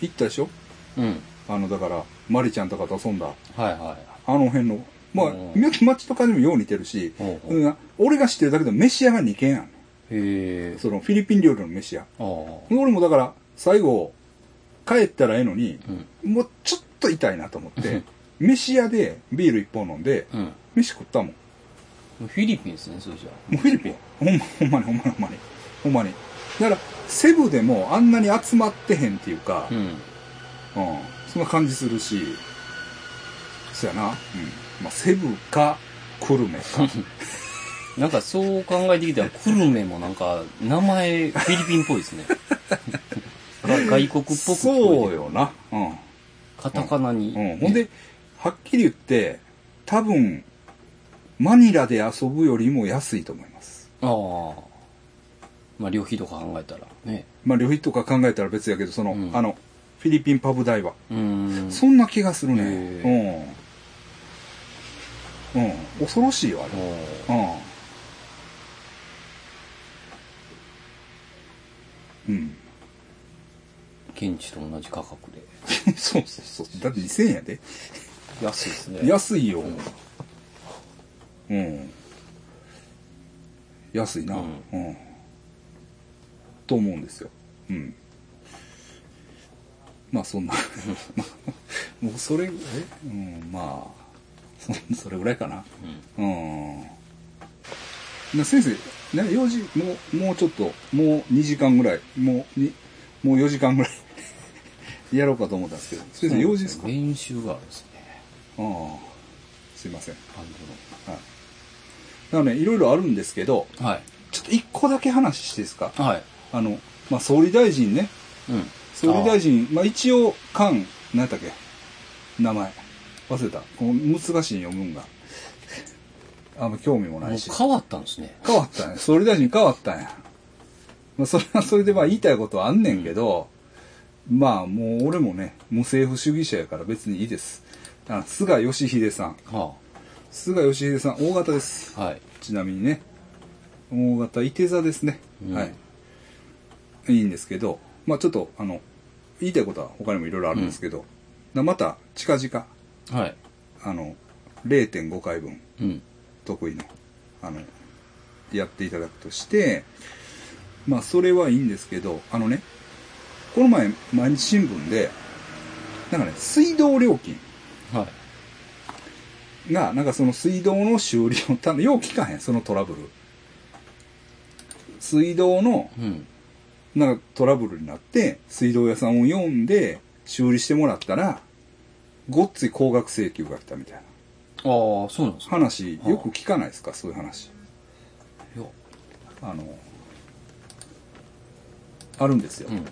[SPEAKER 1] 行ったでしょ
[SPEAKER 2] うん。うん。
[SPEAKER 1] あのだからマリちゃんとかと遊んだ
[SPEAKER 2] はいは
[SPEAKER 1] あの辺のまあ
[SPEAKER 2] うん
[SPEAKER 1] 宮城町とかにもよう似てるし、
[SPEAKER 2] い。ほうほう
[SPEAKER 1] うん俺が知ってるだけでも飯屋が2軒ある
[SPEAKER 2] へえ。
[SPEAKER 1] そのフィリピン料理の飯屋
[SPEAKER 2] ああ。
[SPEAKER 1] 俺もだから最後帰ったらええのに、
[SPEAKER 2] うん。
[SPEAKER 1] もうちょっと痛いなと思って飯屋でビール1本飲んで
[SPEAKER 2] うん。
[SPEAKER 1] 飯食ったもんも
[SPEAKER 2] フィリピンですね、それじゃ
[SPEAKER 1] うフィリピンほんまほんまにほんまにほんまにほんまにだからセブでもあんなに集まってへんっていうか
[SPEAKER 2] あ。う、ん。
[SPEAKER 1] うんそんな感じするしそやな、うんまあ、セブか久留米 か
[SPEAKER 2] なんかそう考えてきたら、久留米もなんか、名前、フィリピンっぽいです ね。が外国っぽく聞こ
[SPEAKER 1] そう
[SPEAKER 2] えて
[SPEAKER 1] よな、うん、
[SPEAKER 2] カタカナに。
[SPEAKER 1] うん、ほんで、はっきり言って、多分、マニラで遊ぶよりも安いと思います。
[SPEAKER 2] ああ。まあ、旅費とか考えたら。ね。
[SPEAKER 1] まあ、旅費とか考えたら別やけど、その、
[SPEAKER 2] うん
[SPEAKER 1] あの、フィリピンパブ代は。
[SPEAKER 2] うーん。
[SPEAKER 1] そんな気がする
[SPEAKER 2] へ
[SPEAKER 1] ね。うん。うん。恐ろしいよ、あ
[SPEAKER 2] お
[SPEAKER 1] れ。
[SPEAKER 2] ー
[SPEAKER 1] うん。うん。
[SPEAKER 2] 現地と同じ価格で。
[SPEAKER 1] そうそうそう。だって2000円やで。
[SPEAKER 2] 安いですね。
[SPEAKER 1] 安いよ。
[SPEAKER 2] うん
[SPEAKER 1] うん。安いな。
[SPEAKER 2] う
[SPEAKER 1] うんん。と思うんですよ。うん。まあそ んな。もうそれ、えうん、まあ、そそれぐらいかな。うん。な先生、ね、4時、もう、もうちょっと、もう2時間ぐらい、もう、にもう4時間ぐらい、やろうかと思ったんですけど、先生、用事ですか、
[SPEAKER 2] 練習があるんですね。
[SPEAKER 1] ああ、すいません。
[SPEAKER 2] バン
[SPEAKER 1] はい。だからね、いろいろあるんですけど、
[SPEAKER 2] ドの。はい。
[SPEAKER 1] ちょっと一個だけ話していいですか
[SPEAKER 2] はい。
[SPEAKER 1] あの、まあ、総理大臣ね。
[SPEAKER 2] うん。
[SPEAKER 1] 総理大臣、まあ、一応、菅、何やったっけ名前。忘れた。この難しい読むんが。あんま興味も
[SPEAKER 2] あー。
[SPEAKER 1] な
[SPEAKER 2] もう
[SPEAKER 1] いし。
[SPEAKER 2] 変わったんですね。
[SPEAKER 1] 変わったね。総理大臣変わったんや。まあ、それはそれでまあ言いたいことはあんねんけど、まあもう俺もね、無政府主義者やから別にいいです。あの菅義偉さん。
[SPEAKER 2] は
[SPEAKER 1] 菅義偉さん、大型です。
[SPEAKER 2] あ。はい。
[SPEAKER 1] ちなみにね、大型いて座ですね。
[SPEAKER 2] うん
[SPEAKER 1] はい。いいんですけど、まあちょっと、あの、言いたいことは他にもいろいろあるんですけど、なまた近々、
[SPEAKER 2] はい。
[SPEAKER 1] あの、0.5回分、
[SPEAKER 2] うん。
[SPEAKER 1] 得意の、あの、やっていただくとして、まあそれはいいんですけど、あのね、この前、毎日新聞で、なんかね、水道料金
[SPEAKER 2] はい。
[SPEAKER 1] が、なんかその水道の修理のため、よう聞かへん、そのトラブル。水道の、
[SPEAKER 2] うん。
[SPEAKER 1] なんかトラブルになって、水道屋さんを呼んで、修理してもらったら、ごっつい高額請求が来たみたいな。
[SPEAKER 2] ああ、そうなんですか。
[SPEAKER 1] 話、よく聞かないですか、そういう話。
[SPEAKER 2] いや
[SPEAKER 1] あの、あるんですよ。
[SPEAKER 2] うん。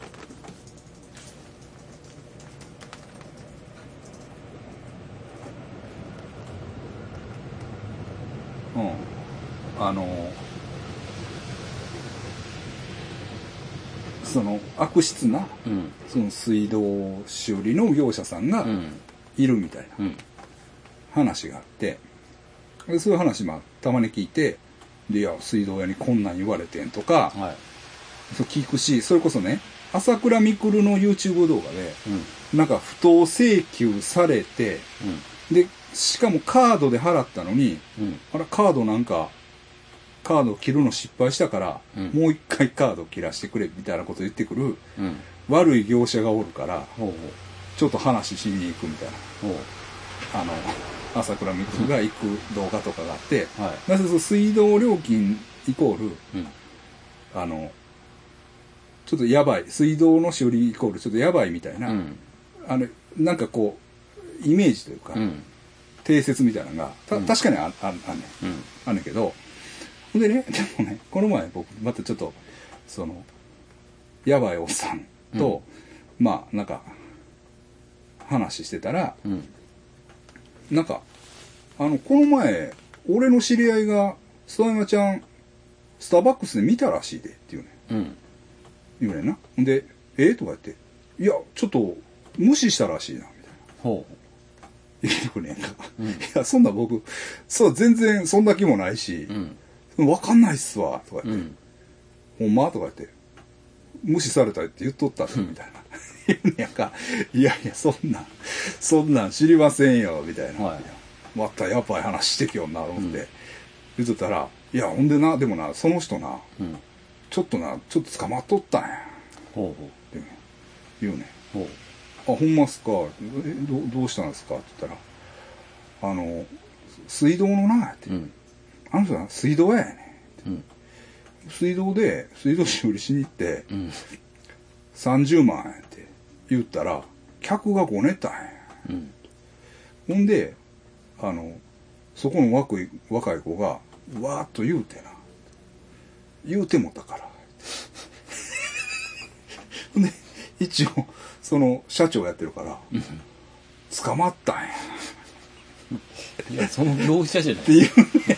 [SPEAKER 1] うん、あのその悪質な
[SPEAKER 2] うん。
[SPEAKER 1] その水道修理の業者さんが
[SPEAKER 2] うん。
[SPEAKER 1] いるみたいな
[SPEAKER 2] うん。
[SPEAKER 1] 話があってでそういう話まあたまに聞いてでいや水道屋にこんなん言われてんとか
[SPEAKER 2] はい。
[SPEAKER 1] そう聞くしそれこそね朝倉未来の YouTube 動画で
[SPEAKER 2] うん。
[SPEAKER 1] なんか不当請求されて
[SPEAKER 2] う
[SPEAKER 1] で、しかもカードで払ったのに、
[SPEAKER 2] うん。
[SPEAKER 1] あら、カードなんか、カード切るの失敗したから、
[SPEAKER 2] うん
[SPEAKER 1] もう一回カード切らしてくれ、みたいなこと言ってくる、
[SPEAKER 2] うん。
[SPEAKER 1] 悪い業者がおるから、
[SPEAKER 2] ほう
[SPEAKER 1] ちょっと話しに行くみたいな。
[SPEAKER 2] ほう。ほ
[SPEAKER 1] あの、朝倉光が行く動画とかがあって、
[SPEAKER 2] う。はい。
[SPEAKER 1] なぜそう水道料金イコール、
[SPEAKER 2] うん。
[SPEAKER 1] あの、ちょっとやばい、水道の処理イコールちょっとやばいみたいな、
[SPEAKER 2] うん。
[SPEAKER 1] あの、なんかこう、イメージというか、
[SPEAKER 2] うん。
[SPEAKER 1] 定説みたいなのが、た
[SPEAKER 2] うん
[SPEAKER 1] 確かにあああんねん。
[SPEAKER 2] うん。
[SPEAKER 1] あんねんけど、ほんでね、 でもね、この前僕、またちょっと、その、やばいおっさんと、まあ、なんか、話してたら、
[SPEAKER 2] うん。
[SPEAKER 1] なんか、あの、この前、俺の知り合いが、スタマちゃん、スターバックスで見たらしいで、って言うねん。
[SPEAKER 2] うん。
[SPEAKER 1] 言うねんな。ほんで、えとか言って、いや、ちょっと、無視したらしいな、みたいな。
[SPEAKER 2] ほ
[SPEAKER 1] 言ってくれんか。
[SPEAKER 2] うん
[SPEAKER 1] いや、そんな僕、そう、全然そんな気もないし
[SPEAKER 2] う。う、ん。
[SPEAKER 1] わかんないっすわ、とか
[SPEAKER 2] う
[SPEAKER 1] 言って、
[SPEAKER 2] ん。
[SPEAKER 1] ほんまとか言って、無視されたって言っとったで、みたいな。 言うねやんか、いやいや、そんなん、そんなん知りませんよ、みたいな。
[SPEAKER 2] はい
[SPEAKER 1] またやばい話してきよんな、思って、言っとったら、いや、ほんでな、でもな、その人な、
[SPEAKER 2] うん。
[SPEAKER 1] ちょっとな、ちょっと捕まっとったんや、っ
[SPEAKER 2] ほ
[SPEAKER 1] て言うねん。
[SPEAKER 2] うほう。ほ
[SPEAKER 1] あ、ほんますかえどう、どうしたんですかって言ったら、あの、水道のな、って、
[SPEAKER 2] う。うん。
[SPEAKER 1] あの人は水道屋やね
[SPEAKER 2] うん。
[SPEAKER 1] ん。水道で、水道修理しに行って、
[SPEAKER 2] うん。
[SPEAKER 1] 30万円って言ったら、客がごねたんや。
[SPEAKER 2] うん。
[SPEAKER 1] ほんで、あの、そこの若い若い子が、わーっと言うてな。言うてもたから。 ほんで、一応、その、社長やってるから、捕まったんや。
[SPEAKER 2] いや、その業者じゃない
[SPEAKER 1] って。いう、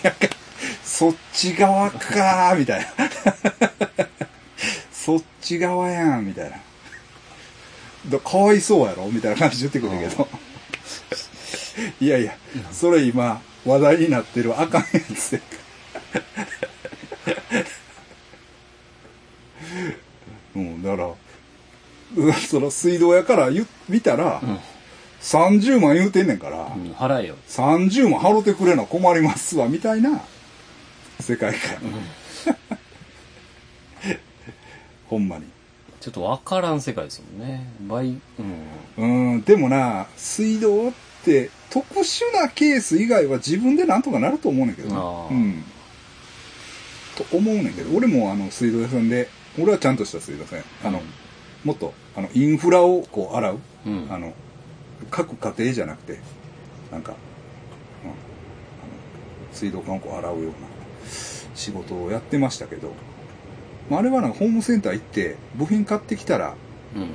[SPEAKER 1] なんか、そっち側かー、みたいな。そっち側やん、みたいな。だかわいそうやろみたいな感じで言ってくるんやけど。いやいや、それ今、話題になってるあかんやつやから。うん、だからうん、その水道屋から言う見たら、30万言うてんねんから、
[SPEAKER 2] うん。払えよ。
[SPEAKER 1] 30万払ってくれな困りますわみたいな世界観、 ほんまに
[SPEAKER 2] ちょっとわからん世界ですもんね。倍、うん。
[SPEAKER 1] うんでもな水道って特殊なケース以外は自分でなんとかなると思うねんけどな
[SPEAKER 2] あー
[SPEAKER 1] うんと思うねんけど俺もあの水道屋さんで俺はちゃんとした水道屋さんあの、もっとあのインフラをこう洗う
[SPEAKER 2] うん。
[SPEAKER 1] あの各家庭じゃなくてなんか、うんあの水道管をこう洗うような仕事をやってましたけど、まあ、あれはなんかホームセンター行って部品買ってきたら
[SPEAKER 2] うん。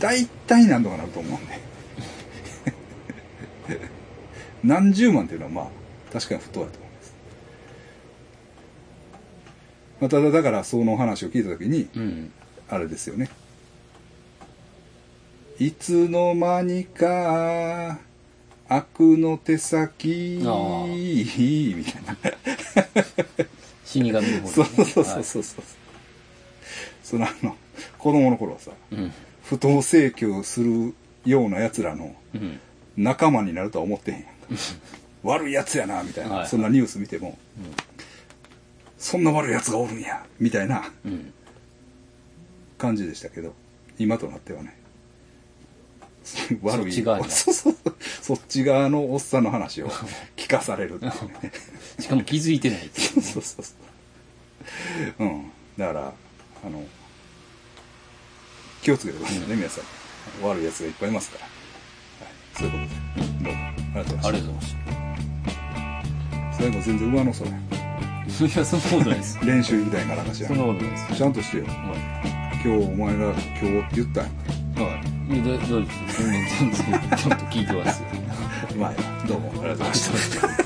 [SPEAKER 1] 大体何とかなると思うんで何十万っていうのはまあ確かに不当だと思います、まあ、ただだからその話を聞いた時に
[SPEAKER 2] うん。
[SPEAKER 1] あれですよね。いつの間にか、悪の手先、
[SPEAKER 2] あ
[SPEAKER 1] みたいな。
[SPEAKER 2] 死神の方ね
[SPEAKER 1] そうそうそうそうそう。そのあの、子供の頃はさ、
[SPEAKER 2] はいうん。
[SPEAKER 1] 不当請求するような奴らの
[SPEAKER 2] うん。
[SPEAKER 1] 仲間になるとは思って へんやんか。悪い奴やな、みたいな、
[SPEAKER 2] はい
[SPEAKER 1] そんなニュース見ても、そんな悪い奴がおるんや、みたいな
[SPEAKER 2] うん。
[SPEAKER 1] 感じでしたけど今となってはね悪い
[SPEAKER 2] そっち側にな
[SPEAKER 1] そうそうそうそっち側のおっさんの話 を聞かされるっていうね
[SPEAKER 2] しかも気づいてないってい
[SPEAKER 1] そうそうそうそううんだからあの気をつけてくださいね、皆さん悪いやつがいっぱいいますから、はい、そういうことでどうもありがとうご
[SPEAKER 2] う。あ
[SPEAKER 1] ざ
[SPEAKER 2] り
[SPEAKER 1] い
[SPEAKER 2] がとうござい
[SPEAKER 1] ます最後全然上の空
[SPEAKER 2] ました。いや、そんなことないです。
[SPEAKER 1] 練習みたいな話や
[SPEAKER 2] そんなことないです。
[SPEAKER 1] ちゃんとしてよ
[SPEAKER 2] は
[SPEAKER 1] 今日お前が今日って言ったんや
[SPEAKER 2] い。はい。い や、だ大丈夫です。全然、全然、ちゃんと聞いてますよ。
[SPEAKER 1] 前どうもありがとうございました